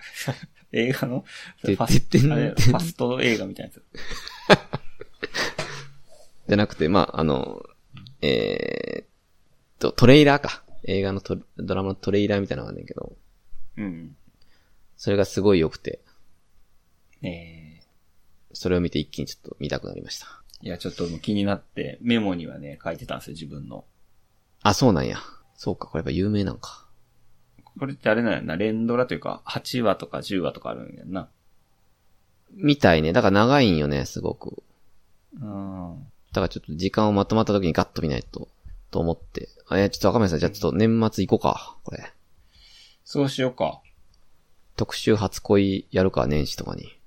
Speaker 2: 映画のそ
Speaker 1: て
Speaker 2: れファス
Speaker 1: ててん
Speaker 2: あれファスト映画みたいなやつ。
Speaker 1: じゃなくて、まあ、あの、えー、っと、トレイラーか。映画のトレドラマのトレイラーみたいなのがあんねんけど、
Speaker 2: うん。
Speaker 1: それがすごい良くて、
Speaker 2: え
Speaker 1: それを見て一気にちょっと見たくなりました。
Speaker 2: ー、いや、ちょっともう気になって、メモにはね、書いてたんですよ、自分の。
Speaker 1: あ、そうなんや。そうか、これやっぱ有名なんか。
Speaker 2: これってあれなんやな、連ドラというか、8話とか10話とかあるんやんな。
Speaker 1: みたいね。だから長いんよね、すごく。
Speaker 2: うん。
Speaker 1: だからちょっと時間をまとまった時にガッと見ないと、と思って。あ、いや、ちょっと赤嶺さん、じゃあちょっと年末行こうか、これ。
Speaker 2: そうしようか。
Speaker 1: 特集初恋やるか、年始とかに。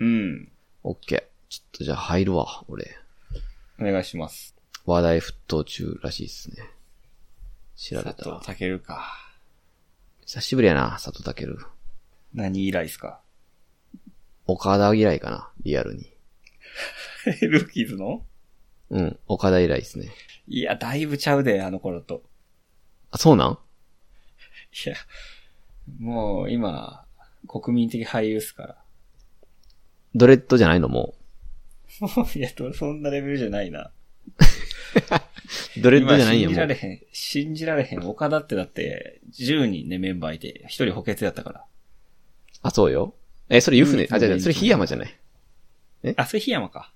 Speaker 2: うん。
Speaker 1: オッケー。ちょっとじゃあ入るわ、俺。
Speaker 2: お願いします。
Speaker 1: 話題沸騰中らしいっすね。調べた
Speaker 2: 佐
Speaker 1: ら。
Speaker 2: 藤健か。
Speaker 1: 久しぶりやな、佐藤健。
Speaker 2: 何以来ですか
Speaker 1: 岡田嫌いかな、リアルに。
Speaker 2: ルーキーズの
Speaker 1: うん、岡田以来ですね。
Speaker 2: いや、だいぶちゃうで、あの頃と。
Speaker 1: あ、そうなん
Speaker 2: いや、もう今、国民的俳優っすから。 [LAUGHS]
Speaker 1: ドレッドじゃないのも
Speaker 2: もういや、どそんなレベルじゃないな。
Speaker 1: う。ドレッドじゃないよ、
Speaker 2: 今信
Speaker 1: も
Speaker 2: じられ
Speaker 1: う。
Speaker 2: へん。信じられへん。岡田ってだって、10人ね、メンバーいて、1人補欠やったから。
Speaker 1: あ、そうよ。え、それ湯船、
Speaker 2: うん
Speaker 1: あ、じゃじゃそれ檜山じゃない。
Speaker 2: あ、それ檜山か。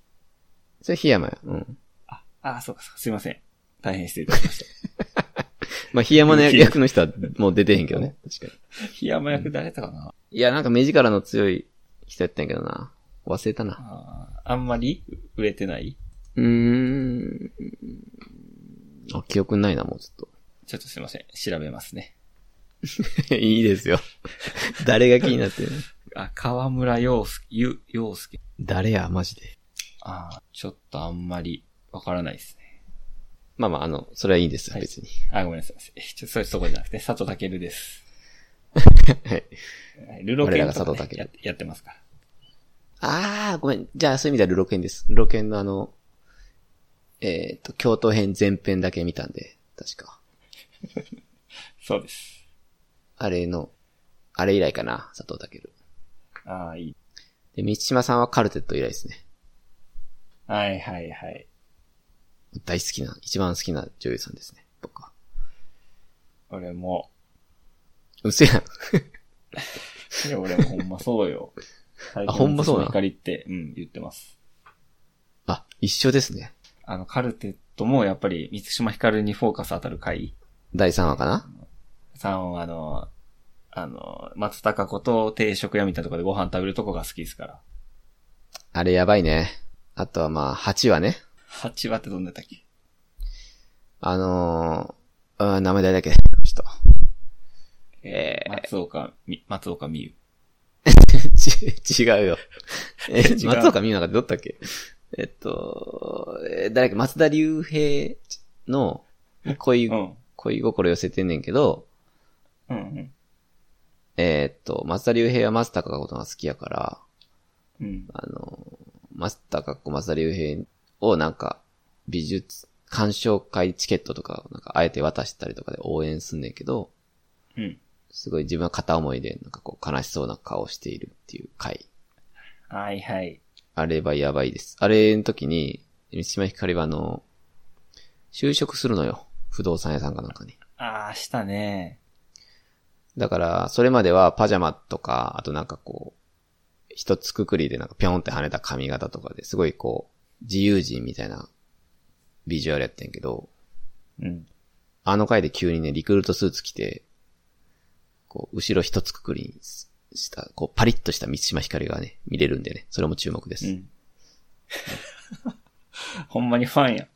Speaker 1: それ檜山や。うん。
Speaker 2: あ、あ、そうか、そうかすいません。大変失礼いた [LAUGHS] しまし
Speaker 1: まあ、檜山の [LAUGHS] 役の人はもう出てへんけどね。確かに。
Speaker 2: た。檜山役誰やったかな、
Speaker 1: いや、なんか目力の強い人やったんやけどな。忘れたな。
Speaker 2: あーあんまり売れてないう
Speaker 1: ーん。あ、記憶ないな、もうちょっ
Speaker 2: ちょっとすいません。調べますね。
Speaker 1: と。 [LAUGHS] いいですよ。誰が気になってるの
Speaker 2: あ、河村洋介、ゆ、洋介。
Speaker 1: 誰や、マジで。
Speaker 2: ああ、ちょっとあんまりわからないですね。
Speaker 1: まあまあ、あの、それはいいですよ、
Speaker 2: はい
Speaker 1: 別に。 [LAUGHS]
Speaker 2: あ、ごめんなさい。えちょっとそれそこじゃなくて、佐藤健です。
Speaker 1: はい。
Speaker 2: はいルロケン
Speaker 1: 我
Speaker 2: とか、
Speaker 1: らが佐
Speaker 2: ね
Speaker 1: 藤、健
Speaker 2: ややってますから。
Speaker 1: あー、ごめん。じゃあ、そういう意味ではルロケンです。ルロケンのあの、えっ、と、京都編前編だけ見たんで、確か。
Speaker 2: そうです。
Speaker 1: あれの、あれ以来かな、佐藤健。
Speaker 2: ああ、いい。
Speaker 1: で、三島さんはカルテット以来ですね。
Speaker 2: はいはいはい。
Speaker 1: 大好きな、一番好きな女優さんですね、僕は。
Speaker 2: 俺も、
Speaker 1: うせやん。
Speaker 2: いや、俺もほんまそうよ。最近
Speaker 1: ほんまそうなの
Speaker 2: 怒りって、うん、言ってます。
Speaker 1: あ、一緒ですね。
Speaker 2: あの、カルテットもやっぱり、三島ひかるにフォーカス当たる回
Speaker 1: 第3話かな
Speaker 2: さんはあの、あの、松たか子と定食屋みたいなとこでご飯食べるとこが好きですから。
Speaker 1: あれやばいね。あとはまあ、8話ね。
Speaker 2: 8話ってどんなやったっけ
Speaker 1: あのー、あー名前誰だっけちょっと。え
Speaker 2: 松岡み、松岡美優。
Speaker 1: ち、 [LAUGHS] 違うよ。え、
Speaker 2: 違う
Speaker 1: 松岡美優なんかどったっけえっと、えー誰か松田龍平の恋、
Speaker 2: うん。
Speaker 1: 恋心寄せてんねんけど、
Speaker 2: うんうん。
Speaker 1: えーっと、松田龍平は松高子が好きやから、
Speaker 2: うん。
Speaker 1: あの、松高子、松田龍平をなんか、美術、鑑賞会チケットとか、なんかあえて渡したりとかで応援すんねんけど、
Speaker 2: うん。
Speaker 1: すごい自分は片思いで、なんかこう悲しそうな顔をしているっていう回。
Speaker 2: はいはい。
Speaker 1: あれはやばいです。あれの時に、三島ひかりはあの、就職するのよ。不動産屋さんかなんかに。
Speaker 2: ああ、したね。
Speaker 1: だから、それまではパジャマとか、あとなんかこう、一つくくりでなんかぴょんって跳ねた髪型とかですごいこう、自由人みたいなビジュアルやってんけど、
Speaker 2: うん。
Speaker 1: あの回で急にね、リクルートスーツ着て、こう、後ろ一つくくりにした、こう、パリッとした三島ひかりがね、見れるんでね、それも注目です。
Speaker 2: う
Speaker 1: い
Speaker 2: ん。 [LAUGHS] ほんまにファンや。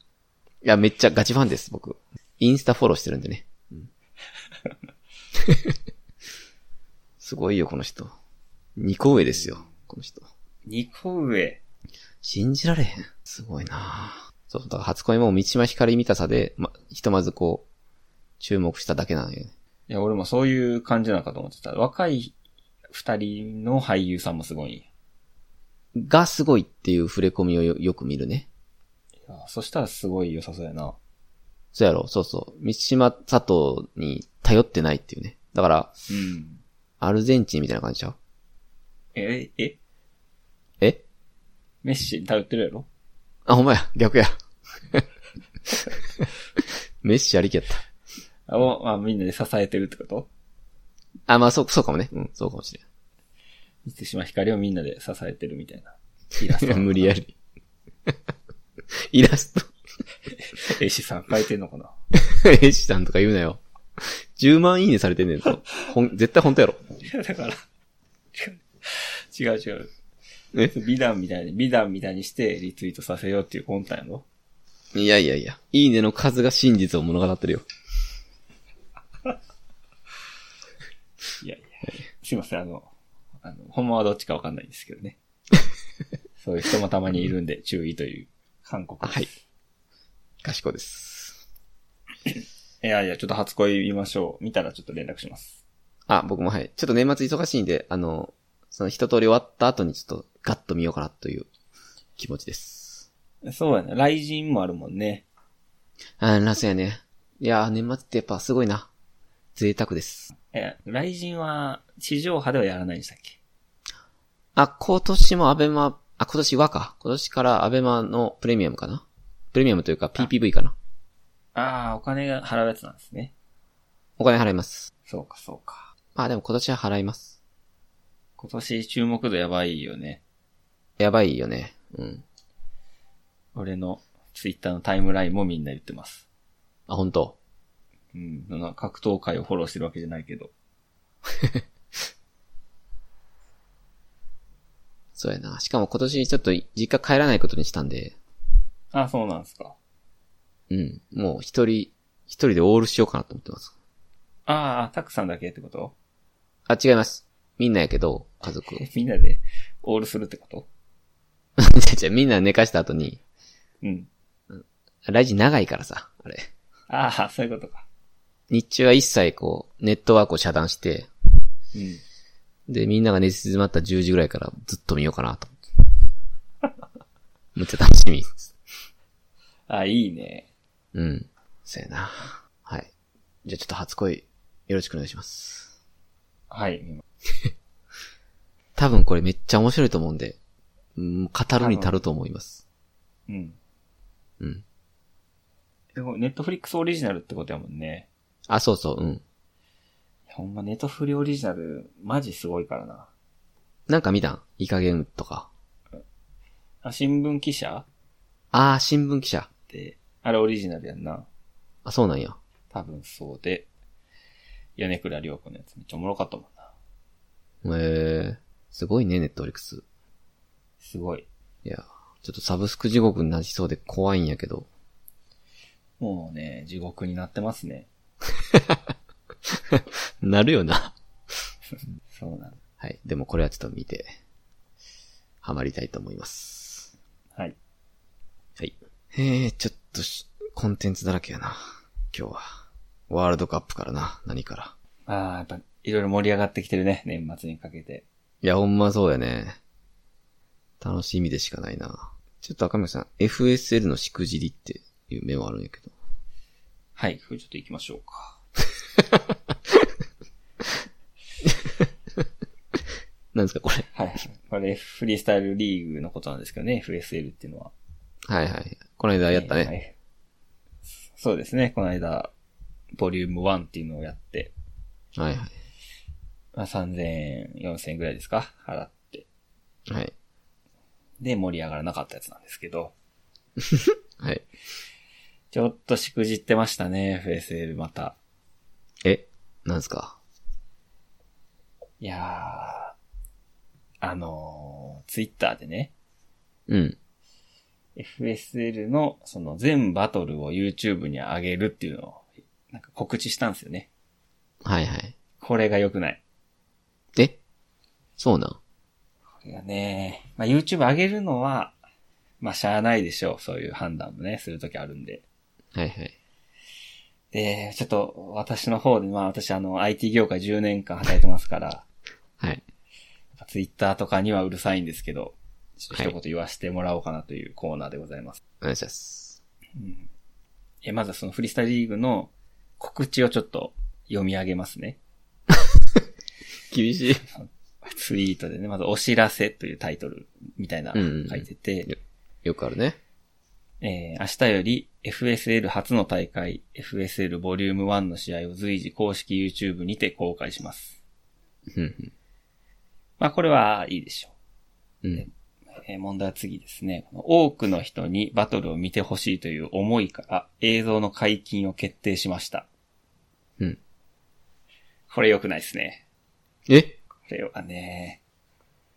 Speaker 1: や、めっちゃガチファンです、僕。インスタフォローしてるんでね。うん [LAUGHS] すごいよ、この人。二個上ですよ、この人。
Speaker 2: 二個上。
Speaker 1: 信じられへん。すごいなぁそう、だから初恋も三島ひかり見たさで、ま、ひとまずこう、注目しただけなんよね。
Speaker 2: いや、俺もそういう感じなのかと思ってた。若い二人の俳優さんもすごいんや。
Speaker 1: がすごいっていう触れ込みをよよく見るね。
Speaker 2: いやそしたらすごい良さそうやな。
Speaker 1: そうやろ、そうそう。三島佐藤に頼ってないっていうね。だから、
Speaker 2: うん。
Speaker 1: アルゼンチンみたいな感じちゃう
Speaker 2: え、え、
Speaker 1: え
Speaker 2: メッシに頼ってるやろ
Speaker 1: あ、ほんまや、逆や。 [LAUGHS] メッシありきやった。
Speaker 2: あ、もうまあ、みんなで支えてるってこと
Speaker 1: あ、まあ、そう、そうかもね。うん、そうかもしれん。
Speaker 2: 満島ひかりをみんなで支えてるみたいな。イラス
Speaker 1: いや [LAUGHS]
Speaker 2: ト。
Speaker 1: 無理やり。イラスト。
Speaker 2: 絵師さん描いてんのかな
Speaker 1: エイジさんとか言うなよ。10万いいねされてんねんぞ。ほん、絶対本当やろ。
Speaker 2: [LAUGHS] いや、だから、 [LAUGHS] 違う違う違
Speaker 1: え
Speaker 2: う。美談みたいに、美談みたいにしてリツイートさせようっていう魂胆やろ
Speaker 1: いやいやいや。いいねの数が真実を物語ってるよ。
Speaker 2: いやいや。すいません、あの、あの、ほんまはどっちかわかんないんですけど [LAUGHS] ね。そういう人もたまにいるんで注意という韓国です。
Speaker 1: はい。賢いです。
Speaker 2: いやいや、ちょっと初恋見ましょう。見たらちょっと連絡します。
Speaker 1: あ、僕もはい。ちょっと年末忙しいんで、あの、その一通り終わった後にちょっとガッと見ようかなという気持ちです。
Speaker 2: そうやね。雷神もあるもんね。
Speaker 1: あー、ラスやね。いやー、年末ってやっぱすごいな。贅沢です。
Speaker 2: え、雷神は地上波ではやらないんでしたっけ
Speaker 1: あ、今年もアベマ、あ、今年はか。今年からアベマのプレミアムかな。プレミアムというか PPV かな。
Speaker 2: ああ、お金が払うやつなんですね。
Speaker 1: お金払います。
Speaker 2: そうか、そうか。
Speaker 1: まあでも今年は払います。
Speaker 2: 今年注目度やばいよね。
Speaker 1: やばいよね。うん。
Speaker 2: 俺のツイッターのタイムラインもみんな言ってます。
Speaker 1: あ、本当
Speaker 2: うん。その格闘界をフォローしてるわけじゃないけど。
Speaker 1: そうやな。しかも今年ちょっと実家帰らないことにしたんで、
Speaker 2: あ、そうなんですか。
Speaker 1: うん。もう一人、一人でオールしようかなと思ってます。
Speaker 2: ああ、たくさんだけってこと
Speaker 1: あ、違います。みんなやけど、家 [LAUGHS] 族。
Speaker 2: えみんなでオールするってこと
Speaker 1: じゃみんな寝かした後に、
Speaker 2: うん。
Speaker 1: 来時長いからさ、あれ。
Speaker 2: ああ、そういうことか。
Speaker 1: 日中は一切こう、ネットワークを遮断して、
Speaker 2: うん。
Speaker 1: で、みんなが寝静まった10時ぐらいからずっと見ようかな [LAUGHS] と思って。めっちゃ楽しみ。
Speaker 2: ああ、いいね。
Speaker 1: うん。そうやな。はい。じゃあちょっと初恋、よろしくお願いします。
Speaker 2: はい。見ま
Speaker 1: 多分これめっちゃ面白いと思うんで、うん、語るに足ると思います。
Speaker 2: うん。
Speaker 1: うん。
Speaker 2: でも、ネットフリックスオリジナルってことやもんね。
Speaker 1: あ、そうそう、うん。
Speaker 2: いほんまネトフリオリジナル、マジすごいからな。
Speaker 1: なんか見たんいい加減とか。
Speaker 2: あ、新聞記者
Speaker 1: あー、新聞記者。
Speaker 2: って、あれオリジナルやんな。
Speaker 1: あ、そうなんや。
Speaker 2: 多分そうで。米倉涼子のやつめっちゃおもろかったもんな。
Speaker 1: へえー、すごいね、ネットフリックス。
Speaker 2: すごい。
Speaker 1: いや、ちょっとサブスク地獄になりそうで怖いんやけど。
Speaker 2: もうね、地獄になってますね。
Speaker 1: なるよな。
Speaker 2: そうなの。
Speaker 1: [LAUGHS] はい。でもこれはちょっと見て、ハマりたいと思います。
Speaker 2: はい。
Speaker 1: はい。えー、ちょっとし、コンテンツだらけやな。今日は。ワールドカップからな。何から。
Speaker 2: ああ、やっぱ、いろいろ盛り上がってきてるね。年末にかけて。
Speaker 1: いや、ほんまそうやね。楽しみでしかないな。ちょっと赤嶺さん、FSL のしくじりっていう目もあるんやけど。
Speaker 2: はい。これちょっと行きましょうか。
Speaker 1: なんですか、これ。
Speaker 2: はい。これ、フリースタイルリーグのことなんですけどね。FSL っていうのは。
Speaker 1: はいはい。この間やったね。
Speaker 2: えーそうですね。この間、ボリューム1っていうのをやって、
Speaker 1: はいは
Speaker 2: まあ、3000円、4000円ぐらいですか払って。
Speaker 1: い。はい。
Speaker 2: で、盛り上がらなかったやつなんですけど、
Speaker 1: はい。
Speaker 2: ちょっとしくじってましたね、FSL また。
Speaker 1: え、なんですか
Speaker 2: いやー、あのー、ツイッターでね、
Speaker 1: うん。
Speaker 2: FSL のその全バトルを YouTube に上げるっていうのを、なんか告知したんですよね。
Speaker 1: はいはい。
Speaker 2: これが良くない。
Speaker 1: えそうなん
Speaker 2: いやね、まあ、YouTube 上げるのは、まあ、しゃあないでしょう。そういう判断もね、するときあるんで。
Speaker 1: はいはい。
Speaker 2: で、ちょっと私の方で、まあ私あの IT 業界10年間働いてますから、
Speaker 1: はい。
Speaker 2: Twitter とかにはうるさいんですけど、ちょっと一言言わせてもらおうかなというコーナーでございます。
Speaker 1: お願いします。
Speaker 2: うん、えまずはそのフリースタイルリーグの告知をちょっと読み上げますね。
Speaker 1: 厳しい。
Speaker 2: ツイートでね、まずお知らせというタイトルみたいなの書いてて、
Speaker 1: よくあるね。
Speaker 2: えー明日より FSL 初の大会 FSL ボリューム1の試合を随時公式 YouTube にて公開します。
Speaker 1: うん。
Speaker 2: まあこれはいいでしょ
Speaker 1: うん。
Speaker 2: う。えー問題は次ですね。この多くの人にバトルを見てほしいという思いから映像の解禁を決定しました。
Speaker 1: うん。
Speaker 2: これ良くないですね。
Speaker 1: え
Speaker 2: これはね、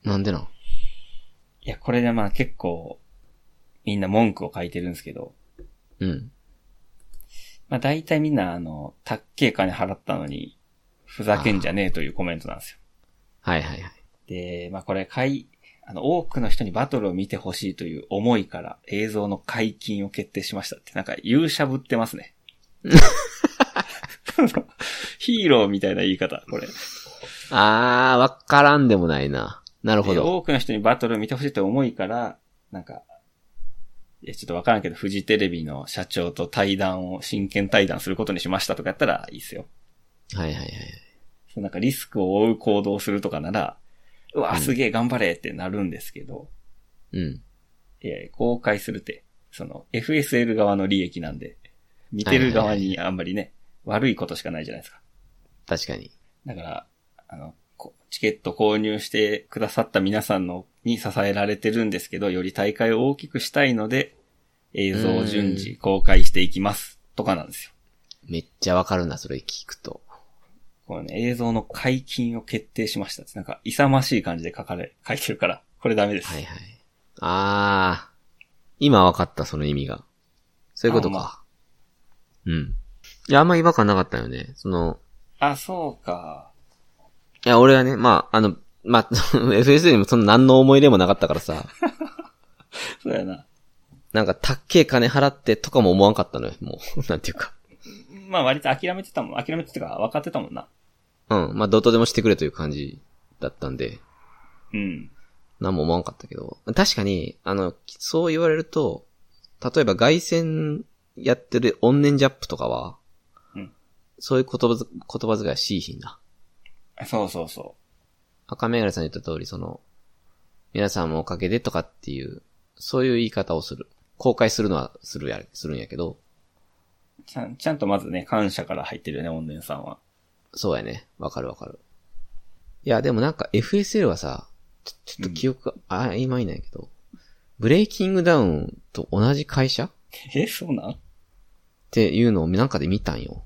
Speaker 1: なんでなん
Speaker 2: いやこれでまあ結構みんな文句を書いてるんですけど、
Speaker 1: うん。
Speaker 2: まあ大体みんなあの、たっけえ金払ったのにふざけんじゃねえというコメントなんですよ。
Speaker 1: はいはいはい。
Speaker 2: で、まあこれ、解、あの、多くの人にバトルを見てほしいという思いから映像の解禁を決定しましたって、なんか勇者ぶってますね。 [LAUGHS] ヒーローみたいな言い方、これ。
Speaker 1: あー、わからんでもないな。なるほ
Speaker 2: で
Speaker 1: ど。
Speaker 2: 多くの人にバトルを見てほしいという思いから、なんか、いやちょっとわからんけど、フジテレビの社長と対談を、真剣対談することにしましたとかやったらいいですよ。
Speaker 1: はいはいはい。
Speaker 2: そうなんかリスクを負う行動をするとかなら、うわ、すげえ頑張れってなるんですけど、
Speaker 1: うん。
Speaker 2: いや公開するって、その FSL 側の利益なんで、見てる側にあんまりね、悪いことしかないじゃないですか。
Speaker 1: 確かに。
Speaker 2: だから、あの、こチケット購入してくださった皆さんのに支えられてるんですけど、より大会を大きくしたいので、映像を順次公開していきます。とかなんですよ。
Speaker 1: めっちゃわかるな、それ聞くと。
Speaker 2: このね、映像の解禁を決定しましたって。なんか、勇ましい感じで書かれ、書いてるから、これダメです。
Speaker 1: はいはい。あー。今わかった、その意味が。そういうこと
Speaker 2: あま
Speaker 1: か。うん。いや、あんま違和感なかったよね。その、
Speaker 2: あ、そうか。
Speaker 1: いや、俺はね、まあ、あの、まあ、 [LAUGHS] その FS にもその何の思い入れもなかったからさ、
Speaker 2: そうやな。
Speaker 1: なんか、たっけえ金払ってとかも思わんかったのよ、もう。 [LAUGHS] なんていうか。
Speaker 2: まあ割と諦めてたもん。諦めてたか分かってたもんな。
Speaker 1: うん、まあ、どうとでもしてくれという感じだったんで、
Speaker 2: うん。
Speaker 1: 何も思わんかったけど。確かに、あの、そう言われると、例えば外線やってるオンネンジャップとかは、
Speaker 2: うん
Speaker 1: そういう言葉ず、言葉遣いしいひんな。
Speaker 2: そうそうそ
Speaker 1: 赤メガネさん言った通り、その、皆さんもおかげでとかっていう、そういう言い方をする。公開するのはするや、するんやけど、
Speaker 2: う。ちゃん、ちゃんとまずね、感謝から入ってるよね、オンデンさんは。
Speaker 1: そうやね。わかるわかる。いや、でもなんか FSL はさ、ちょちょっと記憶が曖昧なんやけど、ブレイキングダウンと同じ会社っ
Speaker 2: え、そうなん
Speaker 1: ていうのをなんかで見たんよ。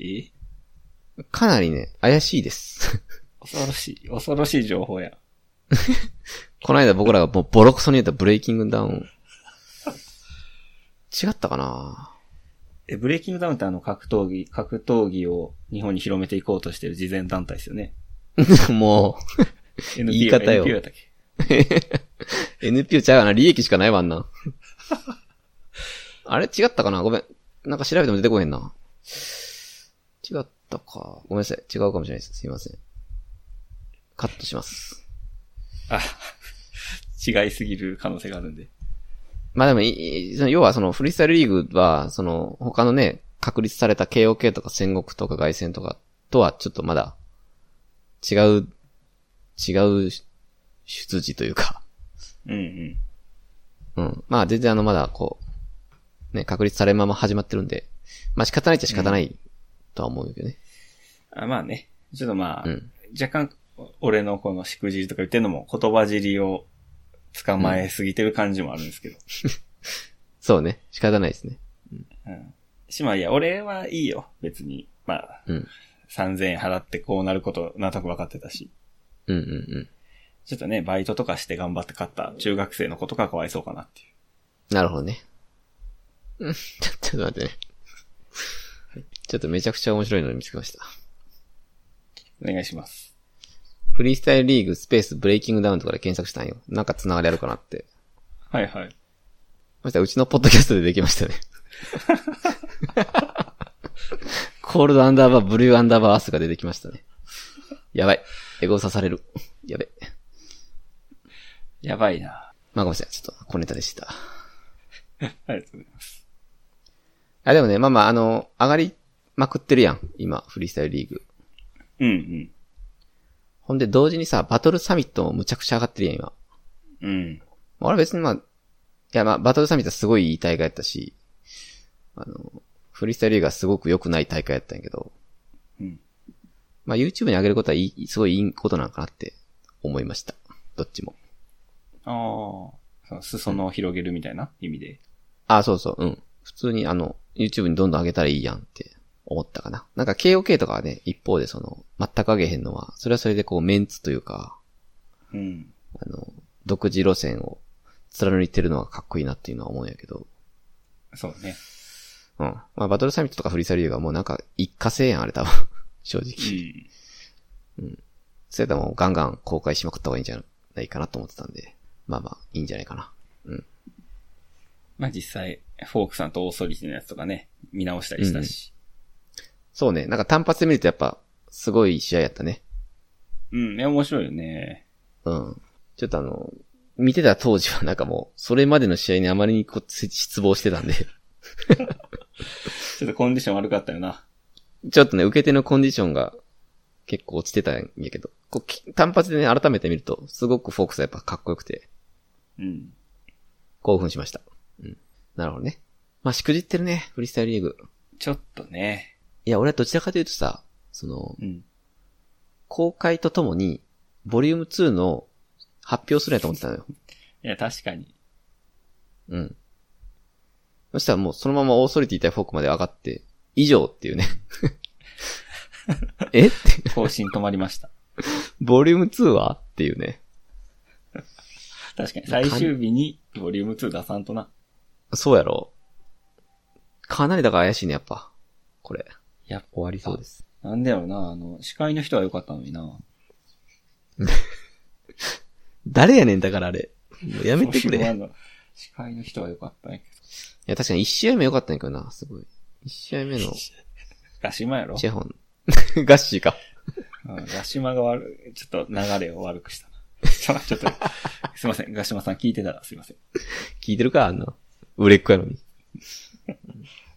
Speaker 2: え
Speaker 1: かなりね、怪しいです。 [LAUGHS]
Speaker 2: 恐ろしい、恐ろしい情報や。
Speaker 1: この間僕らがもうボロクソに言ったブレイキングダウン。違ったかな [LAUGHS]
Speaker 2: え、ブレイキングダウンってあの格闘技、格闘技を日本に広めていこうとしてる慈善団体ですよね。
Speaker 1: も
Speaker 2: NPO、
Speaker 1: 言い方よ
Speaker 2: NPO だっけ
Speaker 1: う、NPO ちゃうかな利益しかないわあんな。 [LAUGHS] あれ違ったかなごめん。なんか調べても出てこへんな。違ったか。ごめんなさい。違うかもしれないです。すいません。カットします。
Speaker 2: あ、違いすぎる可能性があるんで。
Speaker 1: まあでもいい、その要はそのフリースタイルリーグは、その他のね、確立された KOK とか戦国とか外戦とかとはちょっとまだ違う、違う出自というか。 [LAUGHS]
Speaker 2: うんうん。
Speaker 1: うん。まあ全然あのまだこう、ね、確立されんまま始まってるんで、まあ仕方ないっちゃ仕方ないとは思うけどね。
Speaker 2: あまあね。ちょっとまあ、
Speaker 1: うん
Speaker 2: 若干、俺のこのしくじりとか言ってるのも言葉尻を捕まえすぎてる感じもあるんですけど。
Speaker 1: そうね。仕方ないですね。
Speaker 2: うん。しまいや、俺はいいよ。別に。まあ、
Speaker 1: うん。
Speaker 2: 3000円払ってこうなること、なんとなく分かってたし。
Speaker 1: うんうんうん。
Speaker 2: ちょっとね、バイトとかして頑張って買った中学生の子とかかわいそうかなっていう。
Speaker 1: なるほどね。うん [LAUGHS] ちょちょっと待ってね。ちょっとめちゃくちゃ面白いの見つけました。
Speaker 2: お願いします。
Speaker 1: フリースタイルリーグスペースブレイキングダウンとかで検索したんよ。なんかつながりあるかなって。
Speaker 2: はいはい。
Speaker 1: そしたらうちのポッドキャストでできましたね。コールドアンダーバー、ブルーアンダーバーアースが出てきましたね。やばい。エゴ刺される。やべ。
Speaker 2: やばいな。
Speaker 1: まあごめんなさい。ちょっと小ネタでした。
Speaker 2: ありがとうございます。
Speaker 1: あ、でもね、まあまあ、あの、上がりまくってるやん。今、フリースタイルリーグ。
Speaker 2: うんうん。
Speaker 1: ほんで、同時にさ、バトルサミットもむちゃくちゃ上がってるやん、今。
Speaker 2: うん。
Speaker 1: 俺は別にまあ、いやまあ、バトルサミットはすごいいい大会やったし、あの、フリースタイルリーグはすごく良くない大会やったんやけど、
Speaker 2: うん。
Speaker 1: まあ YouTube に上げることはいい、すごいいいことなんかなって思いました。どっちも。
Speaker 2: ああ。その裾野を広げるみたいな意味で。
Speaker 1: あ、そうそう、うん。普通にあの、YouTube にどんどん上げたらいいやんって思ったかな。なんか KOK とかはね、一方でその、全く上げへんのは、それはそれでこうメンツというか、
Speaker 2: うん。
Speaker 1: あの、独自路線を貫いてるのがかっこいいなっていうのは思うんやけど、
Speaker 2: そうね。
Speaker 1: うん。まあ、バトルサミットとかフリーサリーがもうなんか、一過性やん、あれ多分。 [LAUGHS] 正直。
Speaker 2: うん。
Speaker 1: そうやったらもうガンガン公開しまくった方がいいんじゃないかなと思ってたんで。まあまあ、いいんじゃないかな。うん。
Speaker 2: まあ実際、フォークさんとオーソリティのやつとかね、見直したりしたし。
Speaker 1: そうね。なんか単発で見るとやっぱ、すごい試合やったね。
Speaker 2: うん。え、面白いよね。
Speaker 1: うん。ちょっとあの、見てた当時はなんかもう、それまでの試合にあまりにこう、つ失望してたんで。 [LAUGHS]
Speaker 2: ちょっとコンディション悪かったよな。
Speaker 1: ちょっとね、受け手のコンディションが結構落ちてたんやけど。こうき、単発でね、改めて見ると、すごくフォークスはやっぱかっこよくて、
Speaker 2: うん。
Speaker 1: 興奮しました。うん。なるほどね。まあ、しくじってるね、フリースタイルリーグ。
Speaker 2: ちょっとね。
Speaker 1: いや、俺はどちらかというとさ、その、
Speaker 2: うん。
Speaker 1: 公開とともに、ボリューム2の発表するんやと思ってたのよ。
Speaker 2: いや、確かに。
Speaker 1: うん。そしたらもうそのままオーソリティ対フォークまで上がって、以上って [LAUGHS] いうね。えって、
Speaker 2: 更新止まりました。 [LAUGHS]
Speaker 1: ボリューム2はっていうね。
Speaker 2: 確かに。最終日に、ボリューム2出さんとな。
Speaker 1: そうやろ。かなりだから怪しいね、やっぱ。これ。
Speaker 2: やっぱ
Speaker 1: 終わりそうです。
Speaker 2: なんだろうな、あの、司会の人は良かったのにな。
Speaker 1: 誰やねん、だからあれ。もうやめてくれ。い
Speaker 2: あの司会の人は良かったんやけ
Speaker 1: や、確かに1試合目良かったんやけどな、すごい。1試合目の、
Speaker 2: ど。ガシマやろ
Speaker 1: チェホン。 [LAUGHS] ガッシーか。
Speaker 2: うん、ガシマが悪い、ちょっと流れを悪くしたな。 [LAUGHS] ちょちょっと、すいません。ガシマさん聞いてたらすいません。
Speaker 1: 聞いてるかあんな。売れっ子やのに。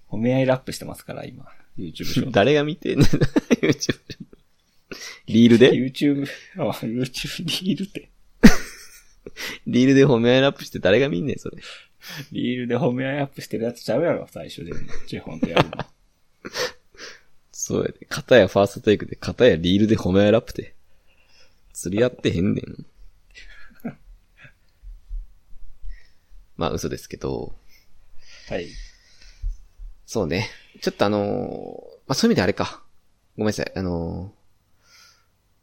Speaker 2: 褒め合いラップしてますから、今。YouTube 上で。
Speaker 1: 誰が見てんの [LAUGHS] ?YouTube。リールで
Speaker 2: YouTube、あ、YouTube リールって。
Speaker 1: リールで褒め合いラップして誰が見んねん、それ。
Speaker 2: リールで褒め合いアップしてるやつちゃうやろ、最初で。チェホンとやるの。
Speaker 1: そうやで。片やファーストテイクで、片やリールで褒め合いラップで。釣り合ってへんねん。 [LAUGHS] まあ嘘ですけど、
Speaker 2: はい。
Speaker 1: そうね。ちょっとあのーまあそういう意味であれか。ごめんなさい。あの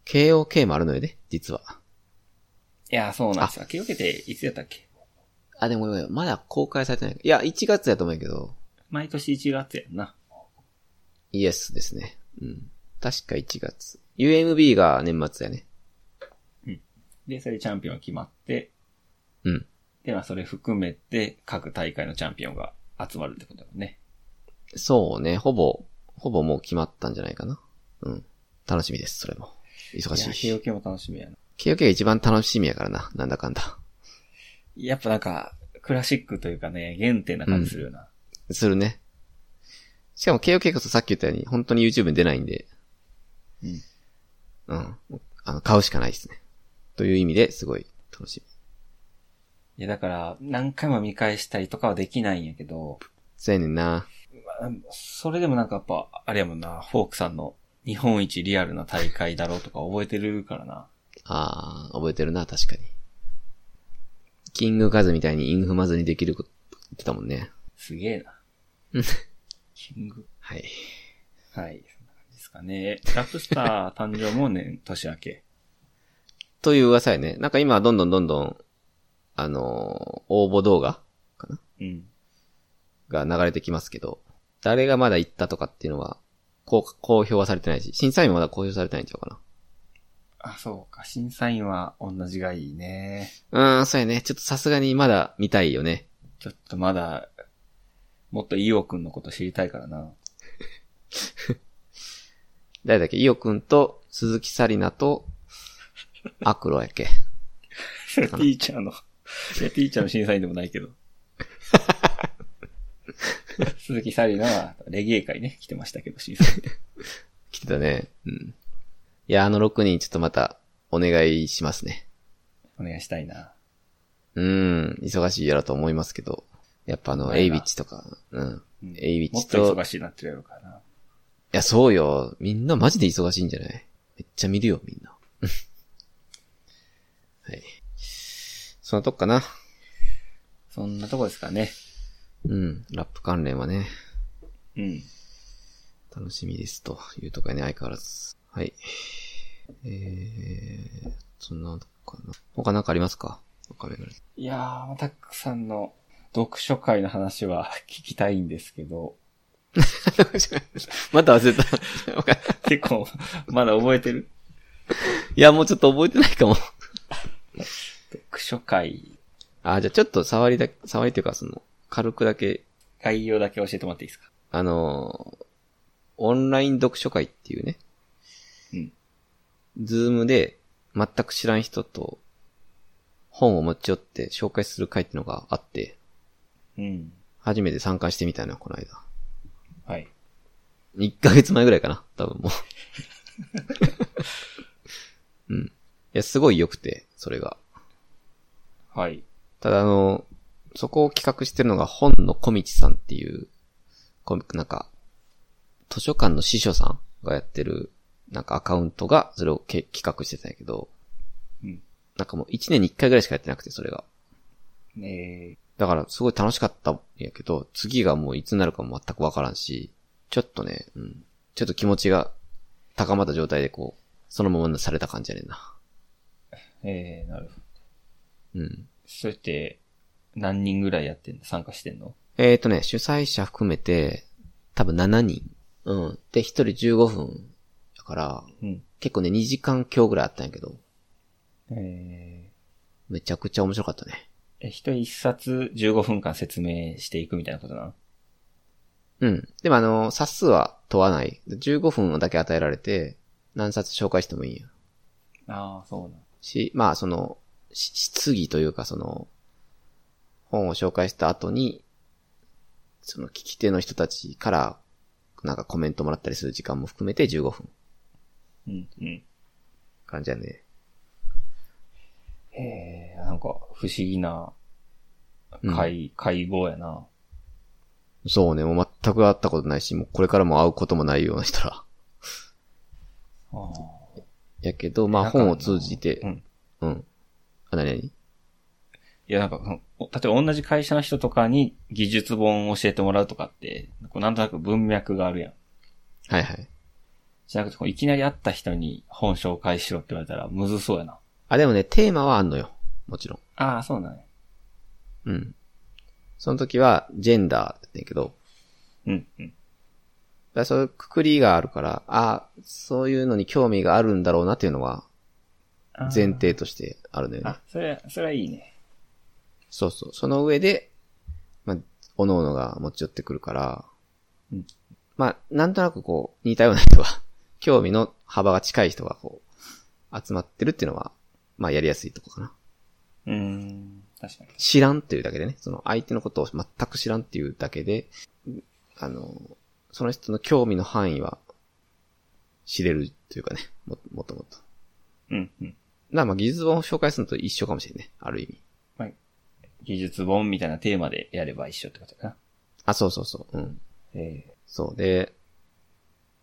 Speaker 1: ー KOK もあるのよね、実は。
Speaker 2: いや、そうなんですよ。明け受けて、いつやったっけ
Speaker 1: あ、でもごめんまだ公開されてない。いや、1月やと思うんやけど、
Speaker 2: 毎年1月やんな。
Speaker 1: イエスですね。うん。確か1月。UMB が年末やね。
Speaker 2: で、それでチャンピオンが決まって、
Speaker 1: うん。
Speaker 2: で、まあそれ含めて、各大会のチャンピオンが集まるってことだよね。
Speaker 1: そうね、ほぼ、ほぼもう決まったんじゃないかな。うん。楽しみです、それも。忙
Speaker 2: い
Speaker 1: し
Speaker 2: や、
Speaker 1: い。
Speaker 2: KOK も楽しみやな。
Speaker 1: KOK が一番楽しみやからな、なんだかんだ。
Speaker 2: やっぱなんか、クラシックというかね、原点な感じするよな。
Speaker 1: するね。しかも KOK こそさっき言ったように、本当に YouTube に出ないんで、
Speaker 2: うん。
Speaker 1: うん。あの、買うしかないですね。という意味ですごい楽しみ。
Speaker 2: いや、だから、何回も見返したりとかはできないんやけど、
Speaker 1: そうやねんな。
Speaker 2: まあそれでもなんかやっぱ、あれやもんな、フォークさんの日本一リアルな大会だろうとか覚えてるからな。
Speaker 1: ああ、覚えてるな、確かに。キングカズみたいにインフマズにできること言ってたもんね。
Speaker 2: すげえな。
Speaker 1: うん
Speaker 2: キング。
Speaker 1: はい。
Speaker 2: はい。そんな感じですかね。ラプスター誕生もね、年明け。
Speaker 1: という噂やね。なんか今、どんどんどんどん、あのー応募動画
Speaker 2: うん。
Speaker 1: が流れてきますけど、誰がまだ行ったとかっていうのは、こう、公表はされてないし、審査員もまだ公表されてないんちゃうか
Speaker 2: あ、そうか。審査員は同じがいいね。
Speaker 1: な。うーん、そうやね。ちょっとさすがにまだ見たいよね。
Speaker 2: ちょっとまだ、もっとイオくんのこと知りたいか
Speaker 1: [LAUGHS]
Speaker 2: らな。
Speaker 1: 誰だっけイオくんと、鈴木紗理奈と、アクロやっけ。
Speaker 2: ティーチャーの、いや、ティーチャーの審査員でもな
Speaker 1: [LAUGHS]
Speaker 2: いけど。鈴木サリナは、レゲエ界ね、来てましたけど、審査員で。
Speaker 1: 来てたね。うん。いや、あの6人ちょっとまた、お願いしますね。
Speaker 2: お願いしたいな。
Speaker 1: うん、忙しいやろと思いますけど。やっぱあ
Speaker 2: まあ
Speaker 1: の、
Speaker 2: な
Speaker 1: エイビッチとか、うん。
Speaker 2: うん
Speaker 1: エイビ
Speaker 2: も
Speaker 1: ッ
Speaker 2: っ
Speaker 1: チ
Speaker 2: と
Speaker 1: と、い
Speaker 2: 忙しいなってるやろうからな。
Speaker 1: や、そうよ。みんなマジで忙しいんじゃないめっちゃ見るよ、みんな。 [LAUGHS] はい。そんなとこかな。
Speaker 2: そんなとこですかね。
Speaker 1: うん。ラップ関連はね、
Speaker 2: うん。
Speaker 1: 楽しみですというとこやね、相変わらず。はい。えー、そんなとこかな。他なんかありますか他めぐらい
Speaker 2: いやー、またくさんの読書会の話は [LAUGHS] 聞きたいんですけど、
Speaker 1: [LAUGHS] また忘れた。わかんない
Speaker 2: 結構、まだ覚えて [LAUGHS] る
Speaker 1: いや、もうちょっと覚えてないかも。
Speaker 2: 読書会、
Speaker 1: あ、じゃあちょっと触りだけ、触りっていうかその、軽くだけ、
Speaker 2: 概要だけ教えてもらっていいですか
Speaker 1: あのーオンライン読書会っていうね、
Speaker 2: うん。
Speaker 1: ズームで全く知らん人と本を持ち寄って紹介する会っていうのがあって、
Speaker 2: うん。
Speaker 1: 初めて参加してみたのよ、この間。
Speaker 2: はい。
Speaker 1: 1ヶ月前ぐらいかな、多分もう。
Speaker 2: [LAUGHS]
Speaker 1: うん。いや、すごい良くて、それが。
Speaker 2: はい。
Speaker 1: ただあの、そこを企画してるのが本の小道さんっていう、こうなんか、図書館の司書さんがやってる、なんかアカウントがそれをけ企画してたんやけど、
Speaker 2: うん。
Speaker 1: なんかもう1年に1回ぐらいしかやってなくて、それが。
Speaker 2: ね
Speaker 1: だからすごい楽しかったんやけど、次がもういつになるかも全くわからんし、ちょっとね、うん。ちょっと気持ちが高まった状態でこう、そのままにされた感じやねんな。
Speaker 2: え、ええ、なるほど。
Speaker 1: うん。
Speaker 2: それって、何人ぐらいやってんの参加してんの
Speaker 1: えー、とね、主催者含めて、多分7人。うん。で、1人15分。だから、
Speaker 2: うん。
Speaker 1: 結構ね、2時間強ぐらいあったんやけど、
Speaker 2: え
Speaker 1: めちゃくちゃ面白かったね。
Speaker 2: ー、え、一人一冊15分間説明していくみたいなことなの
Speaker 1: うん。でもあの、冊数は問わない。15分だけ与えられて、何冊紹介してもいいんや。
Speaker 2: ああ、そうな。
Speaker 1: し、まあその、し質疑というかその、本を紹介した後に、その聞き手の人たちから、なんかコメントもらったりする時間も含めて15分。
Speaker 2: うん、うん。
Speaker 1: 感じやね。
Speaker 2: ええ、なんか、不思議な、会、会合やな。
Speaker 1: そうね、もう全く会ったことないし、もうこれからも会うこともないような人ら、 [LAUGHS]
Speaker 2: あ
Speaker 1: やけど、まあ
Speaker 2: なんか
Speaker 1: 本を通じて、
Speaker 2: うん
Speaker 1: うん。あ、なになに
Speaker 2: いや、なんか、そのお例えば同じ会社の人とかに技術本を教えてもらうとかって、こうなんとなく文脈があるやん。
Speaker 1: はいはい。
Speaker 2: じゃなくて、こういきなり会った人に本紹介しろって言われたら、むずそうやな。
Speaker 1: あ、でもね、テーマはあんのよ。もちろ
Speaker 2: ああ、そうなんや。
Speaker 1: ん。うん。その時は、ジェンダーって言うんやけど、だか
Speaker 2: うん、うん。
Speaker 1: らそういうくくりがあるから、あそういうのに興味があるんだろうなっていうのは、
Speaker 2: あー
Speaker 1: 前。提としてあるのよね
Speaker 2: あ。、それは、それはいいね。
Speaker 1: そうそう。その上で、まあ、おののが持ち寄ってくるから、
Speaker 2: うん
Speaker 1: まあ、なんとなくこう、似たような人が、 [LAUGHS] 興味の幅が近い人がこう、集まってるっていうのは、まあ、やりやすいとこかな。
Speaker 2: うーん、確かに。
Speaker 1: 知らんっていうだけでね、その相手のことを全く知らんっていうだけで、あの、その人の興味の範囲は、知れるというかね、も、もともと。
Speaker 2: うん、うん。
Speaker 1: な、まあ、技術本を紹介するのと一緒かもしれんね、ある意味。
Speaker 2: 技術本みたいなテーマでやれば一緒ってことかな。
Speaker 1: あ、そうそうそう、うん。
Speaker 2: ええ
Speaker 1: そう。で、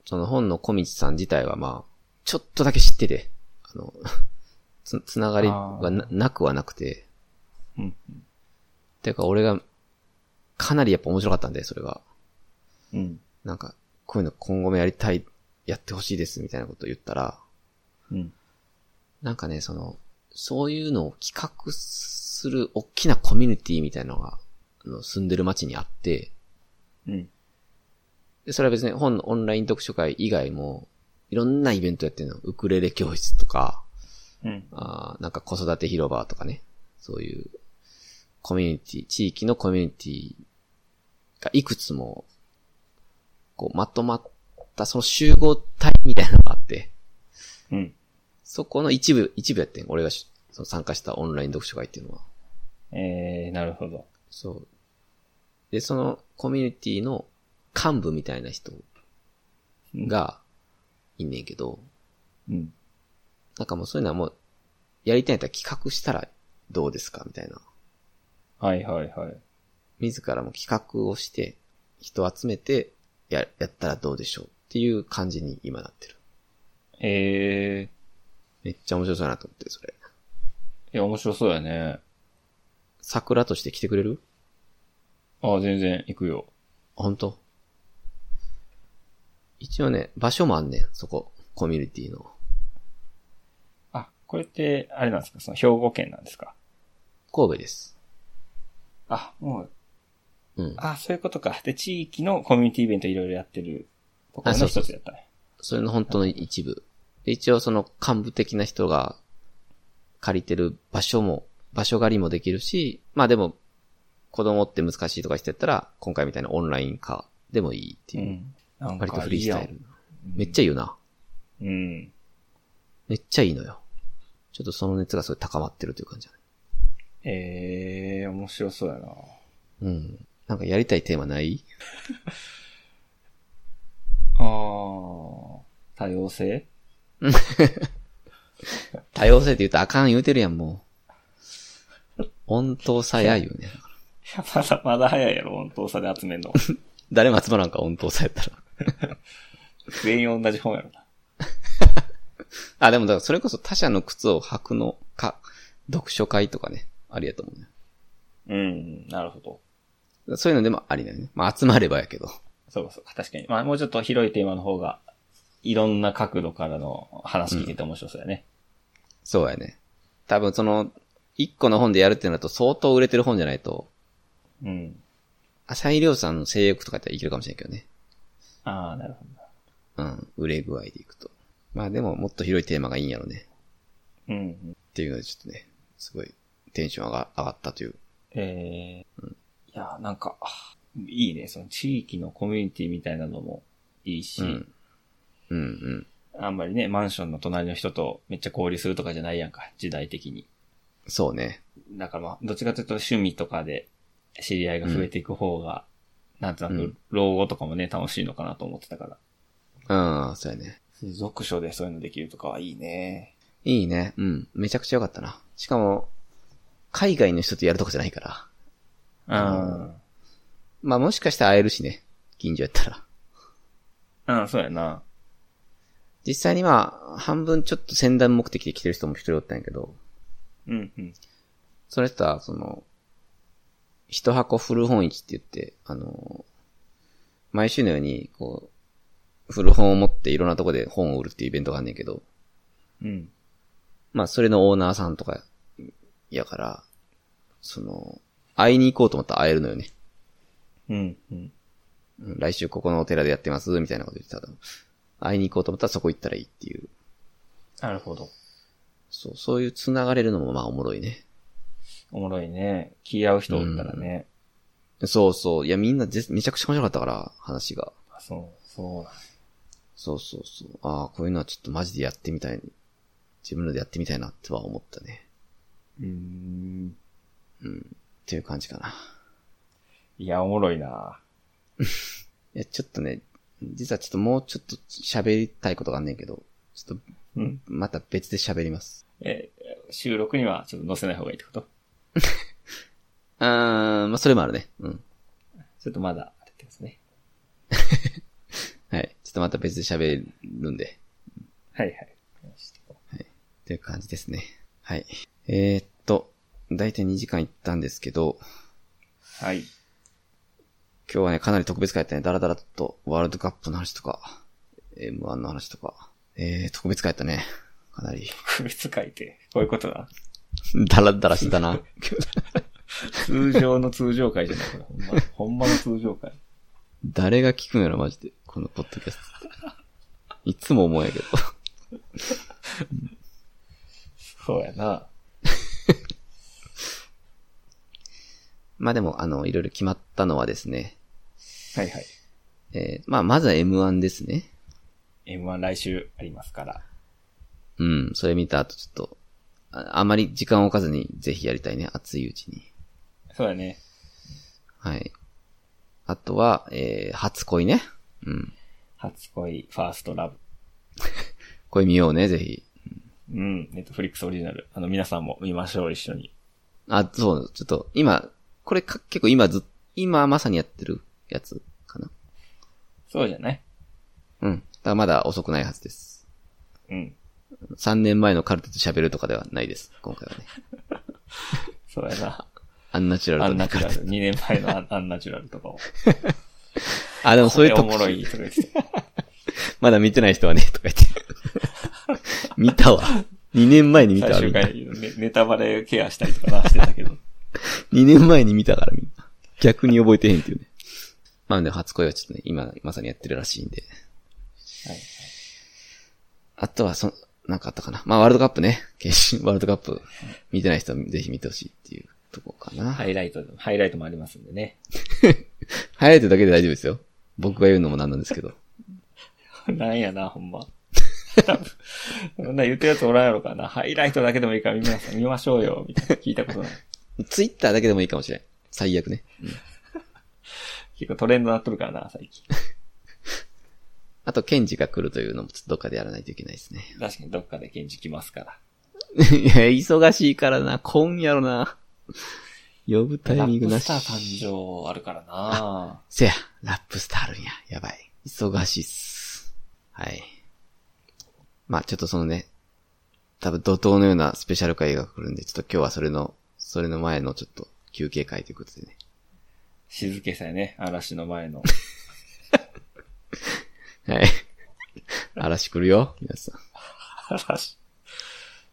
Speaker 1: その本の小道さん自体はまあ、ちょっとだけ知ってて、あの、 [LAUGHS] つ、つながりがななくはなくて、
Speaker 2: うん、
Speaker 1: てか俺が、かなりやっぱ面白かったんで、それが。
Speaker 2: うん。うん
Speaker 1: なんか、こういうの今後もやりたい、やってほしいです、みたいなことを言ったら、
Speaker 2: うん。
Speaker 1: なんかね、その、そういうのを企画する大きなコミュニティみたいなのが、あの住んでる街にあって、
Speaker 2: うん。
Speaker 1: で、それは別に本のオンライン読書会以外も、いろんなイベントやってるの。ウクレレ教室とか、
Speaker 2: うん。
Speaker 1: あーなんか子育て広場とかね。そういう、コミュニティ、地域のコミュニティがいくつも、こう、まとまった、その集合体みたいなのがあって、
Speaker 2: うん。
Speaker 1: そこの一部、一部やってん。俺がしその参加したオンライン読書会っていうのは。
Speaker 2: ええなるほど。
Speaker 1: そう。で、そのコミュニティの幹部みたいな人が、いんねんけど、
Speaker 2: うん。
Speaker 1: なんかもうそういうのはもう、やりたいんやったら企画したらどうですかみたいな。
Speaker 2: はいはいはい。
Speaker 1: 自らも企画をして、人を集めて、や、やったらどうでしょうっていう感じに今なってる。
Speaker 2: ええ
Speaker 1: めっちゃ面白そうだなと思って、それ。
Speaker 2: いや、面白そうやね。
Speaker 1: 桜として来てくれる
Speaker 2: ああ、全然行くよ。
Speaker 1: あ本当一応ね、場所もあんねん、そこ。コミュニティの。
Speaker 2: あ、これって、あれなんですかその兵庫県なんですか
Speaker 1: 神戸です。
Speaker 2: あ、も
Speaker 1: う
Speaker 2: う、
Speaker 1: ん。
Speaker 2: あ、そういうことか。で、地域のコミュニティイベントいろいろやってるところ
Speaker 1: あそ
Speaker 2: の
Speaker 1: うそう
Speaker 2: 一つやったね。
Speaker 1: それの本当の一部。で一応その幹部的な人が借りてる場所も、場所借りもできるし、まあでも、子供って難しいとかしてたら、今回みたいなオンライン化でもいいって
Speaker 2: う
Speaker 1: いう。
Speaker 2: ん。なん
Speaker 1: 割と
Speaker 2: か
Speaker 1: フ
Speaker 2: い
Speaker 1: リー
Speaker 2: い
Speaker 1: ス
Speaker 2: や
Speaker 1: タイ
Speaker 2: ん
Speaker 1: ル。。めっちゃいいよな。
Speaker 2: うん。
Speaker 1: めっちゃいいのよ。ちょっとその熱がすごい高まってるという感じだね。
Speaker 2: ええ面白そうやな。
Speaker 1: うん。なんかやりたいテーマない
Speaker 2: あー多様性 [LAUGHS]
Speaker 1: 多様性って言うとあかん言うてるやん、も
Speaker 2: [LAUGHS]
Speaker 1: う。温当さや言うね。
Speaker 2: いや、まだ、まだ早いやろ、本当さで集めんの。
Speaker 1: 誰も集まらんか、温当さやったら。
Speaker 2: 全員同じ本やろな。
Speaker 1: あ、でもだからそれこそ他者の靴を履くのか、読書会とかね、ありやと思うね。
Speaker 2: うん、なるほど。
Speaker 1: そういうのでもありだよね。まあ集まればやけど。 [LAUGHS]
Speaker 2: そうそう、確かに。まあ、もうちょっと広いテーマの方が、いろんな角度からの話聞けて面白そうやね。
Speaker 1: そうやね。多分その、一個の本でやるってなると相当売れてる本じゃないと、
Speaker 2: うん。
Speaker 1: 浅井亮さんの性欲とかやっていけるかもしれんけどね。
Speaker 2: ああ、なるほど。
Speaker 1: うん。売れ具合でいくと。まあでももっと広いテーマがいいんやろね。
Speaker 2: うんうん。
Speaker 1: っていうのでちょっとね、すごいテンション上が上がったという。
Speaker 2: えーいや、なんか、いいね。その地域のコミュニティみたいなのもいいし、
Speaker 1: うん。うんうん。
Speaker 2: あんまりね、マンションの隣の人とめっちゃ交流するとかじゃないやんか、時代的に。
Speaker 1: そうね。
Speaker 2: だからまあ、どっちかというと趣味とかで知り合いが増えていく方が、なんとな
Speaker 1: う
Speaker 2: く
Speaker 1: ん、
Speaker 2: 老後とかもね、楽しいのかなと思ってたから。
Speaker 1: うん、そうやね。
Speaker 2: 読書でそういうのできるとかはいいね。
Speaker 1: いいね。うん。めちゃくちゃ良かったな。しかも、海外の人とやるとこじゃないから。
Speaker 2: うん。
Speaker 1: まあもしかしたら会えるしね。近所やったら。
Speaker 2: うん、そうやな。
Speaker 1: 実際にまあ、半分ちょっと先端目的で来てる人も一人おったんやけど、
Speaker 2: うんうん。
Speaker 1: それとは、その、一箱古本市って言って、あの、毎週のように、こう、古本を持っていろんなとこで本を売るっていうイベントがあんねんけど、
Speaker 2: うん。
Speaker 1: まあ、それのオーナーさんとか、やから、その、会いに行こうと思ったら会えるのよね。
Speaker 2: うんうん。
Speaker 1: うん来週ここのお寺でやってます、みたいなこと言ってたら、会いに行こうと思ったらそこ行ったらいいっていう。
Speaker 2: なるほど。
Speaker 1: そう、そういう繋がれるのもまあおもろいね。
Speaker 2: おもろいね。気合う人おったらね。
Speaker 1: そうそう。いや、みんなぜめちゃくちゃ面白かったから、話が。
Speaker 2: あそう、そうなん
Speaker 1: そうそうそう。ああ、こういうのはちょっとマジでやってみたい。自分のでやってみたいなとは思ったね。
Speaker 2: うーん。
Speaker 1: っていう感じかな。
Speaker 2: いや、おもろいな。
Speaker 1: いや、ちょっとね、実はちょっともうちょっと喋りたいことがあんねんけど、ちょっと
Speaker 2: うん。
Speaker 1: また別で喋ります。
Speaker 2: え、収録にはちょっと載せない方がいいってこと
Speaker 1: うーん、まあ、それもあるね。うん。
Speaker 2: ちょっとまだ、あれですね。
Speaker 1: はい。ちょっとまた別で喋るんで。
Speaker 2: はいはい。わかりました
Speaker 1: という感じですね。はい。えー、っと、だいたい2時間いったんですけど、
Speaker 2: はい。 [LAUGHS]
Speaker 1: 今日はね、かなり特別会やったね。ダラダラとワールドカップの話とか、M1 の話とか、えー、特別会やったね。かなり。 [LAUGHS]
Speaker 2: 区別書いて、こういうことだ。
Speaker 1: ダラダラしてたな。
Speaker 2: 通常の通常会じゃない、これ。ほんま、ほんまの通常会。
Speaker 1: 誰が聞くんやろ、マジで。このポッドキャスト。いつも思うんやけど。
Speaker 2: そうやな。
Speaker 1: まあでも、あの、いろいろ決まったのはですね、
Speaker 2: はいはい。
Speaker 1: えー、まあ、まずは M1 ですね。
Speaker 2: M1 来週ありますから。
Speaker 1: うん、それ見た後ちょっと、ああまり時間を置かずに、ぜひやりたいね。熱いうちに。
Speaker 2: そうだね。
Speaker 1: はい。あとは、えー、初恋ね。うん。
Speaker 2: 初恋、ファーストラブ。
Speaker 1: これ見ようね、ぜひ。
Speaker 2: うん。ネットフリックスオリジナル。あの、皆さんも見ましょう、一緒に。
Speaker 1: あ、そう、ちょっと、今、これか、結構今ずっ、今まさにやってるやつかな。
Speaker 2: そうじゃない
Speaker 1: うん。だからまだ遅くないはずです。
Speaker 2: うん。
Speaker 1: 3年前のカルテと喋るとかではないです。今回はね。
Speaker 2: そうやな。
Speaker 1: アンナチュラ
Speaker 2: ア
Speaker 1: ル
Speaker 2: ン
Speaker 1: と
Speaker 2: ナ
Speaker 1: ね
Speaker 2: チ
Speaker 1: カ
Speaker 2: ュ
Speaker 1: ル
Speaker 2: ラ
Speaker 1: テ。
Speaker 2: ル。2年前の [LAUGHS] アンアンナチュラルとかを。
Speaker 1: あ、でもそういう
Speaker 2: お
Speaker 1: とこ
Speaker 2: も、ろいとか言ってた。
Speaker 1: まだ見てない人はね、とか言って。 [LAUGHS] 見たわ。2年前に見たわ。
Speaker 2: 最
Speaker 1: み
Speaker 2: 終
Speaker 1: んな
Speaker 2: 回ネ、ネタバレケアしたりとかなしてたけど。
Speaker 1: 2年前に見たからみんな。逆に覚えてへんっていうね。まあでも初恋はちょっとね、今、まさにやってるらしいんで。
Speaker 2: はい。
Speaker 1: あとは、そ、なんかあったかな。まあ、ワールドカップね。決勝、ワー [LAUGHS] ルドカップ、見てない人はぜひ見てほしいっていうとこかな。
Speaker 2: ハイライト、ハイライトもありますんでね。
Speaker 1: ハイライトだけで大丈夫ですよ。僕が言うのもなんなんですけど。
Speaker 2: [LAUGHS] なんやな、ほんま。そんな言ってるやつおらんやろかな。ハイライトだけでもいいから見ま見ましょうよ、みたいな。聞いたことない。
Speaker 1: ツイッターだけでもいいかもしれん。最悪ね。
Speaker 2: 結構トレンドなっとるからな、最近。
Speaker 1: あと、ケンジが来るというのも、ちょっとどっかでやらないといけないですね。 [LAUGHS]
Speaker 2: 確かにどっかで検事来ますから。
Speaker 1: いや、忙しいからな。今夜ろな。呼ぶタイ
Speaker 2: ラ
Speaker 1: ミン
Speaker 2: ッ
Speaker 1: グ
Speaker 2: プ
Speaker 1: な
Speaker 2: スター
Speaker 1: し。
Speaker 2: 誕生あるからな
Speaker 1: せや、ラップスターあるんや。やばい。忙しいっす。はい。まあ、ちょっとそのね、多分怒涛のようなスペシャル会が来るんで、ちょっと今日はそれの、それの前のちょっと休憩会ということでね。
Speaker 2: 静けさやね、嵐の前の。
Speaker 1: [LAUGHS] はい。嵐来るよ、皆さん。
Speaker 2: 嵐。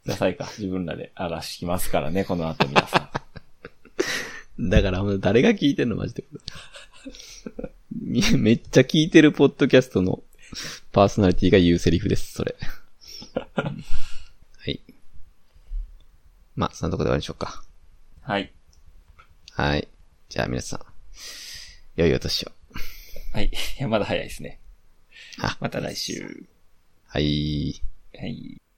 Speaker 2: ダサいか、自分らで嵐来ますからね、この後皆さん。
Speaker 1: だから、ほんと誰が聞いてんのマジで。みめっちゃ聞いてるポッドキャストのパーソナリティが言うセリフです、そ [LAUGHS] れ。はい。まあ、そんなとこで終わりにしようか。
Speaker 2: はい。
Speaker 1: はい。じゃあ皆さん、良いお年を。
Speaker 2: はい。いや、まだ早いですね
Speaker 1: あ。
Speaker 2: また来週。
Speaker 1: はい。
Speaker 2: はい。